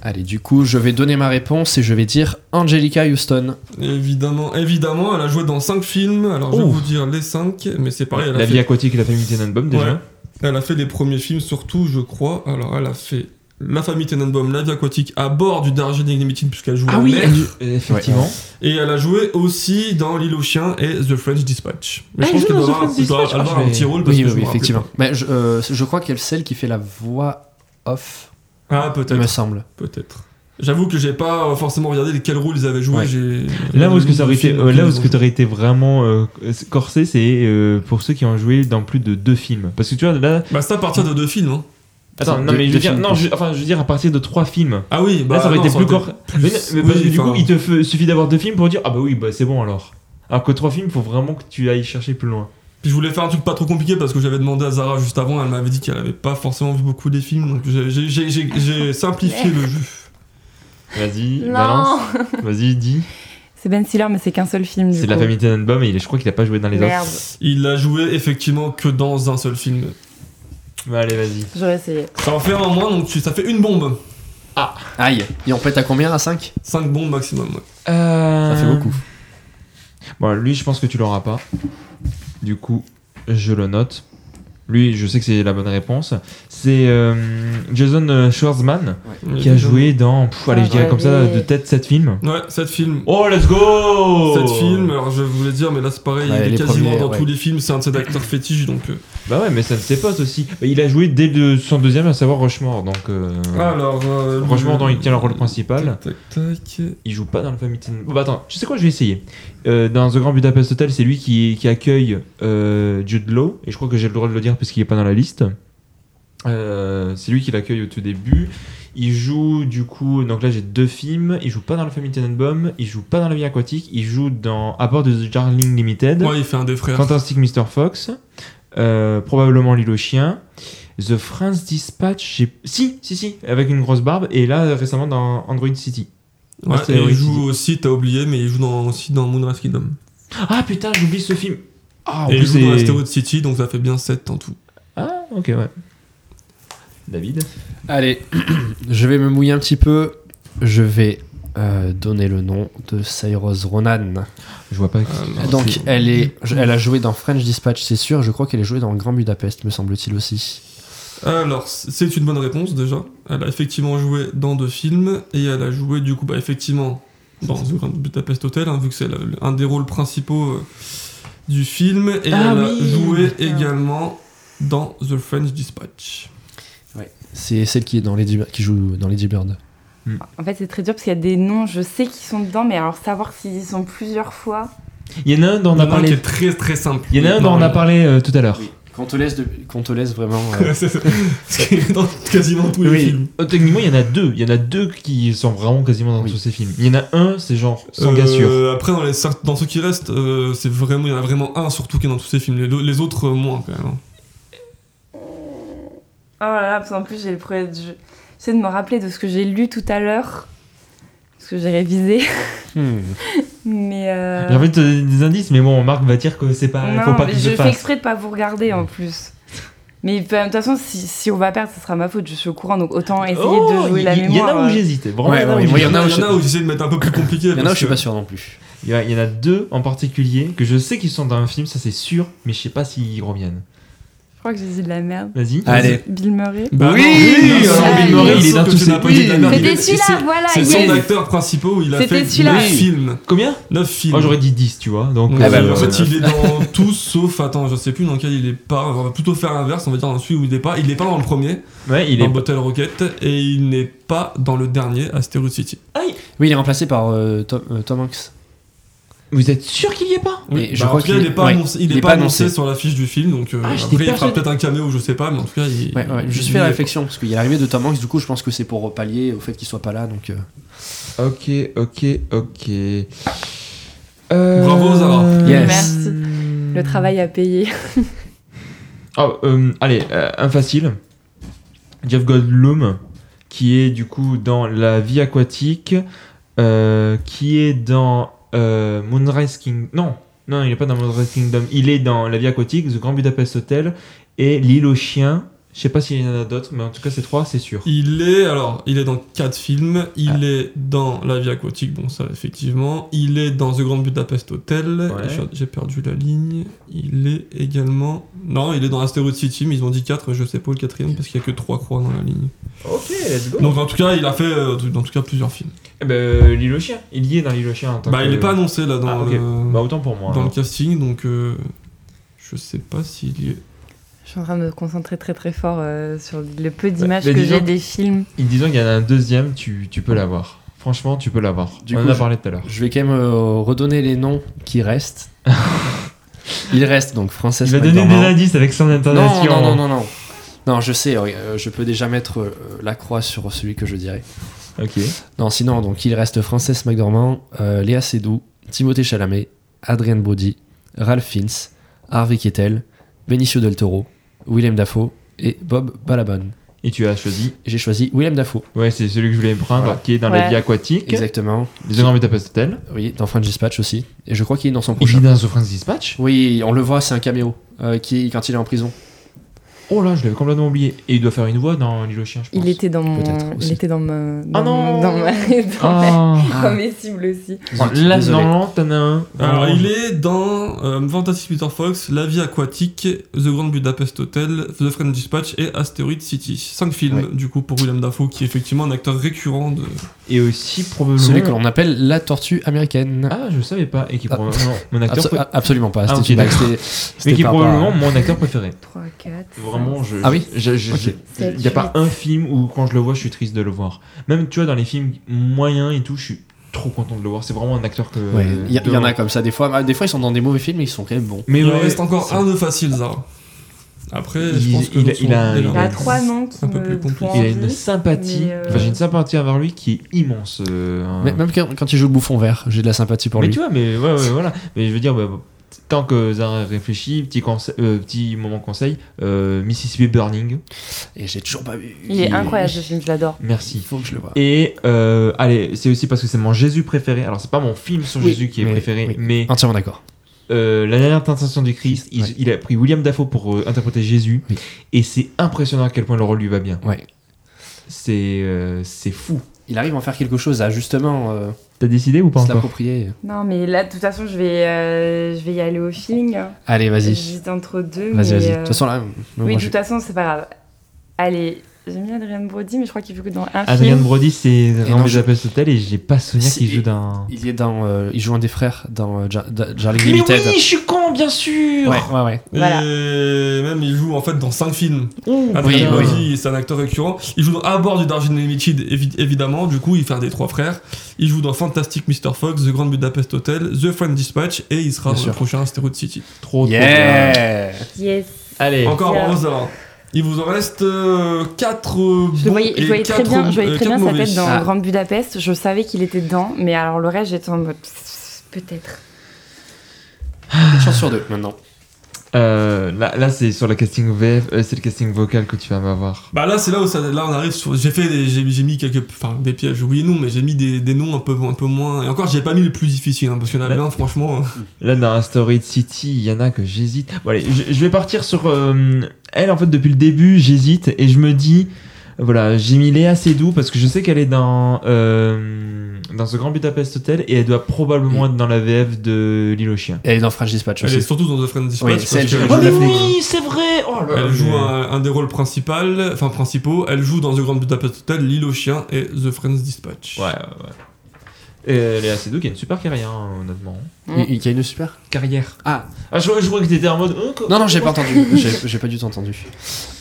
Speaker 4: Allez, du coup, je vais donner ma réponse et je vais dire Angelica Houston.
Speaker 3: Évidemment, évidemment, elle a joué dans 5 films. Alors je vais
Speaker 1: Oh.
Speaker 3: vous dire les 5, mais c'est pareil, elle a,
Speaker 1: La vie
Speaker 3: fait,
Speaker 1: aquatique et la famille Tenenbaum déjà.
Speaker 3: Ouais. elle a fait les premiers films surtout, je crois. Alors elle a fait La famille Tenenbaum, La vie aquatique, à bord du Darjeeling Limited, puisqu'elle
Speaker 1: Ah
Speaker 3: joue la mère.
Speaker 1: elle- effectivement.
Speaker 3: Et elle a joué aussi dans L'île aux chiens et The French Dispatch. Mais
Speaker 1: Ah,
Speaker 3: je
Speaker 1: elle
Speaker 3: pense
Speaker 1: joue
Speaker 3: qu'elle
Speaker 1: dans
Speaker 3: doit
Speaker 1: The
Speaker 3: avoir,
Speaker 1: French
Speaker 3: elle doit
Speaker 1: Dispatch.
Speaker 3: avoir
Speaker 1: Ah, je
Speaker 3: un
Speaker 1: vais-
Speaker 3: petit rôle parce
Speaker 4: Oui,
Speaker 3: que
Speaker 4: oui,
Speaker 3: je me rappelle
Speaker 4: effectivement.
Speaker 3: pas.
Speaker 4: Mais je, euh, je crois qu'elle celle qui fait la voix off,
Speaker 3: Ah,
Speaker 4: il me
Speaker 3: peut-être,
Speaker 4: semble.
Speaker 3: peut-être. J'avoue que j'ai pas euh, forcément regardé lesquels rôles ils avaient joué.
Speaker 4: Ouais.
Speaker 3: j'ai-
Speaker 1: Là où est-ce que ça aurait été,
Speaker 3: Film,
Speaker 1: euh, là où est-ce
Speaker 3: film.
Speaker 1: que t'aurais été vraiment euh, corsé, c'est euh, pour ceux qui ont joué dans plus de deux films. Parce que tu vois là,
Speaker 3: Bah, c'est à partir de deux films. hein.
Speaker 1: attends, non
Speaker 4: Deux-
Speaker 1: mais je
Speaker 4: deux
Speaker 1: veux dire,
Speaker 4: films,
Speaker 1: non,
Speaker 4: quoi.
Speaker 1: je- enfin je veux dire à partir de trois films.
Speaker 3: Ah oui, bah
Speaker 1: là ça aurait
Speaker 3: non,
Speaker 1: été plus corsé. Mais, non, mais parce que
Speaker 3: oui,
Speaker 1: du coup,
Speaker 3: enfin-
Speaker 1: il te fe- suffit d'avoir deux films pour dire ah bah oui, bah c'est bon alors. Alors que trois films, faut vraiment que tu ailles chercher plus loin.
Speaker 3: Puis je voulais faire un truc pas trop compliqué parce que j'avais demandé à Zara juste avant, elle m'avait dit qu'elle avait pas forcément vu beaucoup des films, donc j'ai- j'ai- j'ai j'ai- j'ai simplifié le jeu.
Speaker 1: Vas-y,
Speaker 2: Non.
Speaker 1: balance. Vas-y, dis.
Speaker 2: C'est Ben Stiller, mais c'est qu'un seul film. du
Speaker 1: C'est de la
Speaker 2: coup.
Speaker 1: famille Tenenbaum et il est- je crois qu'il a pas joué dans les
Speaker 2: Merde,
Speaker 1: autres.
Speaker 3: Il a joué effectivement que dans un seul film.
Speaker 1: Bah, allez, vas-y.
Speaker 2: j'aurais essayé.
Speaker 3: Ça en fait un en moins, donc tu- ça fait une bombe.
Speaker 4: Aïe. Et on pète à combien À 5
Speaker 3: Cinq bombes maximum. ouais.
Speaker 4: Ça fait beaucoup.
Speaker 1: Euh, Bon, lui, je pense que tu l'auras pas. Du coup, je le note. Lui, je sais que c'est la bonne réponse. C'est euh, Jason euh, Schwartzman qui a joué dans. pff, allez, je dirais comme ça, de tête 7 films.
Speaker 3: Ouais, sept films.
Speaker 1: Oh, let's go
Speaker 3: Sept films, alors je voulais dire, mais là c'est pareil,
Speaker 4: Ouais,
Speaker 3: il
Speaker 4: les
Speaker 3: est quasiment
Speaker 4: premiers,
Speaker 3: dans
Speaker 4: ouais.
Speaker 3: tous les films, c'est un de ses acteurs fétiches donc. euh.
Speaker 1: Bah ouais, mais ça ne ses potes aussi. Bah, il a joué dès le, son deuxième, à savoir Rochemort. Donc, euh,
Speaker 4: Ah,
Speaker 3: Alors. euh,
Speaker 1: Rochemort,
Speaker 3: le-
Speaker 1: dont il tient le rôle principal.
Speaker 3: Tac, tac.
Speaker 1: Il joue pas dans le Family Ten- Bon, bah attends, tu sais quoi, je vais essayer. Euh, dans The Grand Budapest Hotel, c'est lui qui, qui accueille euh, Jude Law, et je crois que j'ai le droit de le dire parce qu'il est pas dans la liste. Euh, c'est lui qui l'accueille au tout début. Il joue du coup, donc là j'ai deux films. Il joue pas dans le Family Tenenbaum, il joue pas dans la vie aquatique, il joue dans À bord de The Darling Limited,
Speaker 3: Ouais, il fait un des frères.
Speaker 1: Fantastic Mr. Fox, euh, probablement L'île aux chiens, The France Dispatch, j'ai- si, si, si, avec une grosse barbe, et là récemment dans Android City.
Speaker 3: Ouais,
Speaker 1: c'est
Speaker 3: et il
Speaker 1: Origins.
Speaker 3: joue aussi, t'as oublié, mais il joue dans- aussi dans Moonrise Kingdom.
Speaker 1: Ah putain, j'oublie ce film. Ah, en
Speaker 3: Et il
Speaker 1: plus,
Speaker 3: joue dans
Speaker 1: c'est-
Speaker 3: Asteroid City, donc ça fait bien 7 en tout.
Speaker 1: Ah, ok, ouais. David
Speaker 4: Allez, je vais me mouiller un petit peu. Je vais euh, donner le nom de Cyrus Ronan.
Speaker 1: Je vois pas.
Speaker 3: Euh,
Speaker 4: Ah, Donc,
Speaker 3: c'est-
Speaker 4: elle, est, je- elle a joué dans French Dispatch, c'est sûr. Je crois qu'elle a joué dans Grand Budapest, me semble-t-il aussi.
Speaker 3: Alors, c'est une bonne réponse déjà. Elle a effectivement joué dans deux films et elle a joué du coup, bah, effectivement, dans The Grand Budapest Hotel, hein, vu que c'est la- un des rôles principaux euh, du film. Et
Speaker 2: Ah
Speaker 3: elle
Speaker 2: oui,
Speaker 3: a joué
Speaker 2: putain.
Speaker 3: également dans The French Dispatch.
Speaker 4: C'est celle qui, est dans Lady- qui joue dans Lady Bird.
Speaker 2: En fait, c'est très dur parce qu'il y a des noms, je sais qu'ils sont dedans, mais alors savoir s'ils y sont plusieurs fois.
Speaker 1: Il y en a un dont on
Speaker 3: Il y
Speaker 1: a
Speaker 3: en a un qui
Speaker 1: parlé.
Speaker 3: est très très simple.
Speaker 1: Il y en a un dont on a parlé euh, tout à l'heure.
Speaker 4: Qu'on te laisse, vraiment. euh,
Speaker 3: C'est ça. Ce qui est dans quasiment tous les films.
Speaker 1: Euh, Techniquement, il y en a deux. Il y en a deux qui sont vraiment quasiment dans
Speaker 4: Oui.
Speaker 1: tous ces films. Il y en a un, c'est genre sans gassure.
Speaker 3: Euh, Après, dans, les, cert- dans ceux qui restent, euh, c'est vraiment, il y en a vraiment un surtout qui est dans tous ces films. Les, do- les autres, euh, moins quand même. hein.
Speaker 2: Oh là là, parce qu'en plus, j'ai le problème. de- J'essaie de me rappeler de ce que j'ai lu tout à l'heure, parce que j'ai révisé,
Speaker 4: Hmm.
Speaker 2: mais. euh,
Speaker 1: J'ai envie de te donner des indices, mais bon, Marc va dire que c'est pas.
Speaker 2: non,
Speaker 1: Ah, faut pas
Speaker 2: mais
Speaker 1: qu'il se
Speaker 2: je fais
Speaker 1: fasse.
Speaker 2: exprès de pas vous regarder en plus. Mais enfin, de toute façon, si, si on va perdre, ce sera ma faute. Je suis au courant, donc autant essayer
Speaker 1: Oh,
Speaker 2: de jouer
Speaker 1: il-
Speaker 2: la
Speaker 1: il y en
Speaker 2: mémoire.
Speaker 1: a où
Speaker 2: euh.
Speaker 1: j'hésitais. Vraiment,
Speaker 4: Ouais,
Speaker 1: il y en a
Speaker 4: ouais,
Speaker 1: où
Speaker 4: moi, il y en
Speaker 1: j'hésitais.
Speaker 4: a où je-
Speaker 3: où j'essaie de mettre un peu plus compliqué.
Speaker 4: Il y en a
Speaker 3: parce
Speaker 4: où je suis
Speaker 3: que-
Speaker 4: pas sûr non plus.
Speaker 1: Il y, a- il y en a deux en particulier que je sais qu'ils sont dans un film, ça c'est sûr, mais je sais pas s'ils reviennent.
Speaker 2: Je crois que j'ai dit de la merde.
Speaker 1: Vas-y.
Speaker 4: Allez.
Speaker 2: Bill Murray.
Speaker 3: Bah
Speaker 4: Oui, euh,
Speaker 3: non, bien sûr,
Speaker 2: alors,
Speaker 3: bien
Speaker 2: Bill Murray,
Speaker 3: sûr
Speaker 1: il est
Speaker 3: que
Speaker 1: dans
Speaker 3: tu
Speaker 1: tous ses-
Speaker 3: n'as pas dit de la
Speaker 1: oui.
Speaker 3: merde, il
Speaker 2: C'était
Speaker 3: est-
Speaker 2: celui-là, voilà,
Speaker 3: C'est c'est son
Speaker 2: yes.
Speaker 3: acteur principal où il a
Speaker 2: C'était
Speaker 3: fait
Speaker 2: celui-là.
Speaker 3: 9 films.
Speaker 1: Combien
Speaker 3: 9 films.
Speaker 1: Moi j'aurais dit 10, tu vois. Donc,
Speaker 3: Donc,
Speaker 4: Ah
Speaker 3: euh,
Speaker 4: bah,
Speaker 3: en
Speaker 4: voilà.
Speaker 3: fait, il est dans tous sauf, attends, je sais plus dans lequel il est pas. On va plutôt faire l'inverse, on va dire dans celui où il est pas. Il est pas dans le premier,
Speaker 1: euh, ouais, il
Speaker 3: il
Speaker 1: est.
Speaker 3: dans Bottle Rocket, et il n'est pas dans le dernier, Asteroid City.
Speaker 4: Oui, il est remplacé par euh, Tom, euh, Tom Hanks.
Speaker 1: Vous êtes sûr qu'il y est pas
Speaker 4: Mais je
Speaker 3: bah,
Speaker 4: crois
Speaker 3: en tout cas,
Speaker 4: qu'il
Speaker 3: il n'est pas,
Speaker 4: ouais,
Speaker 3: annoncé, il est pas annoncé sur la fiche du film, donc euh,
Speaker 1: Ah, j'étais
Speaker 3: après, il fera
Speaker 1: persuadé.
Speaker 3: peut-être un caméo, je sais pas, mais en tout cas, il.
Speaker 4: Ouais, ouais, je
Speaker 3: il-
Speaker 4: suis fait la
Speaker 3: il-
Speaker 4: réflexion parce qu'il est arrivé de Tom Hanks, du coup je pense que c'est pour pallier au fait qu'il soit pas là. Donc, euh.
Speaker 1: Ok, ok, ok. Euh,
Speaker 3: Bravo, Zara.
Speaker 4: Yes.
Speaker 2: Merci. Le travail à payer.
Speaker 1: Ah, euh, allez, euh, un facile. Jeff Goldblum, qui est du coup dans La vie aquatique, euh, qui est dans euh, Moonrise Kingdom. Non, non, il n'est pas dans Moonrise Kingdom. Il est dans La vie aquatique, The Grand Budapest Hotel et L'île aux chiens. Je sais pas s'il y en a d'autres, mais en tout cas, ces trois, c'est sûr.
Speaker 3: Il est alors, il est dans quatre films. Il
Speaker 1: Ah.
Speaker 3: est dans La Vie Aquatique, bon ça effectivement. Il est dans The Grand Budapest Hotel.
Speaker 1: Ouais.
Speaker 3: J'ai- J'ai perdu la ligne. Il est également, non, il est dans Asteroid City, mais ils ont dit quatre. Je sais pas le quatrième parce qu'il y a que trois croix dans la ligne.
Speaker 1: Ok, let's go.
Speaker 3: Donc en tout cas, il a fait, euh, en tout cas, plusieurs films.
Speaker 1: eh ben, L'île aux chiens. euh, Il y est dans L'île aux chiens. en tant
Speaker 3: Bah, il
Speaker 1: que-
Speaker 3: est pas annoncé là dans,
Speaker 1: Ah, ok.
Speaker 3: le,
Speaker 1: Bah, autant pour moi.
Speaker 3: dans le
Speaker 1: alors.
Speaker 3: casting, donc euh, je sais pas s'il y est.
Speaker 2: Je suis en train de me concentrer très très fort euh, sur le peu d'images
Speaker 1: mais
Speaker 2: que
Speaker 1: Bah, dis
Speaker 2: j'ai
Speaker 1: donc.
Speaker 2: des films.
Speaker 1: Ils disent qu'il y en a un deuxième, tu, tu peux l'avoir. Franchement, tu peux l'avoir.
Speaker 4: Du
Speaker 1: On
Speaker 4: coup,
Speaker 1: en a
Speaker 4: je-
Speaker 1: parlé tout à l'heure.
Speaker 4: Je vais quand même euh, redonner les noms qui restent. il reste donc Frances
Speaker 1: Il va donner des
Speaker 4: McDormand.
Speaker 1: indices avec son
Speaker 4: Non,
Speaker 1: intonation.
Speaker 4: non, non, non, non. Non, je sais, euh, je peux déjà mettre euh, la croix sur celui que je dirais.
Speaker 1: Ok.
Speaker 4: Non, sinon, donc il reste Frances McDormand, euh, Léa Seydoux, Timothée Chalamet, Adrien Brody, Ralph Fiennes, Harvey Keitel, Benicio del Toro, Willem Dafoe et Bob Balaban.
Speaker 1: Et tu as choisi.
Speaker 4: Et J'ai choisi Willem Dafoe,
Speaker 1: Ouais, c'est celui que je voulais me prendre,
Speaker 4: Voilà.
Speaker 1: qui est dans la
Speaker 2: Ouais.
Speaker 1: vie aquatique.
Speaker 4: exactement.
Speaker 1: Les Grands Budapest Hotel.
Speaker 4: Oui, dans French Dispatch aussi. Et je crois qu'il est dans son
Speaker 1: Il
Speaker 4: prochain.
Speaker 1: est dans The France Dispatch.
Speaker 4: Oui, on le voit, c'est un caméo euh, qui, quand il est en prison.
Speaker 1: Oh là, je l'avais complètement oublié. Et il doit faire une voix dans L'île aux chiens, je pense.
Speaker 2: Il était dans mon.
Speaker 4: Peut-être aussi.
Speaker 2: Il était dans ma. Dans,
Speaker 1: Ah non
Speaker 2: dans ma. Dans ma-
Speaker 1: Ah.
Speaker 2: dans mes cibles aussi.
Speaker 1: Bon,
Speaker 4: Zut,
Speaker 1: Oh, là,
Speaker 4: désolé.
Speaker 1: non, t'en as un.
Speaker 3: Alors,
Speaker 1: Non,
Speaker 3: Ah, il
Speaker 1: je-
Speaker 3: est dans euh, Fantastic Peter Fox, La Vie Aquatique, The Grand Budapest Hotel, The French Dispatch et Asteroid City. Cinq films,
Speaker 4: Ouais.
Speaker 3: du coup, pour William Dafoe, qui est effectivement un acteur récurrent de...
Speaker 1: Et aussi probablement.
Speaker 4: Celui que l'on appelle la tortue américaine.
Speaker 1: Ah, je savais pas. Et qui
Speaker 4: Ah.
Speaker 1: probablement. Mon acteur.
Speaker 4: Abso-
Speaker 1: pré-
Speaker 4: a- Absolument pas,
Speaker 1: Ah,
Speaker 4: c'était
Speaker 1: ok,
Speaker 4: une blague,
Speaker 1: d'accord.
Speaker 4: c'était-
Speaker 1: Mais
Speaker 4: c'était
Speaker 1: qui est
Speaker 4: par
Speaker 1: probablement
Speaker 4: rapport à-
Speaker 1: mon acteur préféré.
Speaker 2: 3, 4.
Speaker 1: Vraiment, je.
Speaker 4: Ah oui
Speaker 1: je- je-
Speaker 4: Ok.
Speaker 1: je-
Speaker 2: Sept,
Speaker 1: Il n'y a pas
Speaker 2: huit.
Speaker 1: un film où, quand je le vois, je suis triste de le voir. Même, tu vois, dans les films moyens et tout, je suis trop content de le voir. C'est vraiment un acteur que.
Speaker 4: Ouais, il y, a- il y en
Speaker 1: de-
Speaker 4: a comme ça des fois. Ah, Des fois, ils sont dans des mauvais films, mais ils sont quand même bons.
Speaker 1: Mais
Speaker 3: il en
Speaker 1: ouais,
Speaker 3: reste encore
Speaker 1: ça-
Speaker 3: un de facile, Zara. Après, je
Speaker 1: Il-
Speaker 3: pense que...
Speaker 1: il-
Speaker 3: l'autre
Speaker 1: il a- il
Speaker 3: sont
Speaker 1: a-
Speaker 2: Il y
Speaker 3: déjà-
Speaker 2: a trois noms qui
Speaker 3: un peu plus
Speaker 2: me
Speaker 3: compliqué.
Speaker 2: font
Speaker 1: Il a
Speaker 2: envie.
Speaker 1: une sympathie.
Speaker 2: mais, euh,
Speaker 1: Enfin, j'ai une sympathie envers lui qui est immense. euh, hein.
Speaker 4: Mais Même quand, quand il joue le bouffon vert, j'ai de la sympathie pour
Speaker 1: Mais
Speaker 4: lui.
Speaker 1: tu vois, mais ouais, ouais, voilà. Mais je veux dire, bah, bah, tant que Zara réfléchit, petit, conseil- euh, petit moment conseil, euh, Mississippi Burning,
Speaker 4: Et j'ai toujours pas vu.
Speaker 2: Il est incroyable ce film, je l'adore.
Speaker 4: Il
Speaker 1: merci.
Speaker 4: faut que je le voie.
Speaker 1: Et euh, allez, c'est aussi parce que c'est mon Jésus préféré. Alors, c'est pas mon film sur
Speaker 4: Oui,
Speaker 1: Jésus qui est
Speaker 4: mais-
Speaker 1: préféré,
Speaker 4: oui.
Speaker 1: mais
Speaker 4: Entièrement d'accord.
Speaker 1: Euh, la dernière tentation du Christ, il,
Speaker 4: Ouais.
Speaker 1: il a pris William Dafoe pour euh, interpréter Jésus,
Speaker 4: Oui.
Speaker 1: et c'est impressionnant à quel point le rôle lui va bien.
Speaker 4: Ouais.
Speaker 1: C'est euh, c'est fou.
Speaker 4: Il arrive à en faire quelque chose, à justement euh,
Speaker 1: T'as décidé ou pas
Speaker 4: se
Speaker 1: encore
Speaker 4: l'approprier.
Speaker 2: Non, mais là, de toute façon, je vais, euh, je vais y aller au feeling. hein.
Speaker 4: Allez, vas-y.
Speaker 2: J'hésite entre deux.
Speaker 4: Vas-y,
Speaker 2: mais,
Speaker 4: vas-y. De
Speaker 2: euh,
Speaker 4: toute façon, là. moi,
Speaker 2: Oui, de
Speaker 4: je-
Speaker 2: toute façon, c'est pas grave. Allez, j'aime bien Adrien Brody, mais je crois qu'il joue que dans un
Speaker 1: Adrien
Speaker 2: film.
Speaker 1: Brody, c'est
Speaker 4: non,
Speaker 1: Rambo
Speaker 4: je-
Speaker 1: Budapest Hotel, et j'ai pas souvenir
Speaker 4: Si,
Speaker 1: qu'il joue
Speaker 4: il-
Speaker 1: dans.
Speaker 4: Il est dans. euh, il joue un des frères dans euh, Jar- Jar- Charlie
Speaker 1: Mais oui,
Speaker 4: Limited.
Speaker 1: je suis con, bien sûr.
Speaker 4: ouais, ouais, ouais.
Speaker 3: Et
Speaker 2: Voilà.
Speaker 3: même, il joue en fait dans cinq films.
Speaker 1: Oh,
Speaker 3: Adrien
Speaker 1: putain.
Speaker 4: oui.
Speaker 3: Brody, c'est un acteur récurrent. Il joue dans À bord du Darjeeling Limited, évi- évidemment. Du coup, il fait des trois frères. Il joue dans Fantastic Mr. Fox, The Grand Budapest Hotel, The French Dispatch et il sera
Speaker 4: Bien
Speaker 3: dans le
Speaker 4: sûr.
Speaker 3: prochain Asteroid City.
Speaker 1: Trop, trop bien.
Speaker 4: Yeah!
Speaker 2: Yes.
Speaker 1: Allez.
Speaker 3: Encore
Speaker 2: Bien.
Speaker 3: bravo Zara. Il vous en reste 4
Speaker 2: Je le
Speaker 3: bons
Speaker 2: voyais, je
Speaker 3: et
Speaker 2: voyais très
Speaker 3: 4
Speaker 2: bien, je
Speaker 1: euh,
Speaker 2: voyais très bien sa
Speaker 3: mauvais.
Speaker 2: tête dans
Speaker 4: Ah.
Speaker 2: Grande Budapest. Je savais qu'il était dedans, mais alors le reste, j'étais en mode pss, peut-être.
Speaker 4: Une chance sur deux maintenant.
Speaker 1: Euh, là, là, c'est sur la casting VF, euh, c'est le casting vocal que tu vas m'avoir.
Speaker 3: Bah là c'est là où ça là on arrive sur j'ai fait des, j'ai, j'ai mis quelques enfin des pièges oui et non mais j'ai mis des, des noms un peu un peu moins et encore j'ai pas mis le plus difficile hein, parce qu'il y en avait
Speaker 1: Bah-
Speaker 3: un franchement
Speaker 1: Là, dans Asteroid City, il y en a que j'hésite. Bon, allez, je, je vais partir sur euh, Elle, en fait, depuis le début, j'hésite et je me dis, voilà, j'ai mis Léa Seydoux parce que je sais qu'elle est dans, euh, dans ce Grand Budapest Hotel et elle doit probablement être dans la VF de L'île aux chiens.
Speaker 4: Elle est dans French Dispatch
Speaker 3: Elle est
Speaker 4: aussi.
Speaker 3: surtout dans The Friend
Speaker 4: Oui,
Speaker 3: Dispatch. parce
Speaker 4: c'est elle qui
Speaker 3: qu'elle
Speaker 4: joue
Speaker 3: joue-
Speaker 4: la
Speaker 3: elle
Speaker 4: flic.
Speaker 1: Ah, c'est vrai oh là là.
Speaker 3: joue un, un des rôles principaux, enfin principaux. Elle joue dans The Grand Budapest Hotel, L'île aux chiens et The Friends Dispatch.
Speaker 1: Ouais, ouais, ouais. Et euh, Léa Seydoux qui a une super carrière, hein, honnêtement.
Speaker 4: Il- Il y a une super.
Speaker 1: Carrière.
Speaker 4: Ah.
Speaker 1: Ah, je, je crois que t'étais en mode. oh, co-
Speaker 4: Non, non, j'ai pas entendu. J'ai j'ai pas du tout entendu.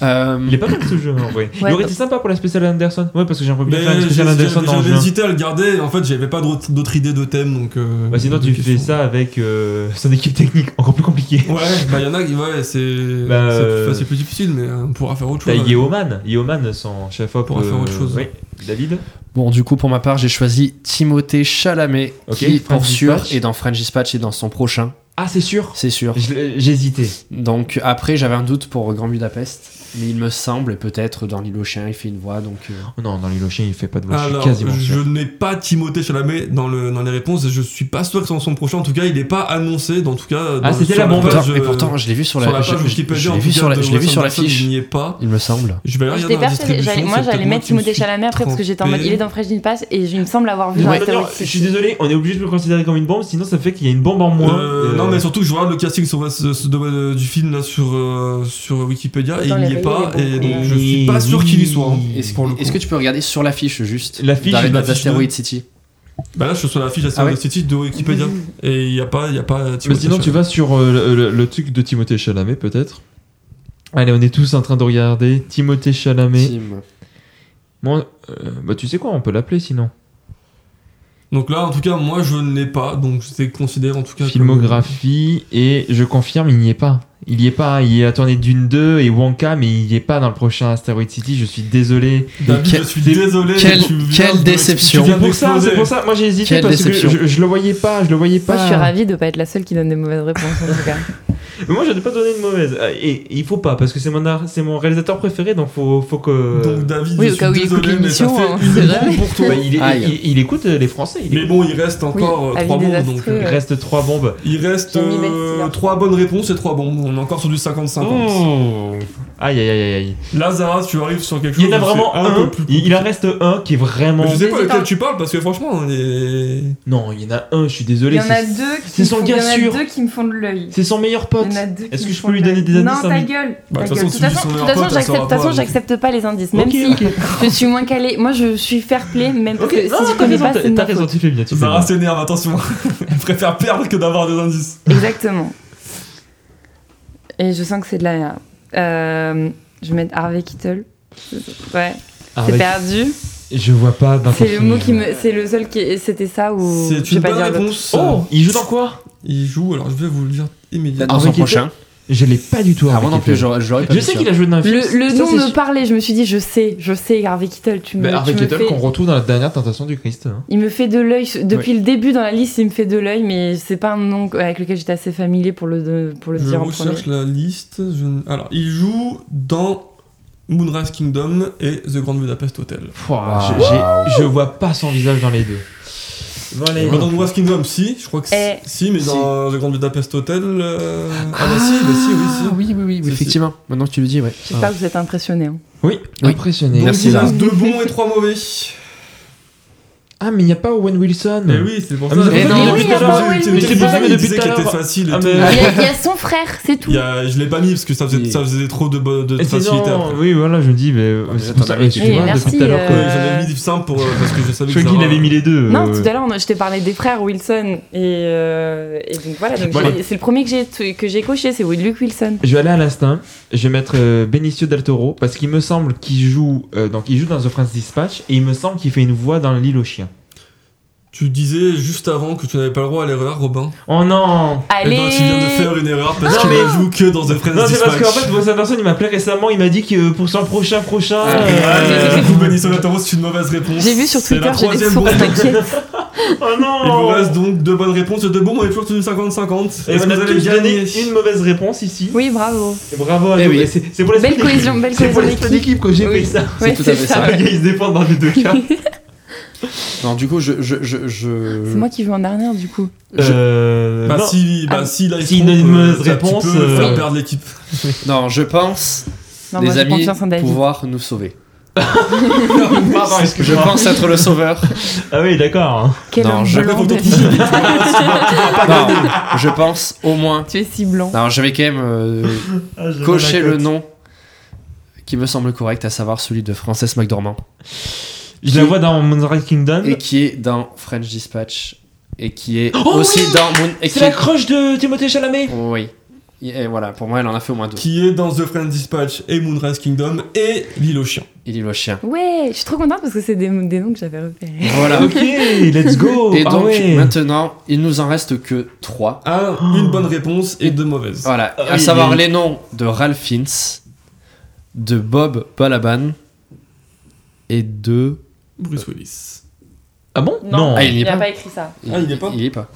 Speaker 4: Euh,
Speaker 1: Il est pas mal ce jeu hein, en vrai. Il
Speaker 2: Ouais.
Speaker 1: aurait été sympa pour la spéciale Anderson. Ouais, parce que j'aimerais bien
Speaker 3: Mais
Speaker 1: faire une
Speaker 3: j'ai-
Speaker 1: spéciale
Speaker 3: j'ai-
Speaker 1: Anderson en
Speaker 3: j'avais
Speaker 1: juin.
Speaker 3: hésité à le garder. En fait, j'avais pas d'autre d'autre idée de thème, donc. euh,
Speaker 1: Bah, sinon,
Speaker 3: de
Speaker 1: tu fais
Speaker 3: questions.
Speaker 1: ça avec euh, son équipe technique, encore plus compliqué.
Speaker 3: Ouais, bah y en a qui,
Speaker 1: Bah,
Speaker 3: ouais, c'est c'est plus
Speaker 1: euh, bah,
Speaker 3: facile, plus difficile, mais euh, on pourra faire autre
Speaker 1: T'as
Speaker 3: chose. avec.
Speaker 1: Yeoman, Yeoman son chef op
Speaker 3: Pourra faire autre chose.
Speaker 1: Oui. euh, David
Speaker 4: Bon, du coup, pour ma part, j'ai choisi Timothée Chalamet,
Speaker 1: Ok,
Speaker 4: qui,
Speaker 1: French
Speaker 4: pour sûr,
Speaker 1: Dispatch.
Speaker 4: est dans French Dispatch et dans son prochain,
Speaker 1: Ah, c'est sûr
Speaker 4: c'est sûr.
Speaker 1: Je l'ai- J'hésitais.
Speaker 4: Donc, après, j'avais un doute pour Grand Budapest, mais il me semble, et peut-être dans L'île aux chiens, il fait une voix, donc... euh,
Speaker 1: Oh non, dans l'île aux chiens, il fait pas de voix, je
Speaker 3: Alors,
Speaker 1: suis quasiment
Speaker 3: je
Speaker 1: sûr.
Speaker 3: n'ai pas Timothée Chalamet dans, le, dans les réponses et je suis pas sûr que c'est dans son prochain. En tout cas, il n'est pas annoncé. Dans tout cas, dans-
Speaker 1: Ah, c'était
Speaker 3: sur
Speaker 1: la bombe.
Speaker 3: page,
Speaker 4: pourtant-
Speaker 3: euh,
Speaker 4: mais pourtant, je l'ai vu sur
Speaker 3: sur
Speaker 4: la...
Speaker 3: la page
Speaker 4: je- je-
Speaker 3: Wikipédia,
Speaker 4: je
Speaker 3: en
Speaker 4: l'ai
Speaker 3: tout
Speaker 4: vu
Speaker 3: cas,
Speaker 4: sur la-
Speaker 3: de
Speaker 4: je l'ai vu
Speaker 3: Wes
Speaker 4: sur la
Speaker 3: Anderson,
Speaker 4: fiche,
Speaker 3: Il n'y est pas.
Speaker 4: il me semble.
Speaker 3: Je vais aller
Speaker 2: J'étais
Speaker 3: regarder dans la
Speaker 2: persuadée- j'allais-
Speaker 3: distribution,
Speaker 2: moi
Speaker 3: c'est
Speaker 2: j'allais
Speaker 3: peut-être
Speaker 2: mettre
Speaker 3: qui me
Speaker 2: Timothée
Speaker 3: suis
Speaker 2: Chalamet après parce que j'étais en mode
Speaker 3: trompé.
Speaker 2: il est dans French Dispatch et je- il me semble l'avoir vu dans
Speaker 1: Ouais,
Speaker 2: la
Speaker 1: non, je suis désolé, on est obligé de le considérer comme une bombe, sinon ça fait qu'il y a une bombe en moins.
Speaker 3: Euh,
Speaker 1: Euh,
Speaker 3: Non, mais surtout, je regarde le casting sur, sur- de- euh, du film là, sur, euh, sur Wikipédia et
Speaker 2: Dans
Speaker 3: il
Speaker 2: les
Speaker 3: n'y est
Speaker 2: rayons,
Speaker 3: pas.
Speaker 2: il est
Speaker 3: Et
Speaker 2: bon.
Speaker 3: donc, je suis pas
Speaker 1: Oui,
Speaker 3: sûr qu'il y soit. hein.
Speaker 1: oui.
Speaker 4: Est-ce
Speaker 3: Pour le
Speaker 4: est-ce
Speaker 3: coup.
Speaker 4: que tu peux regarder sur l'affiche, juste
Speaker 1: L'affiche,
Speaker 4: d'Arrête
Speaker 3: l'affiche
Speaker 4: d'Asteroid
Speaker 3: de-
Speaker 4: City
Speaker 3: Bah là, je suis sur la fiche
Speaker 4: Ah ouais
Speaker 3: Asteroid City de Wikipédia et il n'y a pas, il y a pas Timothée
Speaker 1: Mais sinon, tu
Speaker 3: Chalamet.
Speaker 1: vas sur euh, le, le- le truc de Timothée Chalamet, peut-être Allez, on est tous en train de regarder Timothée Chalamet.
Speaker 4: Tim.
Speaker 1: Moi, euh, bah, tu sais quoi, on peut l'appeler sinon.
Speaker 3: Donc là, en tout cas, moi, je ne l'ai pas. Donc, c'est considéré en tout cas. comme-
Speaker 1: Filmographie, et je confirme, il n'y est pas. Il n'y est pas, il est à tourner d'une 2 et Wonka, mais il n'y est pas dans le prochain Asteroid City, je suis désolé.
Speaker 3: David,
Speaker 4: Quel-
Speaker 3: je suis
Speaker 1: quel-
Speaker 3: désolé.
Speaker 4: quelle-
Speaker 3: tu viens
Speaker 4: quelle
Speaker 3: de-
Speaker 4: déception.
Speaker 3: tu viens
Speaker 1: C'est pour ça,
Speaker 3: d'exploser.
Speaker 1: c'est pour ça, moi j'ai hésité
Speaker 4: Quelle
Speaker 1: parce
Speaker 4: déception.
Speaker 1: que je, je le voyais pas, je le voyais pas.
Speaker 2: Moi je suis ravie de pas être la seule qui donne des mauvaises réponses en tout cas.
Speaker 1: Mais moi je n'ai pas donné de mauvaise. Euh, Et, et il faut pas, parce que c'est mon, art- c'est mon réalisateur préféré, donc faut, faut que.
Speaker 3: Euh, Donc David,
Speaker 2: Oui,
Speaker 3: je
Speaker 2: au cas où
Speaker 3: suis
Speaker 2: il écoute
Speaker 3: désolé, mais ça
Speaker 2: l'émission,
Speaker 3: fait
Speaker 2: hein,
Speaker 3: une
Speaker 2: c'est
Speaker 3: bombe
Speaker 2: vrai.
Speaker 3: pour toi.
Speaker 1: Bah, il, est-
Speaker 4: Aïe.
Speaker 1: il- il écoute euh, les Français, il
Speaker 3: Mais bon, il reste encore
Speaker 2: Oui,
Speaker 3: euh,
Speaker 2: avis
Speaker 3: trois bombes, donc
Speaker 2: désastreux,
Speaker 3: euh,
Speaker 1: Il reste trois bombes.
Speaker 3: il reste
Speaker 2: J'ai mis mes
Speaker 3: euh,
Speaker 2: stylos.
Speaker 3: trois bonnes réponses et trois bombes. On est encore sur du 50-50.
Speaker 1: Oh. Aïe aïe aïe aïe.
Speaker 3: Là, Zara, tu arrives sur quelque
Speaker 1: Il
Speaker 3: chose.
Speaker 1: y en a
Speaker 3: où
Speaker 1: vraiment
Speaker 3: c'est
Speaker 1: un.
Speaker 3: un peu plus.
Speaker 1: il il en reste un qui est vraiment.
Speaker 3: Mais je sais pas
Speaker 2: J'hésite
Speaker 3: lequel
Speaker 2: un-
Speaker 3: tu parles parce que franchement, on est.
Speaker 1: Non, il y en a un. Je suis désolé.
Speaker 2: Il y en a
Speaker 1: c'est-
Speaker 2: deux
Speaker 1: c'est
Speaker 2: qui me
Speaker 1: son
Speaker 2: font- il y
Speaker 1: gars
Speaker 2: en a
Speaker 1: sûr.
Speaker 2: deux qui me font de l'œil.
Speaker 1: C'est son meilleur
Speaker 2: Il y
Speaker 1: pote.
Speaker 2: en a deux qui
Speaker 1: Est-ce
Speaker 2: me
Speaker 1: que je
Speaker 2: font
Speaker 1: peux lui
Speaker 2: de
Speaker 1: donner
Speaker 2: l'œil.
Speaker 1: des indices,
Speaker 2: Non, ta
Speaker 1: Ami
Speaker 2: gueule. ta
Speaker 3: Bah, de toute
Speaker 2: gueule. De
Speaker 3: façon,
Speaker 2: toute
Speaker 3: si tu
Speaker 2: façon, de
Speaker 3: dis son
Speaker 2: toute
Speaker 3: meilleur
Speaker 2: façon,
Speaker 3: pote, elle
Speaker 2: j'accepte-
Speaker 3: saura
Speaker 2: de toute façon,
Speaker 3: pas,
Speaker 2: j'accepte pas les indices. Même
Speaker 1: Ok,
Speaker 2: si
Speaker 1: ok.
Speaker 2: je suis moins calée. Moi, je suis fair play, même parce que
Speaker 1: Ok,
Speaker 2: si
Speaker 1: non,
Speaker 2: je
Speaker 1: t'as
Speaker 2: connais
Speaker 1: raison,
Speaker 2: pas,
Speaker 1: t'as-
Speaker 2: c'est de
Speaker 1: T'as
Speaker 2: ma
Speaker 1: raison,
Speaker 2: faute.
Speaker 1: tu fais bien. tu fais
Speaker 3: Zara
Speaker 1: bien.
Speaker 3: s'énerve, hein, attention. Elle préfère perdre que d'avoir des indices.
Speaker 2: Exactement. Et je sens que c'est de la merde. Euh, je vais mettre Harvey Kittle. Ouais, c'est
Speaker 1: Arrête.
Speaker 2: perdu.
Speaker 1: Je vois pas dans
Speaker 2: C'est
Speaker 1: quel
Speaker 2: le
Speaker 1: film.
Speaker 2: mot qui me. C'est le seul qui. C'était ça ou.
Speaker 3: C'est
Speaker 2: je vais
Speaker 3: une
Speaker 2: pas
Speaker 3: bonne
Speaker 2: dire l'autre.
Speaker 3: réponse.
Speaker 1: Oh, il joue dans quoi
Speaker 3: Il joue, alors je vais vous le dire immédiatement.
Speaker 4: Dans son
Speaker 1: Enrique
Speaker 4: prochain.
Speaker 1: Je l'ai pas du tout.
Speaker 4: Ah, moi non
Speaker 1: remarqué.
Speaker 4: plus, j'aurais j'aurais pas
Speaker 1: Je
Speaker 4: vu
Speaker 1: sais
Speaker 4: ça.
Speaker 1: qu'il a joué dans un film.
Speaker 2: Le, le
Speaker 1: ça,
Speaker 2: nom
Speaker 1: c'est
Speaker 2: me
Speaker 1: sûr.
Speaker 2: parlait, je me suis dit, je sais, je sais, Harvey Kittle, tu me,
Speaker 1: Bah, Harvey
Speaker 2: tu me
Speaker 1: Keitel
Speaker 2: fais-
Speaker 1: qu'on retrouve dans la dernière tentation du Christ. hein.
Speaker 2: Il me fait de l'œil, depuis le début dans la liste, il me fait de l'œil, mais c'est pas un nom avec lequel j'étais assez familier pour le, pour le
Speaker 3: Je
Speaker 2: dire en premier.
Speaker 3: recherche la liste. je ne- Alors, il joue dans Moonrise Kingdom et The Grand Budapest Hotel.
Speaker 1: Pouah, Ah, j'ai- j'ai- Je vois pas son visage dans les deux. Dans les
Speaker 3: Bah, dans Moonrise Kingdom, si, je crois que c'est-
Speaker 2: Eh.
Speaker 3: si, mais dans The Grand Budapest Hotel. euh, Ah, bah si, bah si, oui, si.
Speaker 4: Ah, oui, oui, oui, oui,
Speaker 3: Si,
Speaker 4: effectivement. Maintenant que tu le dis, ouais.
Speaker 2: Je sais pas,
Speaker 3: Ah.
Speaker 2: vous êtes hein. impressionné.
Speaker 1: Oui,
Speaker 4: Oui.
Speaker 1: impressionné.
Speaker 3: Donc,
Speaker 4: Merci,
Speaker 3: il
Speaker 4: Zara.
Speaker 3: reste deux bons et trois mauvais.
Speaker 1: Ah, mais il n'y a pas Owen Wilson.
Speaker 3: Mais oui, c'est pour
Speaker 1: Ah,
Speaker 3: ça.
Speaker 1: mais
Speaker 4: Eh non,
Speaker 1: depuis
Speaker 2: oui,
Speaker 1: tout à
Speaker 2: il y a
Speaker 1: l'heure,
Speaker 2: pas Owen
Speaker 1: j'ai-
Speaker 2: Wilson.
Speaker 1: mais c'est pour ça que
Speaker 3: Il
Speaker 1: depuis
Speaker 3: disait
Speaker 1: tout à
Speaker 3: qu'elle était
Speaker 1: l'heure.
Speaker 3: facile. et
Speaker 1: Ah,
Speaker 3: tout.
Speaker 1: mais-
Speaker 2: Il y, a, il y a son frère, c'est tout.
Speaker 3: Il y a- Je l'ai pas mis parce que ça faisait,
Speaker 4: Il-
Speaker 3: ça faisait trop de, bo- de
Speaker 1: Et c'est
Speaker 3: facilité
Speaker 1: non,
Speaker 3: après.
Speaker 1: oui, voilà, je me dis, mais euh,
Speaker 4: mais
Speaker 1: c'est
Speaker 4: attends,
Speaker 1: pour ça,
Speaker 4: mais
Speaker 1: tu vois,
Speaker 2: merci,
Speaker 1: depuis tout à l'heure.
Speaker 2: euh,
Speaker 1: que-
Speaker 3: J'en ai mis simple pour, euh, parce que je savais
Speaker 1: Je
Speaker 3: que
Speaker 1: crois qu'il
Speaker 3: Zara-
Speaker 1: avait mis les deux.
Speaker 2: Non,
Speaker 1: euh,
Speaker 2: tout à l'heure, on- je t'ai parlé des frères Wilson. Et, euh, et donc voilà, donc
Speaker 1: Voilà.
Speaker 2: j'ai- c'est le premier que j'ai que j'ai coché, c'est Luke Wilson.
Speaker 1: Je vais aller à l'instinct. Je vais mettre euh, Benicio del Toro parce qu'il me semble qu'il joue, euh, donc il joue dans The France Dispatch et il me semble qu'il fait une voix dans L'île aux chiens.
Speaker 3: Tu disais juste avant que tu n'avais pas le droit à l'erreur, Robin.
Speaker 1: Oh non
Speaker 3: Et donc, tu viens de
Speaker 2: Allez
Speaker 3: faire une erreur parce
Speaker 1: Non,
Speaker 3: qu'il ne
Speaker 1: mais-
Speaker 3: joue que dans The Friends
Speaker 1: Non, c'est parce
Speaker 3: Dispatch.
Speaker 1: qu'en fait, Wes Anderson, il m'appelait récemment, il m'a dit que pour son prochain prochain. euh,
Speaker 3: Ah, Ouais, vous bénissez la tendance, c'est une mauvaise réponse.
Speaker 2: J'ai vu sur
Speaker 3: C'est
Speaker 2: Twitter,
Speaker 3: la
Speaker 2: j'ai des
Speaker 3: troisième
Speaker 2: sources,
Speaker 3: bonne réponse.
Speaker 2: t'inquiète.
Speaker 1: Oh non
Speaker 3: Il vous reste donc deux bonnes réponses et deux bons, on est toujours sur du 50-50.
Speaker 1: Et
Speaker 3: Est-ce
Speaker 1: on
Speaker 3: que
Speaker 1: a
Speaker 3: vous allez
Speaker 1: tous
Speaker 3: gagner
Speaker 1: donné une mauvaise réponse ici.
Speaker 2: Oui, bravo.
Speaker 1: Et Bravo à
Speaker 4: Eh
Speaker 1: nous.
Speaker 4: oui.
Speaker 1: Et C'est c'est pour l'esprit
Speaker 2: Belle
Speaker 1: d'équipe.
Speaker 2: cohésion, belle
Speaker 1: C'est pour
Speaker 2: cohésion
Speaker 1: l'esprit
Speaker 2: d'équipe.
Speaker 1: d'équipe que j'ai
Speaker 2: Oui.
Speaker 1: fait ça.
Speaker 2: Ouais,
Speaker 4: tout à
Speaker 2: c'est
Speaker 4: fait
Speaker 2: ça.
Speaker 4: ça.
Speaker 1: Les gars, ils se défendent dans les deux cas.
Speaker 4: Ah. Non, du coup, je. je, je,
Speaker 2: C'est moi qui joue en dernière, du coup.
Speaker 1: Euh,
Speaker 3: Bah
Speaker 1: non.
Speaker 3: si, bah
Speaker 2: Ah,
Speaker 3: si, là, il
Speaker 1: s'il
Speaker 3: se trompe,
Speaker 1: donne une
Speaker 3: euh,
Speaker 1: mauvaise
Speaker 3: ça, tu
Speaker 1: réponse,
Speaker 3: peux
Speaker 1: euh,
Speaker 3: faire perdre l'équipe.
Speaker 4: Non, je pense
Speaker 2: Non, moi,
Speaker 4: les
Speaker 2: j'ai
Speaker 4: amis,
Speaker 2: confiance en David.
Speaker 4: pouvoir nous sauver.
Speaker 1: Pardon,
Speaker 4: Je
Speaker 1: excuse-moi.
Speaker 4: pense être le sauveur.
Speaker 1: Ah oui, d'accord.
Speaker 2: Quel
Speaker 4: Non,
Speaker 2: homme
Speaker 4: je-
Speaker 2: blanc,
Speaker 3: Faut
Speaker 2: David.
Speaker 4: Non, je pense au moins.
Speaker 2: Tu es si blanc.
Speaker 4: Non, j'avais quand même euh,
Speaker 1: Ah, je
Speaker 4: coché
Speaker 1: vois la
Speaker 4: le
Speaker 1: cote.
Speaker 4: nom qui me semble correct, à savoir celui de Frances McDormand,
Speaker 1: Je la vois dans Moonrise Kingdom.
Speaker 4: et qui est dans French Dispatch, et qui est
Speaker 1: Oh
Speaker 4: aussi
Speaker 1: oui
Speaker 4: dans Moon. Et
Speaker 1: C'est
Speaker 4: qui
Speaker 1: la croche de Timothée Chalamet.
Speaker 4: Oh, oui. Et voilà, pour moi, elle en a fait au moins deux.
Speaker 3: qui est dans The Friend Dispatch et Moonrise Kingdom et L'île aux chiens.
Speaker 4: Il est le chien.
Speaker 2: Ouais, je suis trop contente parce que c'est des, des noms que j'avais repérés.
Speaker 4: Voilà.
Speaker 1: Ok, let's go.
Speaker 4: Et
Speaker 1: Ah
Speaker 4: donc,
Speaker 1: ouais.
Speaker 4: maintenant, il nous en reste que trois.
Speaker 3: Ah, une bonne réponse et deux mauvaises.
Speaker 4: Voilà,
Speaker 1: Ah,
Speaker 4: à
Speaker 1: oui,
Speaker 4: savoir
Speaker 1: mais-
Speaker 4: les noms de Ralph Fiennes, de Bob Balaban et de.
Speaker 3: Bruce Willis.
Speaker 1: Ah bon
Speaker 2: Non.
Speaker 1: Non.
Speaker 4: Ah, il n'y est
Speaker 2: a
Speaker 4: pas.
Speaker 2: écrit ça.
Speaker 3: Ah, il y est pas
Speaker 4: Il y est pas.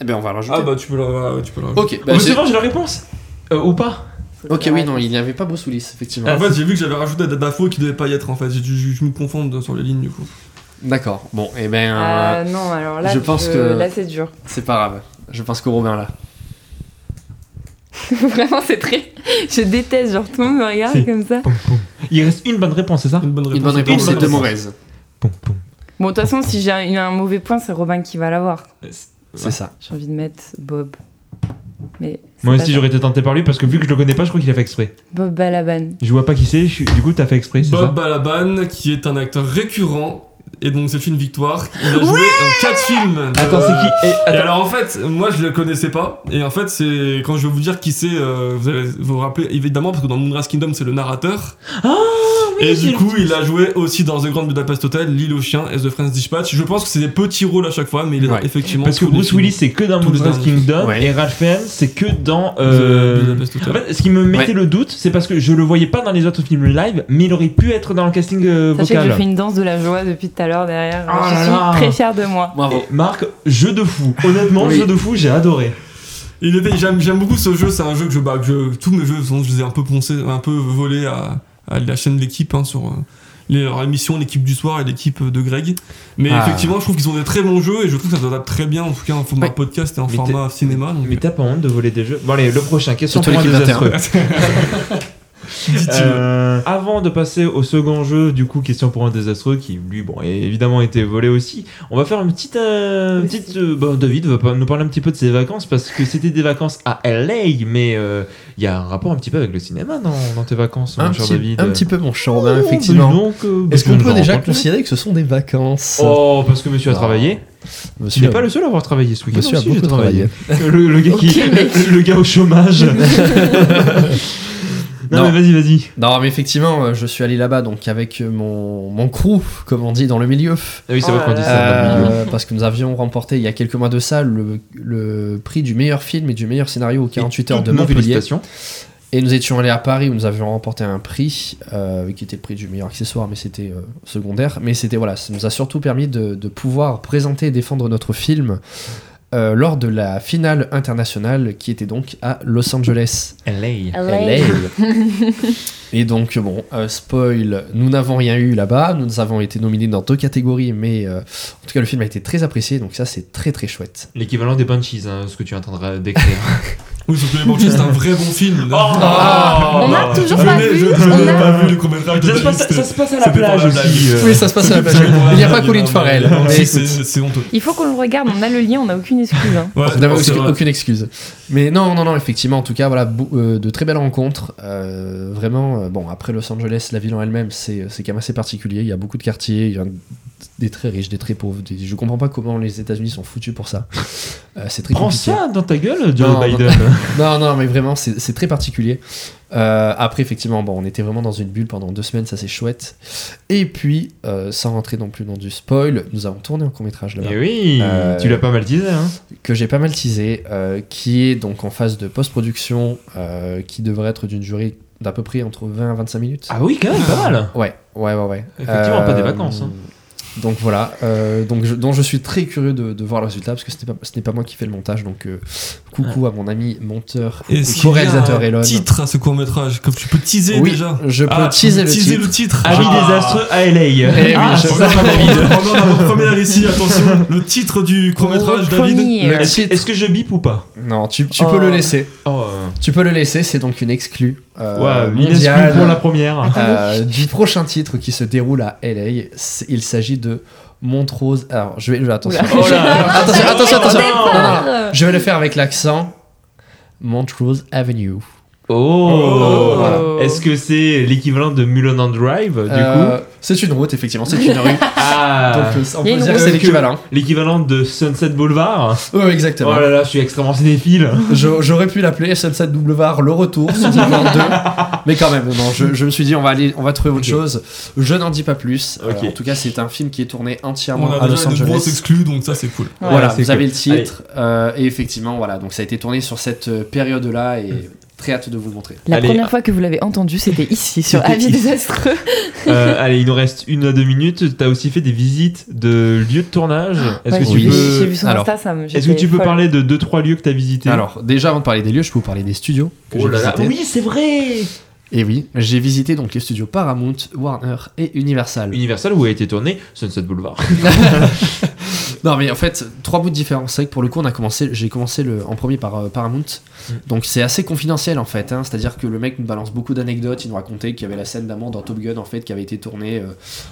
Speaker 4: Eh ben, on va le rajouter.
Speaker 3: Ah bah tu peux la, tu peux la.
Speaker 4: Ok, bah,
Speaker 1: Mais
Speaker 4: c'est-
Speaker 1: c'est bon, j'ai la réponse. Euh, ou pas
Speaker 4: ok, oui, non, il n'y avait pas Bruce Willis, effectivement.
Speaker 1: Ah,
Speaker 3: En fait, j'ai vu que j'avais rajouté des infos qui devaient pas y être en fait. J'ai dû- Je, je me confonds de- sur les lignes du coup.
Speaker 4: D'accord, bon, eh ben, euh,
Speaker 2: Ah non, alors là,
Speaker 4: je
Speaker 2: je
Speaker 4: pense que-
Speaker 2: là c'est dur.
Speaker 4: c'est pas grave. Je pense que Robin là.
Speaker 2: Vraiment, c'est très. Je déteste, genre tout le monde me regarde
Speaker 1: Si.
Speaker 2: comme ça.
Speaker 1: Il reste une bonne réponse, c'est ça
Speaker 3: Une bonne réponse.
Speaker 4: Une bonne réponse,
Speaker 1: bonne
Speaker 4: c'est deux mauvaises.
Speaker 1: Poum, poum.
Speaker 2: Bon, de toute façon, si j'ai un, un mauvais point, c'est Robin qui va l'avoir.
Speaker 4: C'est ça.
Speaker 2: J'ai envie de mettre Bob. Mais. c'est
Speaker 1: Moi
Speaker 2: pas
Speaker 1: aussi
Speaker 2: ça.
Speaker 1: j'aurais été tenté par lui parce que vu que je le connais pas, je crois qu'il a fait exprès.
Speaker 2: Bob Balaban.
Speaker 1: Je vois pas qui c'est, je suis- du coup t'as fait exprès, c'est
Speaker 3: Bob
Speaker 1: ça
Speaker 3: Balaban, qui est un acteur récurrent. Et donc c'est une victoire. Il a joué dans 4 films. de-
Speaker 1: Attends, c'est qui Eh,
Speaker 3: Et
Speaker 1: attends.
Speaker 3: alors en fait, moi je le connaissais pas. Et en fait, c'est quand je vais vous dire qui c'est, euh, vous allez vous rappeler évidemment parce que dans Moonrise Kingdom c'est le narrateur.
Speaker 1: Ah,
Speaker 3: et
Speaker 1: j'ai
Speaker 3: du coup, il a joué aussi dans The Grand Budapest Hotel, L'île aux chiens et The Friends Dispatch. Je pense que c'est des petits rôles à chaque fois, mais il est dans-
Speaker 4: Ouais.
Speaker 3: effectivement.
Speaker 1: Parce que
Speaker 3: tous les
Speaker 1: Bruce
Speaker 3: films.
Speaker 1: Willis c'est que dans
Speaker 3: Tous les
Speaker 1: Moonrise
Speaker 3: derniers
Speaker 1: Kingdom
Speaker 4: films.
Speaker 1: et Ralph Fiennes c'est que dans.
Speaker 3: The
Speaker 1: euh,
Speaker 3: Budapest Hotel.
Speaker 1: En fait, ce qui me mettait
Speaker 4: Ouais.
Speaker 1: le doute, c'est parce que je le voyais pas dans les autres films live, mais il aurait pu être dans le casting euh,
Speaker 2: Sachez que je fais
Speaker 1: vocal.
Speaker 2: une danse de la joie depuis tout à l'heure derrière.
Speaker 1: Ah
Speaker 2: je
Speaker 1: là
Speaker 2: suis
Speaker 1: là.
Speaker 2: très fière de moi.
Speaker 4: Bravo.
Speaker 1: Marc, jeu de fou. Honnêtement,
Speaker 4: Oui.
Speaker 1: jeu de fou, j'ai adoré.
Speaker 3: Il était, j'aime, j'aime beaucoup ce jeu, c'est un jeu que je, bah, que je- tous mes jeux, sont- je les ai un peu poncés, un peu volés à, à la chaîne de l'équipe, hein, sur euh, les- leur émission, l'équipe du soir et l'équipe euh, de Greg. Mais
Speaker 4: Ah.
Speaker 3: effectivement, je trouve qu'ils ont des très bons jeux et je trouve que ça s'adapte très bien, en tout cas en format
Speaker 4: Ouais.
Speaker 3: podcast et en
Speaker 1: Mais
Speaker 3: format cinéma. donc,
Speaker 1: Mais t'as pas honte de voler des jeux. Bon allez, le prochain, question
Speaker 4: Surtout
Speaker 1: pour un
Speaker 4: l'équipe
Speaker 1: désastreux.
Speaker 3: dit-il.
Speaker 1: Euh, avant de passer au second jeu, du coup, question pour un désastreux qui, lui, bon, a évidemment été volé aussi. On va faire une petite. euh, une
Speaker 2: Aussi.
Speaker 1: petite euh, bon, David va pas- nous parler un petit peu de ses vacances parce que c'était des vacances à LA, mais euh, il y a un rapport un petit peu avec le cinéma dans, dans tes vacances, mon cher David.
Speaker 4: peu mon cher
Speaker 1: Oh, bah, dis donc, euh, bah, je me rends compte.
Speaker 4: que ce sont des vacances
Speaker 1: Oh, parce que monsieur a travaillé. Tu n'es pas le seul à avoir travaillé ce week-end.
Speaker 4: Monsieur a
Speaker 1: aussi, j'ai
Speaker 4: beaucoup
Speaker 1: Le, le gars
Speaker 2: Ok,
Speaker 1: qui,
Speaker 2: mec.
Speaker 1: le, gars au chômage. non,
Speaker 4: Non.
Speaker 1: mais vas-y, vas-y.
Speaker 4: Non, mais effectivement, euh, je suis allé là-bas donc avec euh, mon, mon crew, comme on dit dans le milieu.
Speaker 1: Ah oui, c'est
Speaker 2: Oh
Speaker 1: vrai qu'on
Speaker 2: là
Speaker 1: dit
Speaker 2: là.
Speaker 1: ça. dans le milieu.
Speaker 4: Euh, parce que nous avions remporté il y a quelques mois de ça le, le prix du meilleur film et du meilleur scénario aux 48 heures de
Speaker 1: Toutes nos
Speaker 4: Montpellier.
Speaker 1: félicitations.
Speaker 4: Et nous étions allés à Paris où nous avions remporté un prix euh, qui était le prix du meilleur accessoire, mais c'était euh, secondaire. Mais c'était voilà, ça nous a surtout permis de, de pouvoir présenter et défendre notre film euh, lors de la finale internationale qui était donc à Los Angeles.
Speaker 1: LA.
Speaker 4: LA. Et donc, bon, euh, spoil, nous n'avons rien eu là-bas. Nous avons été nominés dans deux catégories, mais euh, en tout cas, le film a été très apprécié, donc ça, c'est très très chouette.
Speaker 1: L'équivalent des Banshees, hein, ce que tu entendras décrire.
Speaker 3: Oui, sauf que les Banshees, c'est un vrai bon film.
Speaker 4: Oh,
Speaker 2: On
Speaker 1: Ah,
Speaker 2: a toujours
Speaker 3: Je
Speaker 2: pas
Speaker 3: l'ai-
Speaker 2: vu.
Speaker 3: je- je
Speaker 2: on
Speaker 3: n'ai
Speaker 2: a-
Speaker 3: pas vu le court-métrage de
Speaker 1: ça, se
Speaker 3: David,
Speaker 1: passe, ça
Speaker 3: c'était-
Speaker 1: se passe à la
Speaker 3: c'était pour
Speaker 1: plage
Speaker 3: la blague.
Speaker 1: aussi. euh.
Speaker 4: Oui, ça se passe à la plage. Il n'y a pas Colin Farrell. Mais
Speaker 3: Si,
Speaker 4: écoute,
Speaker 3: C'est c'est honteux.
Speaker 2: Il faut qu'on le regarde. On a le lien. On n'a aucune excuse. hein.
Speaker 3: Ouais,
Speaker 4: on n'a
Speaker 3: c'est
Speaker 4: aucune,
Speaker 3: vrai.
Speaker 4: aucune excuse. Mais non, non, non, effectivement, en tout cas, voilà, bou- euh, de très belles rencontres. euh, vraiment, euh, bon, après Los Angeles, la ville en elle-même, c'est euh, c'est quand même assez particulier. Il y a beaucoup de quartiers, il y a des très riches, des très pauvres. des- Je comprends pas comment les États-Unis sont foutus pour ça. Euh, c'est très
Speaker 1: Prends
Speaker 4: compliqué.
Speaker 1: ça dans ta gueule, Joe
Speaker 4: Non, non.
Speaker 1: Biden.
Speaker 4: Non, non, mais vraiment, c'est c'est très particulier. Euh, après, effectivement, bon, on était vraiment dans une bulle pendant deux semaines, ça c'est chouette. Et puis, euh, sans rentrer non plus dans du spoil, nous avons tourné un court-métrage là-bas,
Speaker 1: Eh oui,
Speaker 4: Euh,
Speaker 1: tu l'as pas mal teasé. Hein.
Speaker 4: que j'ai pas mal teasé, euh, qui est donc en phase de post-production, euh, qui devrait être d'une durée d'à peu près entre 20 à 25 minutes.
Speaker 1: Ah oui, quand même, pas mal.
Speaker 4: Ouais, ouais, ouais, ouais.
Speaker 1: Effectivement, pas des vacances, hein.
Speaker 4: Donc voilà, euh, donc je, dont je suis très curieux de, de voir le résultat parce que c'était pas- ce n'est pas, moi qui fais le montage, donc euh, coucou à mon ami monteur
Speaker 3: Et
Speaker 4: et
Speaker 3: s'il y a
Speaker 4: co-réalisateur
Speaker 1: euh,
Speaker 3: un
Speaker 4: Elon.
Speaker 3: titre à ce court métrage, comme tu peux teaser
Speaker 4: oui,
Speaker 3: déjà.
Speaker 4: je peux
Speaker 3: Ah,
Speaker 4: teaser le
Speaker 3: teaser
Speaker 4: titre.
Speaker 3: le titre.
Speaker 1: Amis
Speaker 3: Ah.
Speaker 1: désastreux à LA.
Speaker 4: Eh oui, je-
Speaker 3: On est dans notre première ici, attention. Le titre du court métrage, David.
Speaker 2: Premier. euh,
Speaker 4: Le
Speaker 1: Est-ce
Speaker 4: titre.
Speaker 1: est-ce que je bip ou pas
Speaker 4: Non, tu, tu
Speaker 1: Oh.
Speaker 4: peux le laisser.
Speaker 1: Oh, euh,
Speaker 4: Tu peux le laisser, c'est donc une exclue euh,
Speaker 1: Ouais,
Speaker 4: mondiale
Speaker 1: minuscule pour la première.
Speaker 4: euh, du prochain titre qui se déroule à LA. C'est- Il s'agit de Montrose. Alors, je vais. je- Attention.
Speaker 2: Oula. Oh là.
Speaker 4: attention, attention, attention.
Speaker 2: Départ.
Speaker 4: Non, non, non. Je vais le faire avec l'accent. Montrose Avenue.
Speaker 1: Oh,
Speaker 2: Oh.
Speaker 1: Est-ce que c'est l'équivalent de Mulholland Drive, du
Speaker 4: Euh,
Speaker 1: coup
Speaker 4: c'est une route, effectivement, c'est une rue.
Speaker 1: Ah
Speaker 4: Donc, euh, on
Speaker 2: Il y a
Speaker 4: peut
Speaker 2: une
Speaker 4: dire que
Speaker 2: route.
Speaker 4: c'est
Speaker 1: Est-ce que-
Speaker 4: l'équivalent.
Speaker 1: L'équivalent de Sunset Boulevard
Speaker 4: Euh, exactement.
Speaker 1: Oh là là, je suis extrêmement cinéphile.
Speaker 4: Je- J'aurais pu l'appeler Sunset Boulevard Le Retour, Sunset Boulevard 2, mais quand même, non, je, je me suis dit on va aller, on va trouver autre
Speaker 1: Ok.
Speaker 4: chose. Je n'en dis pas plus. Euh,
Speaker 1: Ok.
Speaker 4: en tout cas, c'est un film qui est tourné entièrement
Speaker 3: On a
Speaker 4: à Los
Speaker 3: déjà de grosses
Speaker 4: Angeles.
Speaker 3: exclus, donc ça c'est cool.
Speaker 2: Ouais,
Speaker 4: voilà,
Speaker 1: c'est
Speaker 4: vous avez le
Speaker 1: cool.
Speaker 4: titre euh, et effectivement, voilà, donc ça a été tourné sur cette euh, période-là
Speaker 1: Mm.
Speaker 4: et très hâte de vous le montrer.
Speaker 2: La
Speaker 1: Allez.
Speaker 2: première fois que vous l'avez entendu, c'était ici, sur
Speaker 1: C'était
Speaker 2: Avis
Speaker 1: ici.
Speaker 2: Désastreux.
Speaker 1: Euh, allez, il nous reste une à deux minutes. T'as aussi fait des visites de lieux de tournage. Est-ce
Speaker 2: Ouais,
Speaker 1: que
Speaker 2: j'ai
Speaker 1: tu
Speaker 2: vu-
Speaker 1: peux,
Speaker 2: J'ai vu son
Speaker 4: Alors,
Speaker 2: Insta, ça me.
Speaker 1: est-ce que tu peux parler de deux trois lieux que t'as visités
Speaker 4: Alors, déjà avant de parler des lieux, je peux vous parler des studios que
Speaker 1: Oh
Speaker 4: j'ai
Speaker 1: là là,
Speaker 4: visités.
Speaker 1: oui, c'est vrai.
Speaker 4: Et oui, j'ai visité donc les studios Paramount, Warner et Universal.
Speaker 1: Universal où a été tourné Sunset Boulevard.
Speaker 4: Non mais en fait trois bouts de différence. C'est vrai que pour le coup on a commencé, j'ai commencé le, en premier par euh, Paramount, donc c'est assez confidentiel en fait. hein. C'est-à-dire que le mec nous balance beaucoup d'anecdotes. Il nous racontait qu'il y avait la scène d'amant dans Top Gun en fait qui avait été tournée euh,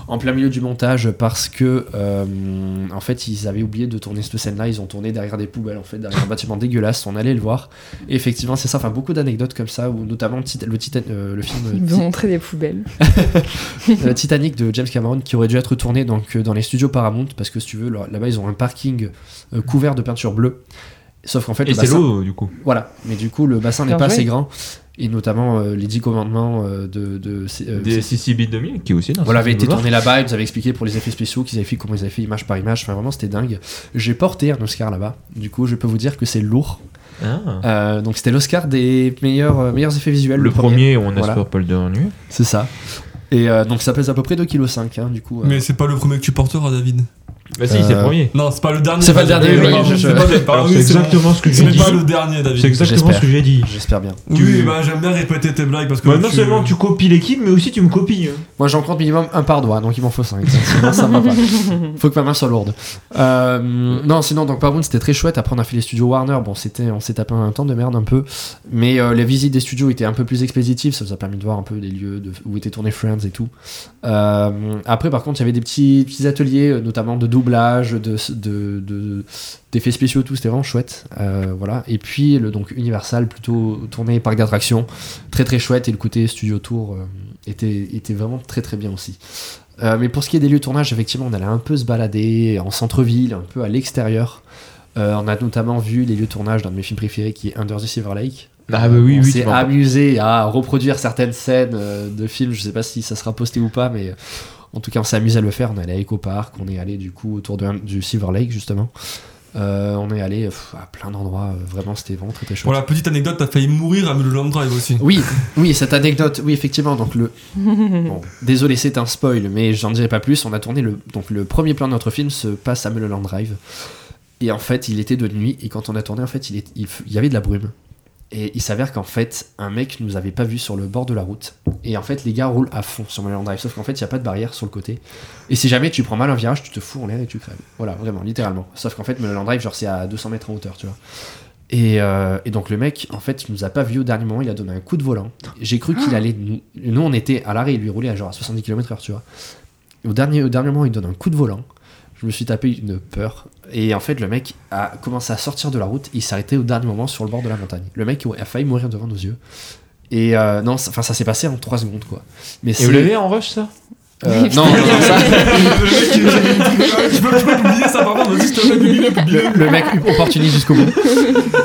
Speaker 4: en plein milieu du montage parce que euh, en fait ils avaient oublié de tourner cette scène-là. Ils ont tourné derrière des poubelles en fait, derrière un bâtiment dégueulasse. On allait le voir. Et effectivement c'est ça. Enfin beaucoup d'anecdotes comme ça où notamment Tit- le, Titan- euh, le film euh,
Speaker 2: Ils
Speaker 4: Ti-
Speaker 2: nous ont montré des poubelles.
Speaker 4: euh, Titanic de James Cameron qui aurait dû être tourné donc, euh, dans les studios Paramount parce que si tu veux là- là-bas ils ont un parking euh, couvert de peinture bleue sauf qu'en fait
Speaker 1: Et
Speaker 4: le
Speaker 1: c'est
Speaker 4: bassin,
Speaker 1: l'eau du coup.
Speaker 4: voilà mais du coup le bassin n'est
Speaker 2: Bien
Speaker 4: pas
Speaker 2: joué.
Speaker 4: assez grand et notamment euh, les 10 commandements euh, de, de c'est- euh,
Speaker 1: Des
Speaker 4: c'est-
Speaker 1: CCB 2000 qui est aussi dans
Speaker 4: voilà, avait
Speaker 1: Sunset
Speaker 4: été
Speaker 1: Boulevard.
Speaker 4: tourné là-bas, ils nous avaient expliqué pour les effets spéciaux qu'ils avaient fait comment ils avaient fait image par image, enfin vraiment c'était dingue. J'ai porté un Oscar là-bas, du coup je peux vous dire que c'est lourd.
Speaker 1: Ah.
Speaker 4: Euh, donc c'était l'Oscar des meilleurs, euh, meilleurs effets visuels.
Speaker 1: Le premier, on
Speaker 4: Voilà.
Speaker 1: espère pas le dernier.
Speaker 4: C'est ça. Et euh, donc ça pèse à peu près 2,5 kg, du coup. euh,
Speaker 3: Mais c'est pas le premier que tu porteras, David.
Speaker 1: Bah si, c'est le premier.
Speaker 3: Non, c'est pas le dernier.
Speaker 4: C'est
Speaker 1: Ah,
Speaker 4: pas le dernier,
Speaker 3: David. Oui,
Speaker 4: oui,
Speaker 3: pardon,
Speaker 4: je-
Speaker 3: c'est pas le- pardon,
Speaker 1: Alors, c'est
Speaker 3: oui, c'est bon.
Speaker 1: exactement ce que
Speaker 3: C'est
Speaker 1: j'ai dit.
Speaker 3: pas le dernier,
Speaker 1: C'est
Speaker 3: David.
Speaker 1: exactement ce
Speaker 4: J'espère.
Speaker 1: que j'ai dit.
Speaker 4: J'espère bien.
Speaker 3: Oui, bah j'aime bien répéter tes blagues parce que.
Speaker 1: Ouais,
Speaker 3: tu-
Speaker 1: Bah, non seulement tu copies l'équipe, mais aussi tu me copies. hein.
Speaker 4: Moi j'en compte minimum un par doigt, donc il m'en faut 5. Sinon ça me va pas. Faut que ma main soit lourde. Euh, non, sinon, donc Paramount c'était très chouette. Après on a fait les studios Warner, bon c'était, on s'est tapé un temps de merde un peu. Mais euh, les visites des studios étaient un peu plus expéditives, ça nous a permis de voir un peu les lieux de- où étaient tournés Friends et tout. Euh, après par contre il y avait des petits, petits ateliers, euh, notamment de doublage, de, de, de- d'effets spéciaux, tout, c'était vraiment chouette. Euh, voilà. Et puis le donc Universal, plutôt tourné parc d'attractions, très très chouette. Et le côté studio tour. euh, était, était vraiment très très bien aussi. Euh, mais pour ce qui est des lieux de tournage, effectivement, on allait un peu se balader en centre-ville, un peu à l'extérieur. Euh, on a notamment vu les lieux de tournage d'un de mes films préférés qui est Under the Silver Lake.
Speaker 1: Ah bah oui,
Speaker 4: on
Speaker 1: oui, tu
Speaker 4: s'est
Speaker 1: m'en parles.
Speaker 4: amusé à reproduire certaines scènes euh, de films. Je sais pas si ça sera posté ou pas, mais euh, en tout cas, on s'est amusé à le faire. On est allé à Eco Park, on est allé du coup autour de, du Silver Lake justement. Euh, on est allé pff, à plein d'endroits. euh, vraiment, c'était vraiment très très chouette.
Speaker 3: Pour la petite anecdote, t'as failli mourir à Mulholland Drive aussi.
Speaker 4: Oui, oui, cette anecdote, oui, effectivement. Donc le,
Speaker 2: Mhm.
Speaker 4: bon, désolé, c'est un spoil, mais j'en dirai pas plus. On a tourné le, donc le premier plan de notre film se passe à Mulholland Drive, et en fait, il était de nuit. Et quand on a tourné, en fait, il, est, il, f- il y avait de la brume. Et il s'avère qu'en fait, un mec nous avait pas vu sur le bord de la route. Et en fait, les gars roulent à fond sur Mulholland Drive, sauf qu'en fait, il y a pas de barrière sur le côté. Et si jamais tu prends mal un virage, tu te fous en l'air et tu crèves. Voilà, vraiment, littéralement. Sauf qu'en fait, Mulholland Drive, genre, c'est à 200 mètres en hauteur, tu vois. Et, euh, et donc le mec, en fait, il nous a pas vu au dernier moment, il a donné un coup de volant. J'ai cru qu'il allait. Nous, nous, on était à l'arrêt, il lui roulait à genre à 70 km/h, tu vois. Et au, dernier, au dernier moment, il donne un coup de volant. Je me suis tapé une peur. Et en fait, le mec a commencé à sortir de la route, il s'est arrêté au dernier moment sur le bord de la montagne. Le mec a failli mourir devant nos yeux. Et euh, non, ça- enfin, ça s'est passé en 3 secondes, quoi. Mais
Speaker 1: Et
Speaker 4: c'est-
Speaker 1: vous l'avez en rush ça
Speaker 4: euh, non, non, non, ça.
Speaker 3: Le mec, il- il- tu peux tu peux publier ça, pardon, vas-y, s'il te plaît, publie-le, publie-le.
Speaker 4: Le, le mec opportuniste jusqu'au bout.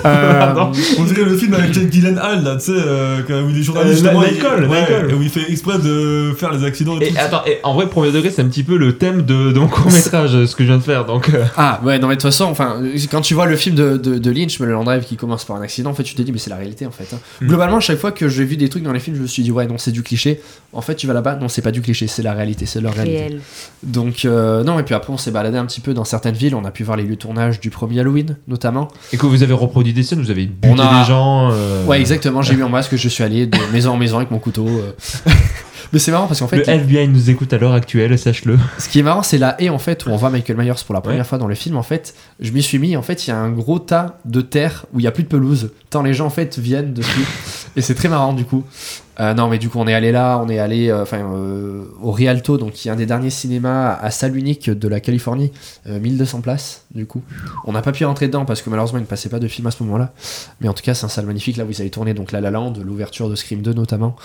Speaker 4: Euh,
Speaker 1: Pardon.
Speaker 3: On dirait le film avec Jake Gyllenhaal, là, tu sais, euh, quand- où les journalistes.
Speaker 1: Euh,
Speaker 3: justement,
Speaker 1: Night
Speaker 3: ils-
Speaker 1: Call, Night
Speaker 3: ouais,
Speaker 1: Call.
Speaker 3: et Où il fait exprès de faire les accidents et
Speaker 1: Et
Speaker 3: tout.
Speaker 1: attends, et en vrai, premier degré, c'est un petit peu le thème de, de mon court métrage, ce que je viens de faire. Donc, euh,
Speaker 4: Ah ouais, non mais de toute façon, enfin, euh, quand tu vois le film de, de, de Lynch, le Land Drive qui commence par un accident, en fait, tu te dis mais c'est la réalité en fait. hein.
Speaker 1: Mm.
Speaker 4: Globalement, à chaque fois que j'ai vu des trucs dans les films, je me suis dit ouais non c'est du cliché. En fait, tu vas là-bas, non c'est pas du cliché, c'est la réalité, c'est leur réalité.
Speaker 2: Réel.
Speaker 4: Donc euh, non et puis après on s'est baladé un petit peu dans certaines villes, on a pu voir les lieux de tournage du premier Halloween notamment.
Speaker 1: et que vous avez reproduit des scènes, vous avez buté
Speaker 4: On a-
Speaker 1: des gens. euh,
Speaker 4: Ouais exactement, j'ai mis en masque, je suis allé de maison en maison avec mon couteau. euh. Mais c'est marrant parce qu'en fait,
Speaker 1: Le FBI nous écoute à l'heure actuelle, sache-le.
Speaker 4: Ce qui est marrant, c'est la haie en fait où on voit Michael Myers pour la première fois dans le film. En fait, je m'y suis mis. En fait, il y a un gros tas de terre où il y a plus de pelouse. Tant les gens en fait viennent dessus. Et c'est très marrant du coup. Euh, non, mais du coup, on est allé là, on est allé euh, enfin euh, au Rialto, donc qui est un des derniers cinémas à salle unique de la Californie, Euh, 1200 places du coup. On n'a pas pu rentrer dedans parce que malheureusement, il ne passait pas de film à ce moment-là. Mais en tout cas, c'est un salle magnifique là où ils avaient tourné donc La La Land, l'ouverture de Scream 2 notamment.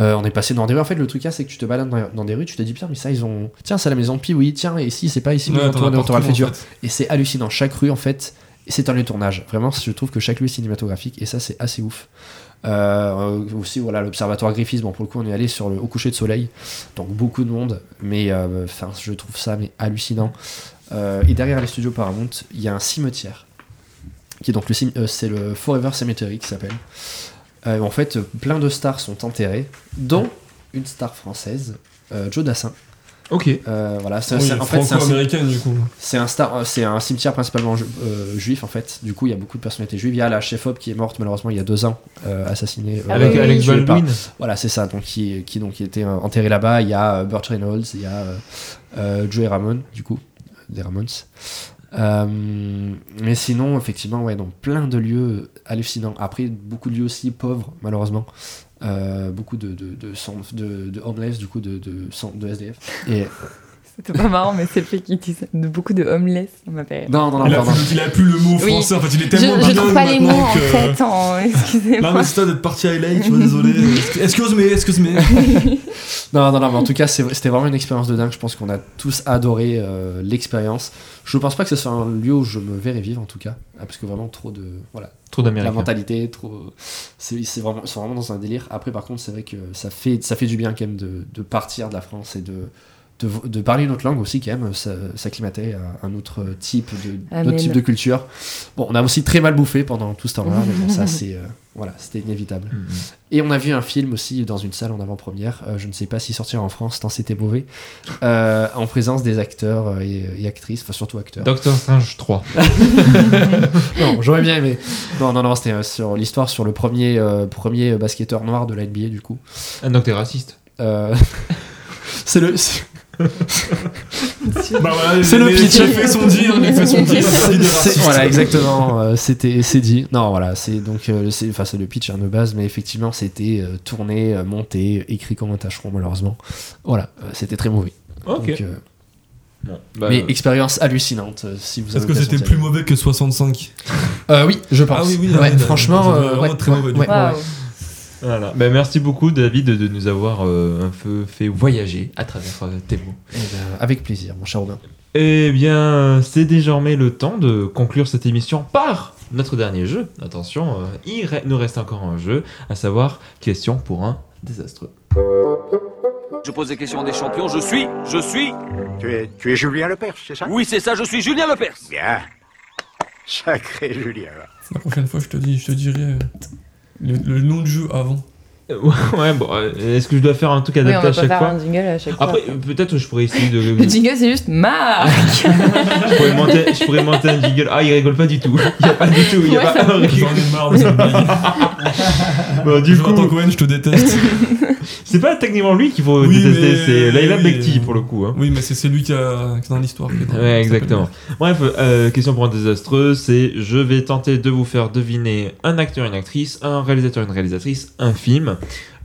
Speaker 4: Euh, on est passé dans des rues. En fait, le truc, là, c'est que tu te balades dans, dans des rues, tu te dis, putain, mais ça, ils ont. Tiens, c'est la maison Pi, oui, tiens, et si, c'est pas ici, mais
Speaker 3: Ouais,
Speaker 4: on
Speaker 3: t'en as
Speaker 4: tourne, on
Speaker 3: partout,
Speaker 4: t'aura le fait
Speaker 3: en
Speaker 4: dur.
Speaker 3: fait.
Speaker 4: Et c'est hallucinant. Chaque rue, en fait, c'est un lieu de tournage. Vraiment, je trouve que chaque lieu est cinématographique, et ça, c'est assez ouf. Euh, aussi, voilà, l'observatoire Griffiths. Bon, pour le coup, on est allé sur le, au coucher de soleil, donc beaucoup de monde, mais euh, enfin, je trouve ça mais hallucinant. Euh, et derrière les studios Paramount, il y a un cimetière, qui est donc le, cim- euh, c'est le Forever Cemetery qui s'appelle. Euh, en fait, plein de stars sont enterrées, dont une star française, euh, Joe Dassin.
Speaker 1: Ok.
Speaker 4: Euh, voilà, c'est
Speaker 3: Oui,
Speaker 4: c'est- en fait, c'est un, cim-
Speaker 3: franco-américaine du coup.
Speaker 4: c'est un star, euh, c'est un cimetière principalement ju- euh, juif en fait. Du coup, il y a beaucoup de personnalités juives. Il y a la chef op qui est morte malheureusement il y a deux ans, euh, assassinée euh,
Speaker 1: Avec
Speaker 2: oui,
Speaker 1: Alex
Speaker 4: tuée par-
Speaker 1: Baldwin.
Speaker 4: voilà, c'est ça. Donc qui, qui donc qui était euh, enterré là-bas. Il y a euh, Burt Reynolds, il y a euh, euh, Joey Ramone, du coup, des Ramones. Euh, mais sinon, effectivement, ouais, donc plein de lieux hallucinants. Après, beaucoup de lieux aussi pauvres, malheureusement. Euh, beaucoup de de de, sans- de, de homeless, du coup, de de, sans- de SDF. Et
Speaker 2: C'était pas marrant, mais c'est le fait qu'il dise de beaucoup de homeless, on m'appelle.
Speaker 4: non, non, non,
Speaker 3: Il a,
Speaker 4: pardon.
Speaker 3: plus, il a plus le mot
Speaker 2: Oui.
Speaker 3: français, en fait, il est
Speaker 2: Je,
Speaker 3: tellement
Speaker 2: je trouve
Speaker 3: bilingue
Speaker 2: pas les mots
Speaker 3: maintenant
Speaker 2: en
Speaker 3: que-
Speaker 2: fait, en... excusez-moi.
Speaker 3: Non, mais c'est toi d'être parti à LA, tu vois, désolé. Excuse me, excuse me.
Speaker 4: Non, non, non, mais en tout cas, c'est- c'était vraiment une expérience de dingue. Je pense qu'on a tous adoré euh, l'expérience. Je pense pas que ce soit un lieu où je me verrais vivre, en tout cas. Ah, parce que vraiment, trop de. Voilà.
Speaker 1: Trop
Speaker 4: la
Speaker 1: d'Américains.
Speaker 4: mentalité trop c'est c'est vraiment ils sont vraiment dans un délire après par contre c'est vrai que ça fait ça fait du bien quand même de, de partir de la France et de de, de parler une autre langue aussi quand même ça s'acclimater à un autre type de
Speaker 2: Amen.
Speaker 4: d'autres types de culture bon on a aussi très mal bouffé pendant tout ce temps-là mais bon ça c'est euh, voilà c'était inévitable
Speaker 1: Mhm.
Speaker 4: et on a vu un film aussi dans une salle en avant-première euh, je ne sais pas si sortir en France tant c'était mauvais euh, en présence des acteurs euh, et, et actrices enfin surtout acteurs
Speaker 1: Doctor Strange 3.
Speaker 4: non, j'aurais bien aimé. Non, non, non, c'était euh, sur l'histoire sur le premier, euh, premier basketteur noir de la NBA, du coup.
Speaker 1: Ah donc t'es raciste.
Speaker 4: Euh, c'est le. C'est
Speaker 3: Bah voilà,
Speaker 4: C'est
Speaker 3: les-
Speaker 4: le
Speaker 3: les-
Speaker 4: pitch.
Speaker 3: Les faits sont dits, hein, les faits sont dits.
Speaker 4: c'est-
Speaker 3: Il est
Speaker 4: c'est-
Speaker 3: raciste.
Speaker 4: voilà, exactement. euh, c'était, c'est dit. Non, voilà, c'est donc, euh, c'est, enfin, c'est le pitch hein, de base, mais effectivement, c'était euh, tourné, euh, monté, écrit comme un tâcheron, malheureusement. Voilà, euh, c'était très mauvais.
Speaker 1: Ok.
Speaker 4: Donc, euh,
Speaker 1: Bon, bah,
Speaker 4: mais
Speaker 1: euh,
Speaker 4: expérience hallucinante, euh, si vous avez.
Speaker 3: Est-ce que
Speaker 4: l'occasion
Speaker 3: c'était
Speaker 4: d'y
Speaker 3: plus
Speaker 4: aller.
Speaker 3: mauvais que 65
Speaker 4: Euh, Oui, je pense.
Speaker 3: Ah oui, oui,
Speaker 4: Ouais,
Speaker 3: ah oui,
Speaker 4: franchement,
Speaker 3: d'accord,
Speaker 4: euh,
Speaker 3: vraiment
Speaker 4: ouais,
Speaker 3: très
Speaker 4: ouais,
Speaker 3: mauvais, du
Speaker 4: ouais,
Speaker 3: coup.
Speaker 4: ouais.
Speaker 2: Waouh.
Speaker 1: voilà. Bah, merci beaucoup David de nous avoir euh, un peu fait voyager à travers euh, tes mots.
Speaker 4: Eh ben, avec plaisir, mon cher Robin.
Speaker 1: Eh bien, c'est désormais le temps de conclure cette émission par notre dernier jeu. Attention, euh, il re- nous reste encore un jeu, à savoir question pour un désastreux.
Speaker 6: Je pose des questions à des champions. Je suis, je suis,
Speaker 5: Tu es, tu es Julien Lepers, c'est ça
Speaker 6: oui, c'est ça, je suis Julien Lepers.
Speaker 5: Bien. Sacré Julien.
Speaker 3: La prochaine fois, je te dis, je te dirai euh, le, le nom de jeu avant.
Speaker 1: Euh, ouais, bon, euh, est-ce que je dois faire un truc
Speaker 2: Oui, on
Speaker 1: adapté
Speaker 2: va
Speaker 1: à
Speaker 2: pas faire
Speaker 1: chaque fois
Speaker 2: un jingle à chaque fois.
Speaker 1: Après, euh, peut-être je pourrais essayer de.
Speaker 2: Le jingle, c'est juste Marc
Speaker 1: je, pourrais monter, je pourrais monter un jingle. Ah, il rigole pas du tout. Il y a pas du tout. Il y a
Speaker 2: Ouais,
Speaker 1: pas
Speaker 2: ça
Speaker 1: un
Speaker 3: J'en
Speaker 1: rigole.
Speaker 3: ai marre de cette blague.
Speaker 1: Bon, du coup,
Speaker 3: Jonathan Cohen, je te déteste.
Speaker 1: c'est pas techniquement lui qu'il faut
Speaker 3: Oui,
Speaker 1: détester,
Speaker 3: mais-
Speaker 1: c'est Laila
Speaker 3: oui,
Speaker 1: Bekti
Speaker 3: mais-
Speaker 1: pour le coup. hein.
Speaker 3: Oui, mais c'est c'est lui qui a, qui est dans l'histoire. qui est dans-
Speaker 1: Ouais, exactement. Bref, euh, question pour un désastreux, c'est je vais tenter de vous faire deviner un acteur, une actrice, un réalisateur, une réalisatrice, un film,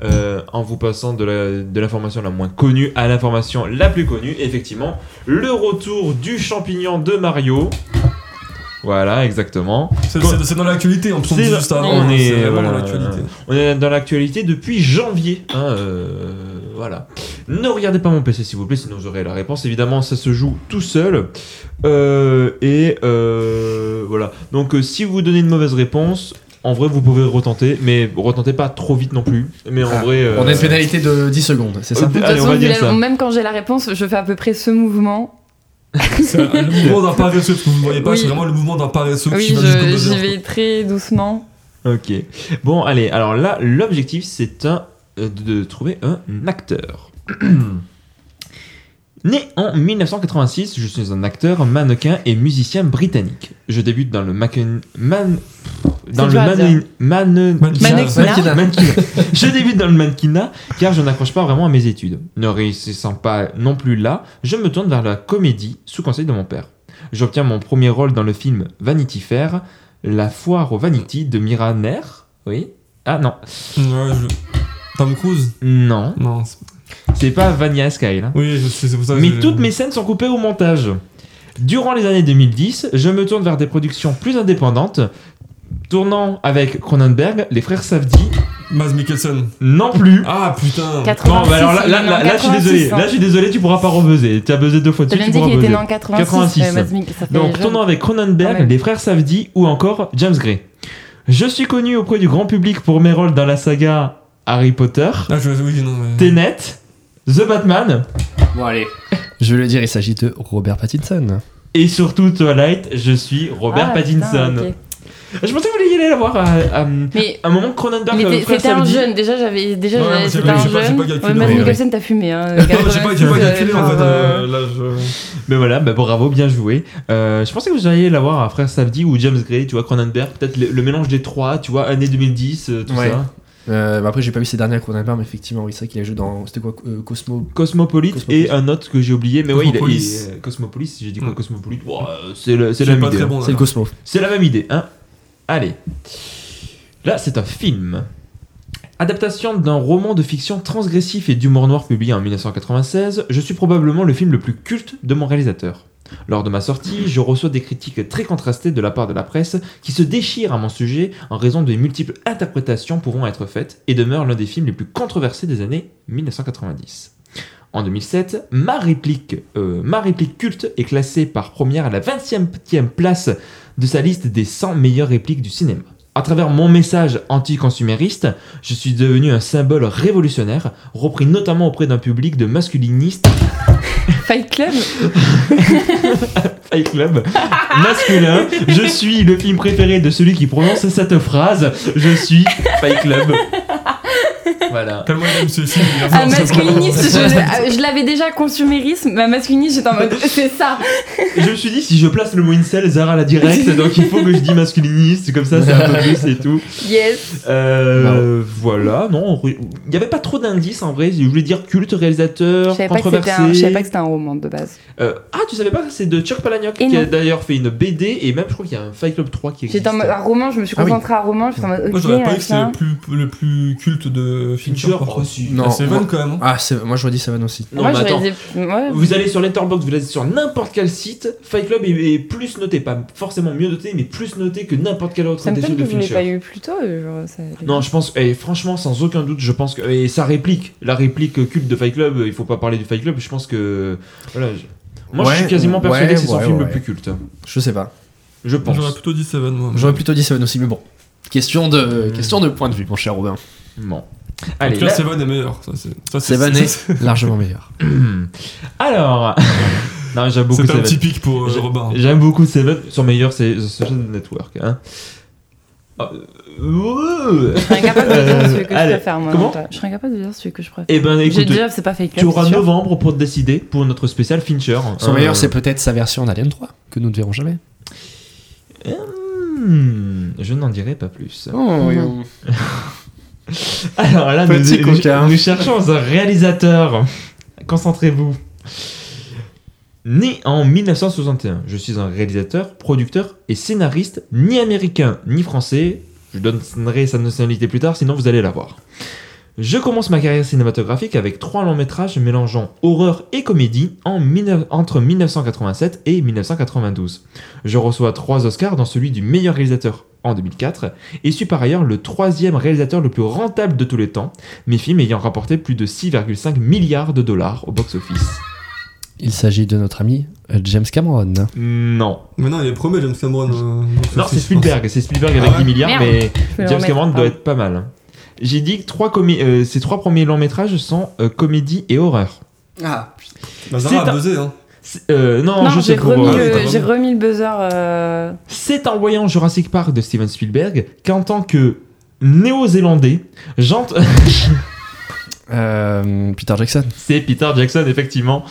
Speaker 1: euh, en vous passant de la- de l'information la, moins connue à l'information la plus connue. Effectivement, le retour du champignon de Mario. Voilà, exactement.
Speaker 3: C'est- C'est c'est dans l'actualité, on
Speaker 1: C'est-
Speaker 3: dit juste avant.
Speaker 1: on
Speaker 3: hein,
Speaker 1: est,
Speaker 3: c'est vraiment
Speaker 1: voilà,
Speaker 3: dans l'actualité.
Speaker 1: on est dans l'actualité depuis janvier. hein, euh, voilà. Ne regardez pas mon PC s'il vous plaît, sinon vous aurez la réponse. Évidemment, ça se joue tout seul. Euh, et euh, voilà. Donc, euh, si vous donnez une mauvaise réponse, en vrai, vous pouvez retenter, mais retentez pas trop vite non plus. Mais en
Speaker 4: Ah,
Speaker 1: vrai, euh,
Speaker 4: On a une pénalité de 10 secondes, c'est ça
Speaker 2: De toute
Speaker 1: Allez, on
Speaker 2: façon,
Speaker 1: va dire
Speaker 2: vu la-
Speaker 1: ça.
Speaker 2: même quand j'ai la réponse, je fais à peu près ce mouvement.
Speaker 3: C'est Euh, le mouvement d'un paresseux, parce que vous ne voyez pas,
Speaker 2: Oui.
Speaker 3: c'est vraiment le mouvement d'un paresseux
Speaker 2: Oui,
Speaker 3: qui va jusqu'au
Speaker 2: je-
Speaker 3: buzzer.
Speaker 2: j'y vais très doucement.
Speaker 1: Ok. Bon, allez. Alors là, l'objectif, c'est un- euh, de trouver un acteur. Né en 1986, je suis un acteur, mannequin et musicien britannique. Je débute dans le macan- man... Pff, dans le
Speaker 2: dur à
Speaker 1: mani-
Speaker 2: dire.
Speaker 1: mane-
Speaker 3: Mannequinat.
Speaker 1: mannequinat. Mannequinat. Je débute dans le mannequinat car je n'accroche pas vraiment à mes études. Ne réussissant pas non plus là, je me tourne vers la comédie sous conseil de mon père. J'obtiens mon premier rôle dans le film Vanity Fair, La foire aux vanities de Mira Nair. Oui. Ah non.
Speaker 3: Ouais, je- Tom Cruise
Speaker 1: Non.
Speaker 3: Non. c'est-
Speaker 1: C'est pas Vania Sky là.
Speaker 3: Oui, je sais, c'est pour ça que
Speaker 1: Mais
Speaker 3: j'ai-
Speaker 1: toutes mes scènes sont coupées au montage. Durant les années 2010, je me tourne vers des productions plus indépendantes, tournant avec Cronenberg, les frères Safdie,
Speaker 3: Maz Mikkelsen.
Speaker 1: non plus.
Speaker 3: Ah putain
Speaker 2: Quatre-
Speaker 1: Bon, bah alors là,
Speaker 2: 86,
Speaker 1: là,
Speaker 2: il est
Speaker 1: là,
Speaker 2: en
Speaker 1: là, je suis désolé.
Speaker 2: 86, hein.
Speaker 1: Là, je suis désolé, tu pourras pas rebuzzer. Tu as buzzé deux fois
Speaker 2: T'as
Speaker 1: dessus, tu
Speaker 2: bien dit
Speaker 1: pourras
Speaker 2: qu'il était né
Speaker 1: buzzer.
Speaker 2: en 86.
Speaker 1: 86.
Speaker 2: euh, Mads Mikkelsen, ça fait
Speaker 1: Donc,
Speaker 2: jeune.
Speaker 1: tournant avec Cronenberg,
Speaker 2: Ouais.
Speaker 1: les frères Safdie ou encore James Gray. Je suis connu auprès du grand public pour mes rôles dans la saga Harry Potter,
Speaker 3: Ah, je oui, non, mais...
Speaker 1: Tenet, The Batman
Speaker 4: Bon, allez. Je vais le dire, il s'agit de Robert Pattinson.
Speaker 1: et surtout Twilight. Je suis Robert
Speaker 2: Ah,
Speaker 1: Pattinson.
Speaker 2: putain, ok.
Speaker 1: Je pensais que vous alliez aller la voir à, à- à
Speaker 3: Ah,
Speaker 2: Mais
Speaker 1: un moment Cronenberg.
Speaker 2: il était-
Speaker 1: euh, frère
Speaker 2: c'était un
Speaker 1: Safdie.
Speaker 2: jeune, déjà j'avais. Déjà,
Speaker 3: Ouais,
Speaker 2: j'avais-
Speaker 3: c'est
Speaker 2: c'était
Speaker 3: vrai,
Speaker 2: un
Speaker 3: j'ai pas- j'ai
Speaker 2: jeune.
Speaker 3: pas
Speaker 2: Ouais,
Speaker 3: calculé,
Speaker 2: Mads
Speaker 4: ouais, ouais.
Speaker 2: Mikkelsen, t'as fumé. Hein,
Speaker 3: Non, j'ai pas, j'ai pas calculé en fait. euh, là, je...
Speaker 1: Mais voilà, bah bravo, bien joué. Euh, je pensais que vous alliez la voir à Frère Safdie ou James Gray, tu vois, Cronenberg, peut-être le, le mélange des trois, tu vois, année 2010, euh, tout
Speaker 4: Ouais.
Speaker 1: ça.
Speaker 4: Euh, bah après, j'ai pas vu ses dernières Cronenberg, mais effectivement, oui, c'est vrai qu'il a joué dans. C'était quoi euh, Cosmo
Speaker 1: Cosmopolite,
Speaker 4: Cosmopolite.
Speaker 1: et un autre que j'ai oublié, mais ouais, il, il,
Speaker 3: Cosmopolis.
Speaker 1: euh, Cosmopolis, j'ai dit quoi,
Speaker 3: Mm.
Speaker 1: Cosmopolite Wow, euh, C'est le- c'est
Speaker 3: C'est
Speaker 1: la même
Speaker 3: pas
Speaker 1: idée.
Speaker 3: très
Speaker 1: hein.
Speaker 3: bon.
Speaker 4: C'est
Speaker 3: là.
Speaker 4: le Cosmo.
Speaker 1: C'est la même idée, hein. Allez. Là, c'est un film. Adaptation d'un roman de fiction transgressif et d'humour noir publié en 1996, je suis probablement le film le plus culte de mon réalisateur. Lors de ma sortie, je reçois des critiques très contrastées de la part de la presse qui se déchire à mon sujet en raison des multiples interprétations pouvant être faites et demeure l'un des films les plus controversés des années 1990. En 2007, ma réplique, euh, ma réplique culte est classée par première à la 27e place de sa liste des 100 meilleures répliques du cinéma. À travers mon message anticonsumériste, je suis devenu un symbole révolutionnaire, repris notamment auprès d'un public de masculinistes
Speaker 2: Fight Club
Speaker 1: Fight Club masculin. Je suis le film préféré de celui qui prononce cette phrase. Je suis Fight Club. Voilà.
Speaker 3: Tellement il aime ce film. il a
Speaker 2: Ah,
Speaker 3: forcément-
Speaker 2: masculiniste, je, je l'avais déjà consumérisme, ma masculiniste, j'étais en mode c'est ça.
Speaker 1: Je me suis dit, si je place le mot incel, Zara la direct, donc il faut que je dis masculiniste, comme ça c'est un peu plus et tout.
Speaker 2: Yes.
Speaker 1: Euh, voilà, non, il n'y avait pas trop d'indices en vrai. Je voulais dire culte,
Speaker 2: Je
Speaker 1: réalisateur,
Speaker 2: savais pas que c'était
Speaker 1: controversé.
Speaker 2: un, je savais pas que c'était un roman de base.
Speaker 1: Euh, ah, tu savais pas que c'est de Chuck Palahniuk
Speaker 2: Et
Speaker 1: qui a
Speaker 2: non.
Speaker 1: d'ailleurs fait une BD et même je crois qu'il y a un Fight Club 3 qui existe.
Speaker 2: J'étais en mode un roman, je me suis
Speaker 4: Ah oui.
Speaker 2: concentrée à un roman, j'étais en mode
Speaker 3: Moi,
Speaker 2: ok,
Speaker 3: j'aurais pas dit que c'était
Speaker 2: machin.
Speaker 3: le plus, le plus culte de Fincher.
Speaker 1: Fincher,
Speaker 3: par
Speaker 1: oh,
Speaker 3: contre.
Speaker 1: si.
Speaker 4: Non.
Speaker 3: Ah, C'est bon quand même. hein.
Speaker 4: Ah, c'est- moi, je redis Seven aussi.
Speaker 1: Non,
Speaker 2: Moi
Speaker 1: mais
Speaker 2: j'aurais
Speaker 1: attends.
Speaker 2: dit. Ouais.
Speaker 1: Vous allez sur Letterboxd, vous allez sur n'importe quel site, Fight Club est, est plus noté, pas forcément mieux noté, mais plus noté que n'importe quel autre
Speaker 2: Ça me
Speaker 1: des
Speaker 2: peine
Speaker 1: films
Speaker 2: que
Speaker 1: de
Speaker 2: vous l'ayez pas
Speaker 1: Fincher.
Speaker 2: eu plus tôt. euh, Genre, ça...
Speaker 1: Non, je pense, et franchement, sans aucun doute, je pense que. Et sa réplique, la réplique culte de Fight Club, il faut pas parler du Fight Club, je pense que. Voilà. je- Moi, je
Speaker 4: Ouais,
Speaker 1: suis quasiment
Speaker 4: ouais,
Speaker 1: persuadé que c'est son
Speaker 4: ouais,
Speaker 1: film le
Speaker 4: ouais.
Speaker 1: plus culte.
Speaker 4: Je sais pas.
Speaker 1: Je
Speaker 3: J'aurais
Speaker 1: pense.
Speaker 3: plutôt dit Seven, moi.
Speaker 4: J'aurais plutôt dit Seven aussi, mais bon. Question de, question de point de vue, mon cher Robin.
Speaker 1: Bon.
Speaker 3: En
Speaker 1: Allez,
Speaker 3: tout cas,
Speaker 1: là-
Speaker 3: Seven est meilleur. ça, c'est- ça, c'est-
Speaker 4: Seven
Speaker 3: c'est-
Speaker 4: est largement meilleur.
Speaker 1: alors. non, j'aime beaucoup
Speaker 3: C'est un
Speaker 1: Seven.
Speaker 3: typique pour euh,
Speaker 1: J'ai-
Speaker 3: Robin.
Speaker 1: J'aime beaucoup Seven. Son meilleur, c'est The Social Network. Hein. Ah, euh,
Speaker 2: Je serais incapable de dire celui que
Speaker 1: Allez,
Speaker 2: je préfère moi.
Speaker 1: comment
Speaker 2: toi. Je serais incapable de dire celui que je préfère.
Speaker 1: Eh ben
Speaker 2: J'ai
Speaker 1: écoute,
Speaker 2: déjà, c'est pas fake
Speaker 1: tu
Speaker 2: club.
Speaker 1: auras
Speaker 2: c'est sûr.
Speaker 1: novembre pour te décider pour notre spécial Fincher.
Speaker 4: Son
Speaker 1: Euh,
Speaker 4: meilleur, c'est peut-être sa version d'Alien 3, que nous ne verrons jamais.
Speaker 1: Hmm, je n'en dirai pas plus.
Speaker 4: Oh,
Speaker 2: oui,
Speaker 1: Alors là, nous,
Speaker 4: Petit
Speaker 1: nous-
Speaker 4: coquin.
Speaker 1: nous cherchons un réalisateur. Concentrez-vous. Né en 1961, je suis un réalisateur, producteur et scénariste, ni américain ni français. Je donnerai sa nationalité plus tard, sinon vous allez la voir. Je commence ma carrière cinématographique avec trois longs métrages mélangeant horreur et comédie en 19 entre 1987 et 1992. Je reçois trois Oscars, dans celui du meilleur réalisateur en 2004, et suis par ailleurs le troisième réalisateur le plus rentable de tous les temps, mes films ayant rapporté plus de 6,5 milliards de dollars au box-office.
Speaker 4: Il s'agit de notre ami euh, James Cameron.
Speaker 1: Non.
Speaker 3: Mais non, il est premier, James Cameron. euh, dans ce
Speaker 1: Non, c'est
Speaker 3: film,
Speaker 1: Spielberg, c'est Spielberg
Speaker 3: Ah
Speaker 1: avec
Speaker 3: ouais
Speaker 1: 10 milliards,
Speaker 2: Merde.
Speaker 1: mais...
Speaker 2: Je vais le
Speaker 1: James
Speaker 2: remettre, Ah.
Speaker 1: Cameron doit
Speaker 2: pardon.
Speaker 1: être pas mal. J'ai dit que trois comé- euh, ces trois premiers longs métrages sont euh, comédie et horreur.
Speaker 4: Ah,
Speaker 3: je pense. Bah, Zara
Speaker 1: C'est
Speaker 3: a
Speaker 1: un-
Speaker 3: buzzé, hein.
Speaker 1: C'est- euh, non,
Speaker 2: Non,
Speaker 1: je sais
Speaker 2: j'ai
Speaker 1: pas.
Speaker 2: remis,
Speaker 3: euh,
Speaker 2: le-
Speaker 3: pardon.
Speaker 2: j'ai remis le buzzer. euh,
Speaker 1: C'est en voyant Jurassic Park de Steven Spielberg qu'en tant que néo-zélandais, j'entre.
Speaker 7: Euh, Peter Jackson.
Speaker 1: C'est Peter Jackson, effectivement.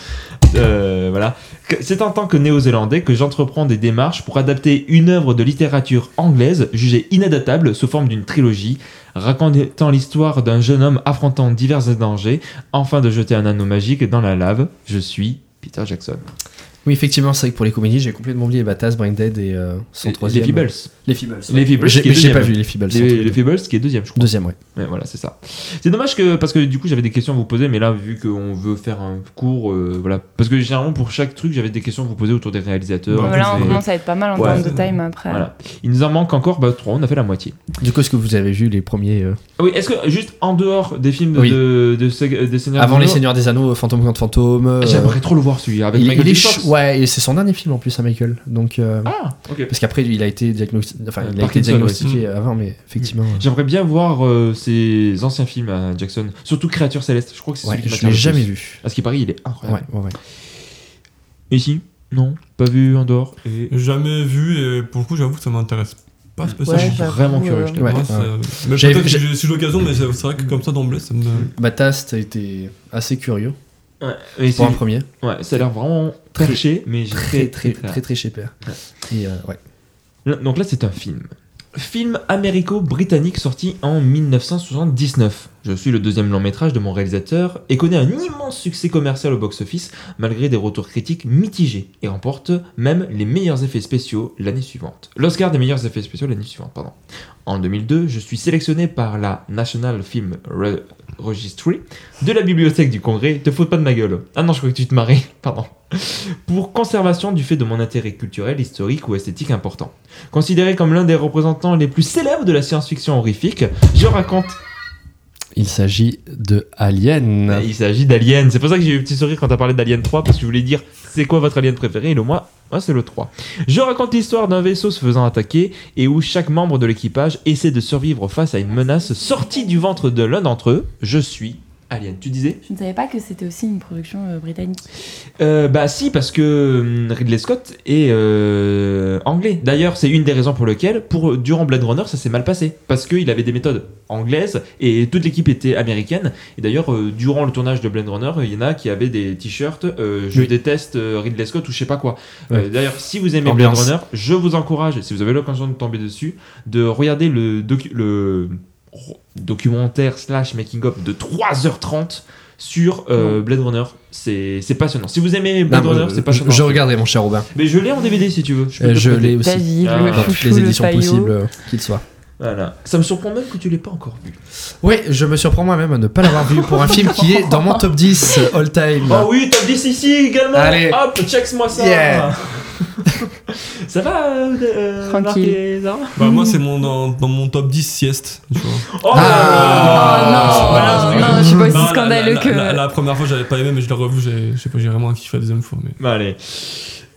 Speaker 1: Euh, voilà. Que- C'est en tant que néo-zélandais que j'entreprends des démarches pour adapter une œuvre de littérature anglaise jugée inadaptable sous forme d'une trilogie, racontant l'histoire d'un jeune homme affrontant divers dangers, afin de jeter un anneau magique dans la lave. Je suis Peter Jackson.
Speaker 4: Oui, effectivement, c'est vrai que pour les comédies, j'ai complètement oublié Batasse, Brain Dead et euh, son troisième.
Speaker 1: Les Feebles.
Speaker 4: Les Feebles.
Speaker 1: Les Feebles,
Speaker 7: J'ai
Speaker 1: qui est
Speaker 7: mais j'ai pas
Speaker 1: deuxième.
Speaker 7: vu les Feebles. entre
Speaker 1: Les,
Speaker 7: les
Speaker 1: les
Speaker 7: deux.
Speaker 1: Feebles, qui est deuxième, je crois.
Speaker 7: Deuxième, ouais.
Speaker 1: Ouais, voilà, c'est ça. C'est dommage que parce que du coup j'avais des questions à vous poser, mais là vu qu'on veut faire un cours, euh, voilà, parce que généralement pour chaque truc j'avais des questions à vous poser autour des réalisateurs.
Speaker 3: Ouais,
Speaker 2: Voilà, on
Speaker 1: des-
Speaker 2: commence à être pas mal en
Speaker 1: Ouais.
Speaker 2: termes de time après.
Speaker 1: Voilà. Il nous en manque encore bah, trois, on a fait la moitié.
Speaker 7: Du coup, est-ce que vous avez vu les premiers. euh,
Speaker 1: Ah oui, est-ce que juste en dehors des films
Speaker 7: Oui.
Speaker 1: de, de, Seigneur des Seigneurs
Speaker 4: Avant
Speaker 1: des
Speaker 4: Les
Speaker 1: Anneaux,
Speaker 4: Seigneurs des Anneaux, Fantôme contre Fantôme. euh,
Speaker 1: Ah, j'aimerais trop le voir celui avec
Speaker 4: il,
Speaker 1: Michael
Speaker 4: il est
Speaker 1: B. Fox.
Speaker 4: chou- Ouais, et c'est son dernier film en plus à Michael. Donc, euh,
Speaker 1: Ah, ok.
Speaker 4: parce qu'après, lui, il a été, diagnosti- enfin, il
Speaker 1: Euh,
Speaker 4: a été
Speaker 1: Parkinson,
Speaker 4: diagnostiqué avant, mais effectivement. euh,
Speaker 1: J'aimerais bien voir euh, ses anciens films à Jackson, surtout Créature Céleste. Je crois que c'est
Speaker 4: euh, ouais,
Speaker 1: celui qui
Speaker 4: je l'ai jamais vu.
Speaker 1: Parce qu'il paraît, il est incroyable.
Speaker 4: Ouais, ouais, ouais.
Speaker 1: Et Ici, non, pas vu en dehors. Et...
Speaker 3: Jamais vu et pour le coup, j'avoue que ça m'intéresse pas
Speaker 2: Ouais,
Speaker 3: spécialement.
Speaker 1: je suis vraiment
Speaker 2: j'avoue,
Speaker 1: curieux. je
Speaker 2: euh,
Speaker 1: t'avoue.
Speaker 4: Ouais,
Speaker 3: Moi, ça- Mais
Speaker 4: J'avais-
Speaker 3: peut-être que
Speaker 4: j'ai-
Speaker 3: j'ai j'ai eu l'occasion, mais c'est c'est vrai que comme ça d'emblée, ça me.
Speaker 4: Bataste a été assez curieux
Speaker 1: Ouais, mais
Speaker 4: pour un
Speaker 1: c'est-
Speaker 4: premier.
Speaker 1: Ouais, ça a l'air vraiment
Speaker 4: Très-
Speaker 1: perché, mais j'ai
Speaker 4: Très, très, très, très, chez Père.
Speaker 1: Ouais.
Speaker 4: Et euh, ouais.
Speaker 1: Donc là, c'est un film. Film américo-britannique sorti en 1979. Je suis le deuxième long métrage de mon réalisateur et connaît un immense succès commercial au box-office malgré des retours critiques mitigés et remporte même les meilleurs effets spéciaux l'année suivante. L'Oscar des meilleurs effets spéciaux l'année suivante, pardon. En 2002, je suis sélectionné par la National Film Re- Registry de la Bibliothèque du Congrès. Te faute pas de ma gueule. Ah non, je crois que tu te marrais, pardon. Pour conservation du fait de mon intérêt culturel, historique ou esthétique important. Considéré comme l'un des représentants les plus célèbres de la science-fiction horrifique, je raconte.
Speaker 7: Il s'agit de Alien.
Speaker 1: Bah, Il s'agit d'Alien. C'est pour ça que j'ai eu le petit sourire quand t'as parlé d'Alien 3, parce que je voulais dire c'est quoi votre Alien préféré, et le moi, moi c'est le 3. Je raconte l'histoire d'un vaisseau se faisant attaquer et où chaque membre de l'équipage essaie de survivre face à une menace sortie du ventre de l'un d'entre eux. Je suis. Alien, tu disais
Speaker 2: Je ne savais pas que c'était aussi une production euh, britannique.
Speaker 1: Euh, Bah si, parce que hum, Ridley Scott est euh, anglais. D'ailleurs, c'est une des raisons pour lesquelles, pour, durant Blade Runner, ça s'est mal passé. Parce qu'il avait des méthodes anglaises et toute l'équipe était américaine. Et d'ailleurs, euh, durant le tournage de Blade Runner, il y en a qui avaient des t-shirts euh, Je déteste euh, Ridley Scott » ou je sais pas quoi. Euh, d'ailleurs, si vous aimez
Speaker 7: Ambiance.
Speaker 1: Blade Runner, je vous encourage, si vous avez l'occasion de tomber dessus, de regarder le, docu- le ro- documentaire slash making-of de 3h30 sur euh, Blade Runner. C'est c'est passionnant. Si vous aimez Blade
Speaker 4: Non,
Speaker 1: Runner,
Speaker 4: mais,
Speaker 1: c'est
Speaker 4: euh,
Speaker 1: passionnant.
Speaker 4: je, je regarderai, mon cher Robin.
Speaker 1: Mais je l'ai en DVD si tu veux. Je, peux
Speaker 4: Euh,
Speaker 1: te
Speaker 4: je
Speaker 1: prêter.
Speaker 4: l'ai aussi.
Speaker 2: David,
Speaker 1: Ah,
Speaker 2: le
Speaker 1: dans
Speaker 4: Dans toutes
Speaker 2: chouchou,
Speaker 4: les
Speaker 2: le
Speaker 4: éditions
Speaker 2: paillot.
Speaker 4: possibles euh, qu'il soit.
Speaker 1: Voilà. Ça me surprend même que tu l'aies pas encore vu.
Speaker 4: Ouais, je me surprends moi-même à ne pas l'avoir vu pour un film qui est dans mon top 10 all time.
Speaker 1: Oh oui, top 10 ici également.
Speaker 4: Allez.
Speaker 1: Hop, checks-moi ça.
Speaker 4: Yeah.
Speaker 1: ça va euh, euh,
Speaker 2: Tranquille.
Speaker 1: Marc et Zara
Speaker 3: Bah, moi, c'est mon, dans, dans mon top 10 sieste. tu vois.
Speaker 1: Oh
Speaker 2: Ah.
Speaker 1: là là.
Speaker 2: Oh, non, non, je suis pas aussi
Speaker 3: Non, la-
Speaker 2: scandaleux
Speaker 3: la-
Speaker 2: que-
Speaker 3: La, la première fois, j'avais pas aimé, mais je l'ai revu, j'ai- je sais pas, j'ai vraiment kiffé la deuxième fois. Mais...
Speaker 1: Bah, Allez.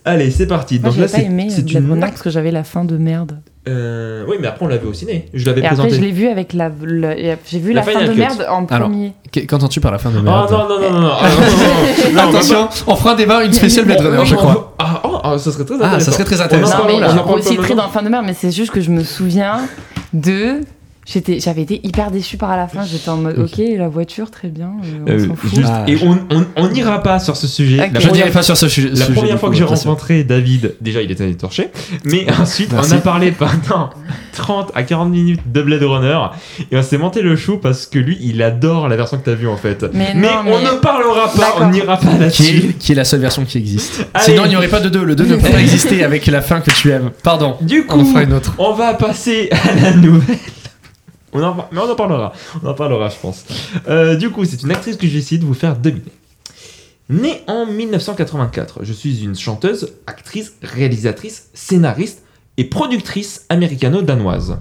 Speaker 1: Allez, c'est parti.
Speaker 2: Moi,
Speaker 1: Donc
Speaker 2: j'ai
Speaker 1: là,
Speaker 2: pas
Speaker 1: c'est
Speaker 2: aimé euh,
Speaker 1: c'est
Speaker 2: Blade
Speaker 1: une
Speaker 2: Runner parce que j'avais la fin de merde.
Speaker 1: Euh, oui, mais après on l'a vu au ciné. Je l'avais
Speaker 2: Et après,
Speaker 1: présenté.
Speaker 2: je l'ai vu avec la. la- et J'ai vu
Speaker 1: La
Speaker 2: la, fin
Speaker 1: final
Speaker 2: de
Speaker 1: cut.
Speaker 2: merde en
Speaker 7: Alors.
Speaker 2: premier.
Speaker 7: Qu- Qu'entends-tu par la fin de
Speaker 1: oh non
Speaker 7: merde
Speaker 1: non non non non. Ah, non, non, non. Non,
Speaker 7: Attention, on fera un débat, une spéciale Blade Runner, je
Speaker 1: on-
Speaker 7: crois.
Speaker 1: Ah, oh, ah, ça serait très intéressant.
Speaker 7: Ah, ça serait très
Speaker 1: On en
Speaker 7: intéressant.
Speaker 2: Non,
Speaker 1: parle,
Speaker 2: mais
Speaker 1: là. On en
Speaker 2: j'ai
Speaker 1: parle
Speaker 2: aussi
Speaker 1: pas
Speaker 2: pris
Speaker 1: maintenant.
Speaker 2: dans Fin de Mer, mais c'est juste que je me souviens de. j'étais- J'avais été hyper déçue par la fin. J'étais en mode, ok, la voiture, très bien, euh, on
Speaker 1: Euh,
Speaker 2: s'en fout.
Speaker 1: juste-
Speaker 7: Ah.
Speaker 1: et on on- on n'ira pas sur ce sujet.
Speaker 2: Ok.
Speaker 1: La
Speaker 7: Je
Speaker 1: première-
Speaker 7: n'irai pas sur ce sujet.
Speaker 1: La
Speaker 7: sujet,
Speaker 1: première
Speaker 7: du
Speaker 1: fois
Speaker 7: coup,
Speaker 1: que j'ai
Speaker 7: attention.
Speaker 1: rencontré David, déjà il était torché, mais ensuite on a
Speaker 7: Merci.
Speaker 1: parlé pendant 30 à 40 minutes de Blade Runner et on s'est monté le chou parce que lui il adore la version que t'as vue en fait.
Speaker 2: Mais non,
Speaker 1: on
Speaker 2: mais-
Speaker 1: ne parlera pas,
Speaker 2: D'accord.
Speaker 1: on n'ira pas
Speaker 7: Qui est,
Speaker 1: là-dessus.
Speaker 7: qui est la seule version qui existe.
Speaker 1: Allez.
Speaker 7: Sinon, il n'y aurait pas de 2. Le 2 ne peut pas exister avec la fin que tu aimes. Pardon.
Speaker 1: Du coup,
Speaker 7: On en fera une autre.
Speaker 1: On va passer à la nouvelle. On en, par- mais on en parlera. On en parlera, je pense. Euh, du coup, c'est une actrice que j'ai essayé de vous faire deviner. Née en 1984, je suis une chanteuse, actrice, réalisatrice, scénariste et productrice américano-danoise.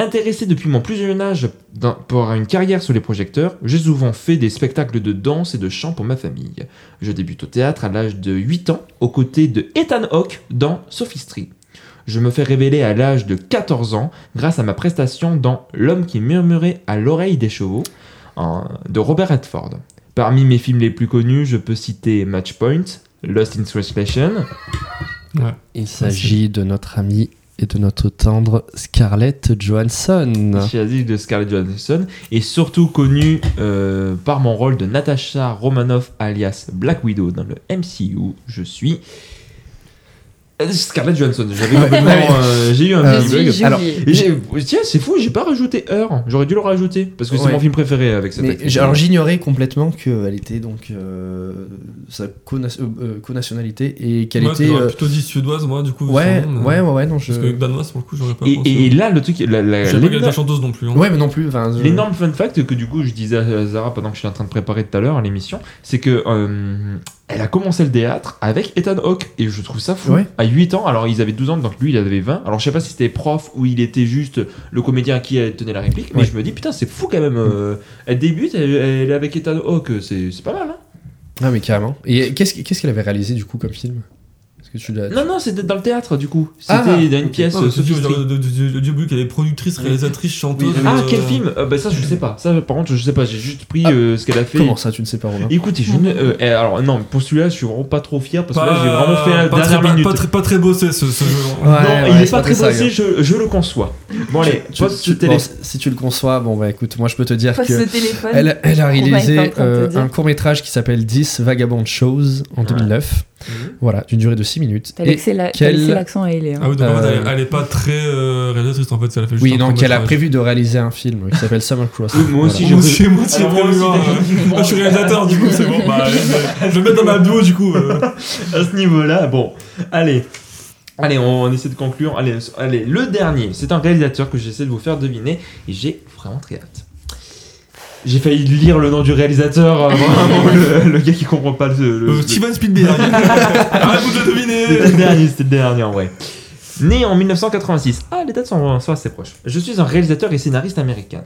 Speaker 1: Intéressée depuis mon plus jeune âge d'un- pour une carrière sur les projecteurs, j'ai souvent fait des spectacles de danse et de chant pour ma famille. Je débute au théâtre à l'âge de 8 ans, aux côtés de Ethan Hawke dans Sophistry. Je me fais révéler à l'âge de 14 ans grâce à ma prestation dans L'homme qui murmurait à l'oreille des chevaux en- de Robert Redford. Parmi mes films les plus connus, je peux citer Match Point, Lost in Translation,
Speaker 7: Il s'agit de notre ami
Speaker 4: et de notre tendre Scarlett Johansson.
Speaker 1: Shazam de Scarlett Johansson est surtout connu euh, par mon rôle de Natasha Romanoff alias Black Widow dans le MCU. Je suis Euh, Scarlett Johansson. J'avais complètement, euh, j'ai eu un
Speaker 4: Euh,
Speaker 1: petit bug.
Speaker 2: J'ai
Speaker 4: alors,
Speaker 2: oublié.
Speaker 1: Et j'ai- Tiens, c'est fou, j'ai pas rajouté Heure. J'aurais dû le rajouter parce que c'est
Speaker 4: Ouais.
Speaker 1: mon film préféré avec cette
Speaker 4: Mais
Speaker 1: actrice.
Speaker 4: j'- alors j'ignorais complètement qu'elle était donc euh, sa cona- euh, euh, co-nationalité et qu'elle
Speaker 3: Moi,
Speaker 4: était.
Speaker 3: j'aurais
Speaker 4: euh,
Speaker 3: plutôt dit suédoise, moi, du coup. vu
Speaker 4: ouais,
Speaker 3: son nom, mais-
Speaker 4: ouais, ouais, ouais, non, je.
Speaker 3: hein. Parce que danoise, pour le coup, j'aurais pas
Speaker 1: et,
Speaker 3: pensé.
Speaker 1: et- et là, le truc, la- la-
Speaker 3: Je savais pas qu'elle était
Speaker 1: l'énorme-
Speaker 3: chanteuse non plus. hein.
Speaker 4: Ouais, mais non plus. enfin, je-
Speaker 1: L'énorme fun fact que du coup je disais à Zara pendant que je suis en train de préparer tout à l'heure à l'émission, c'est que euh, elle a commencé le théâtre avec Ethan Hawke et je trouve ça fou.
Speaker 4: Ouais.
Speaker 1: À 8 ans, alors ils avaient 12 ans, donc lui il avait 20. Alors je sais pas si c'était prof ou il était juste le comédien à qui elle tenait la réplique, mais
Speaker 4: Ouais. Mm.
Speaker 1: je me dis putain c'est fou quand même. euh, elle débute, elle, elle est avec Ethan Hawke, c'est c'est pas mal. Hein
Speaker 4: Ah, mais carrément. Et qu'est-ce qu'est-ce qu'elle avait réalisé du coup comme film Est-ce que tu l'as.
Speaker 1: non non, c'était dans le théâtre du coup. C'était
Speaker 4: Euh, Ah,
Speaker 1: dans une
Speaker 4: ok.
Speaker 1: pièce.
Speaker 3: Non, mais c'est
Speaker 1: Sophie
Speaker 3: Dieu, je veux dire, de- de- de- de Dieu Bouc, elle est productrice, réalisatrice, chanteuse.
Speaker 1: Ah
Speaker 3: euh,
Speaker 1: quel film Euh, Bah ça je sais pas. Ça par contre je sais pas. J'ai juste pris
Speaker 4: Ah.
Speaker 1: euh, ce qu'elle a fait.
Speaker 4: Comment ça, tu ne sais pas, Romain
Speaker 1: Écoutez, je ne, euh, eh, alors non, pour celui-là, je suis vraiment pas trop fier parce que là, j'ai
Speaker 3: pas-
Speaker 1: vraiment fait la
Speaker 3: pas
Speaker 1: dernière
Speaker 3: très,
Speaker 1: minute.
Speaker 3: Pas, très, pas très bossé ce, ce jeu.
Speaker 4: Ouais,
Speaker 1: non,
Speaker 4: ouais,
Speaker 1: il est
Speaker 4: c'est
Speaker 1: pas très
Speaker 4: ça,
Speaker 1: bossé,
Speaker 4: gars.
Speaker 1: je, je le conçois. Bon allez,
Speaker 4: Tu-
Speaker 1: poste
Speaker 4: tu-
Speaker 1: ce télé.
Speaker 4: bon, c- si tu le conçois, bon bah écoute, moi je peux te dire
Speaker 2: Passe
Speaker 4: que
Speaker 2: le téléphone.
Speaker 4: elle, elle a
Speaker 2: va être en
Speaker 4: réalisé
Speaker 2: train de te
Speaker 4: euh,
Speaker 2: dire.
Speaker 4: un court métrage qui s'appelle 10 Vagabond Shows en 2009.
Speaker 1: Mhm.
Speaker 4: Voilà, d'une durée de 6 minutes.
Speaker 2: T'as
Speaker 4: Et-
Speaker 2: laissé la- t'as
Speaker 4: quelle-
Speaker 2: laissé l'accent à Ellie. hein.
Speaker 3: Ah oui, donc en fait,
Speaker 4: Euh,
Speaker 3: elle, elle est pas très euh, réalisatrice en fait, elle a fait juste
Speaker 4: oui,
Speaker 3: un
Speaker 4: non, qu'elle a
Speaker 3: court-métrage.
Speaker 4: prévu de réaliser un film qui s'appelle Summer Cross.
Speaker 1: Oui, moi aussi,
Speaker 3: Moi
Speaker 1: j'ai-
Speaker 3: aussi, moi aussi,
Speaker 1: Alors, moi
Speaker 3: Ah, moi
Speaker 1: aussi,
Speaker 3: aussi,
Speaker 1: définitivement.
Speaker 3: hein. Moi, je suis réalisateur, du coup, c'est bon. Bah, je vais- je vais mettre dans ma bio, du coup. euh.
Speaker 1: à ce niveau-là, bon, allez. Allez, on, on essaie de conclure. Allez, s- allez, le dernier, c'est un réalisateur que j'essaie de vous faire deviner et j'ai vraiment très hâte. J'ai failli lire le nom du réalisateur, euh, vraiment, le, le gars qui comprend pas le. le-
Speaker 3: Euh, Steven Spielberg. Arrête-vous de le
Speaker 1: C'était le
Speaker 3: deviner.
Speaker 1: dernier, c'était le dernier en vrai. Né en 1986. Ah, les dates sont, sont assez proches. Je suis un réalisateur et scénariste américain.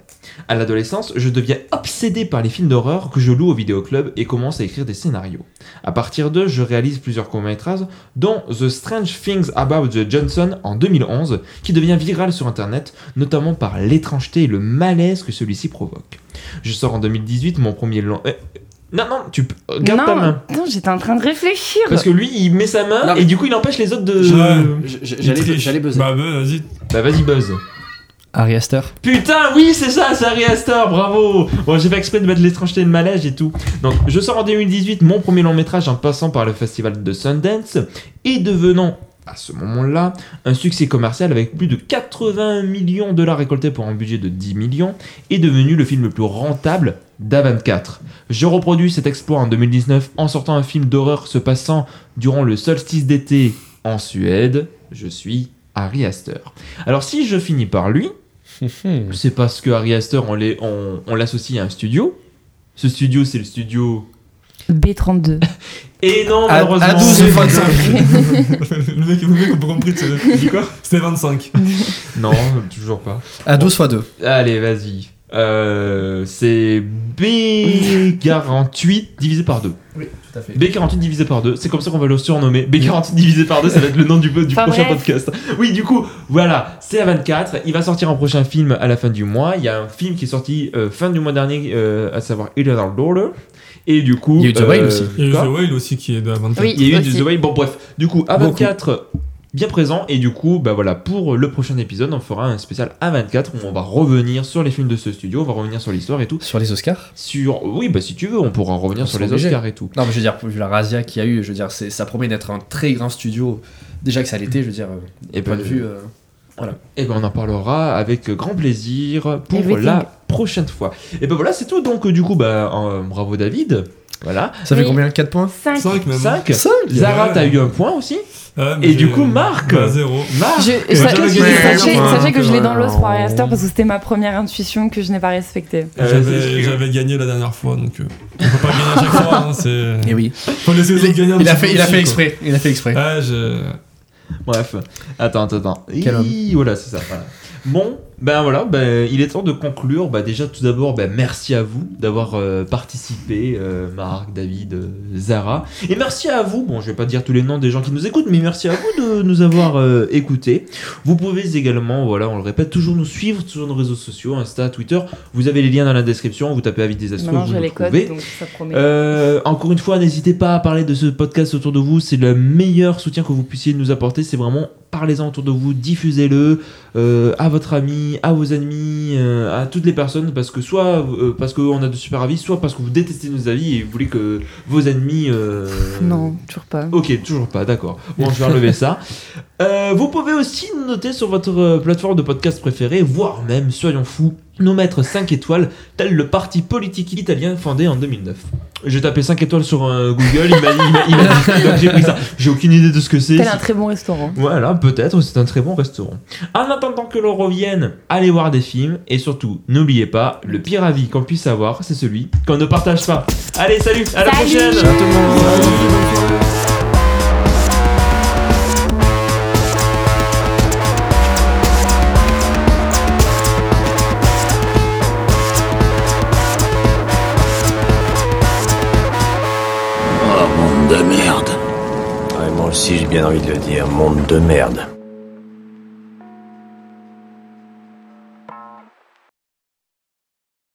Speaker 1: À l'adolescence, je deviens obsédé par les films d'horreur que je loue au vidéoclub et commence à écrire des scénarios. À partir d'eux, je réalise plusieurs courts-métrages, dont The Strange Things About the Johnson en 2011, qui devient viral sur internet, notamment par l'étrangeté et le malaise que celui-ci provoque. Je sors en 2018 mon premier long. Eh, eh, Non, non, tu p- garde
Speaker 2: non,
Speaker 1: ta main.
Speaker 2: attends, j'étais en train de réfléchir.
Speaker 1: Parce que lui, il met sa main
Speaker 7: Non, mais-
Speaker 1: et du coup, il empêche les autres de.
Speaker 3: Je-
Speaker 7: J- j-
Speaker 3: Il
Speaker 7: J'allais
Speaker 3: triche.
Speaker 7: j'allais buzzer.
Speaker 3: Bah, bah, vas-y.
Speaker 1: Bah vas-y buzz.
Speaker 4: Ari Aster.
Speaker 1: Putain oui c'est ça, c'est Ari Aster, bravo Bon j'ai fait exprès de mettre l'étrangeté et le malaise et tout. Donc je sors en 2018 mon premier long métrage en passant par le festival de Sundance et devenant à ce moment-là, un succès commercial avec plus de 80 millions de dollars récoltés pour un budget de 10 millions est devenu le film le plus rentable d'A24. Je reproduis cet exploit en 2019 en sortant un film d'horreur se passant durant le solstice d'été en Suède. Je suis Ari Aster. Alors si je finis par lui, c'est parce que Harry Astor, on l'est- on- on l'associe à un studio. Ce studio, c'est le studio.
Speaker 2: B32.
Speaker 1: Et non,
Speaker 4: À- à
Speaker 1: malheureusement.
Speaker 4: 12 et 25.
Speaker 3: Le mec, le mec, on peut comprendre, c'est quoi C'était 25.
Speaker 1: Non, toujours pas.
Speaker 4: À 12 x 2.
Speaker 1: Allez, vas-y. Euh, c'est B48 divisé par 2.
Speaker 4: Oui, tout à fait.
Speaker 1: B48 divisé par 2, c'est comme ça qu'on va le surnommer. B48 divisé par 2, ça va être le nom du, du
Speaker 2: Pas
Speaker 1: prochain
Speaker 2: bref.
Speaker 1: podcast. Oui, du coup, voilà, c'est à 24. Il va sortir un prochain film à la fin du mois. Il y a un film qui est sorti euh, fin du mois dernier, euh, à savoir Eleanor Dollar. Et du coup.
Speaker 4: Il y a eu The
Speaker 1: euh,
Speaker 4: Whale aussi.
Speaker 3: Il y a eu
Speaker 1: quoi
Speaker 3: The Whale aussi qui est de 24.
Speaker 2: Oui.
Speaker 1: Il y a eu
Speaker 2: aussi.
Speaker 1: du The Whale. Bon, bref. Du coup, A24, bien présent. Et du coup, bah voilà, pour le prochain épisode, on fera un spécial A24 où on va revenir sur les films de ce studio, on va revenir sur l'histoire et tout.
Speaker 4: Sur les Oscars
Speaker 1: Sur. Oui, bah si tu veux, on pourra revenir
Speaker 4: On
Speaker 1: sur
Speaker 4: sera
Speaker 1: les
Speaker 4: obligé.
Speaker 1: Oscars et tout.
Speaker 4: Non, mais je veux dire, vu la razzia qu'il y a eu, je veux dire, c'est- ça promet d'être un très grand studio. Déjà que ça l'était, je veux dire, euh,
Speaker 1: Et
Speaker 4: point de
Speaker 1: ben,
Speaker 4: vue. euh,
Speaker 1: Et ben on en parlera avec grand plaisir pour
Speaker 2: Everything.
Speaker 1: la prochaine fois. Et ben voilà, c'est tout. Donc, du coup, bah euh, bravo David. Voilà.
Speaker 4: Ça fait
Speaker 2: Oui.
Speaker 4: combien 4 points
Speaker 2: 5.
Speaker 3: 5 même.
Speaker 1: 5.
Speaker 4: 5
Speaker 1: Zara, t'as eu un point aussi.
Speaker 3: Ouais, mais
Speaker 1: Et du
Speaker 3: j'ai-
Speaker 1: coup, Marc.
Speaker 3: Bah, zéro.
Speaker 1: Marc.
Speaker 2: Je,
Speaker 3: Et
Speaker 2: sa-
Speaker 3: j'avais
Speaker 2: sachez,
Speaker 3: gagné.
Speaker 2: sachez-
Speaker 3: Ouais,
Speaker 2: sachez que je l'ai
Speaker 4: ouais.
Speaker 2: dans l'os
Speaker 1: Oh.
Speaker 2: pour Ari Aster parce que c'était ma première intuition que je n'ai pas respectée.
Speaker 1: Euh,
Speaker 3: J'avais
Speaker 1: c'est-
Speaker 3: j'avais gagné la dernière fois, donc euh, on peut pas gagner à chaque fois. Hein, c'est-
Speaker 4: Et Eh oui.
Speaker 3: Faut laisser les autres gagner un
Speaker 4: Il a
Speaker 3: petit peu
Speaker 4: fait, il a
Speaker 3: aussi,
Speaker 4: fait
Speaker 3: quoi.
Speaker 4: exprès. Il a fait exprès.
Speaker 3: Ouais, je.
Speaker 1: Bref, attends, attends, attends.
Speaker 4: Quel homme.
Speaker 1: Hi, Voilà, c'est ça. voilà. Bon, ben voilà, ben, il est temps de conclure. Ben, déjà, tout d'abord, ben, merci à vous d'avoir euh, participé, euh, Marc, David, euh, Zara. Et merci à vous, bon, je vais pas dire tous les noms des gens qui nous écoutent, mais merci à vous de nous avoir euh, écoutés. Vous pouvez également, voilà, on le répète, toujours nous suivre sur nos réseaux sociaux, Insta, Twitter. Vous avez les liens dans la description, vous tapez Avis des Astros,
Speaker 2: Maintenant,
Speaker 1: vous
Speaker 2: j'ai
Speaker 1: nous
Speaker 2: les codes,
Speaker 1: trouvez.
Speaker 2: donc ça promet.
Speaker 1: Euh, encore une fois, n'hésitez pas à parler de ce podcast autour de vous. C'est le meilleur soutien que vous puissiez nous apporter. C'est vraiment parlez-en autour de vous, diffusez-le euh, à votre ami, à vos ennemis, euh, à toutes les personnes, parce que soit euh, parce qu'on a de super avis, soit parce que vous détestez nos avis et vous voulez que vos ennemis. euh,
Speaker 2: Non, toujours pas.
Speaker 1: Ok, toujours pas, d'accord. Bon, je vais relever ça. Euh, vous pouvez aussi noter sur votre euh, plateforme de podcast préférée, voire même, soyons fous, nous mettre 5 étoiles, tel le parti politique italien fondé en 2009. J'ai tapé 5 étoiles sur euh, Google, il m'a il m'a- il m'a dit, donc j'ai pris ça. J'ai aucune idée de ce que c'est.
Speaker 2: Tel un très bon restaurant.
Speaker 1: Voilà, peut-être, c'est un très bon restaurant. En attendant que l'on revienne, allez voir des films et surtout, n'oubliez pas, le pire avis qu'on puisse avoir, c'est celui qu'on ne partage pas. Allez, salut, à la
Speaker 2: Salut
Speaker 1: prochaine
Speaker 5: Oh, monde de merde. moi aussi, j'ai bien envie de le dire, monde de merde.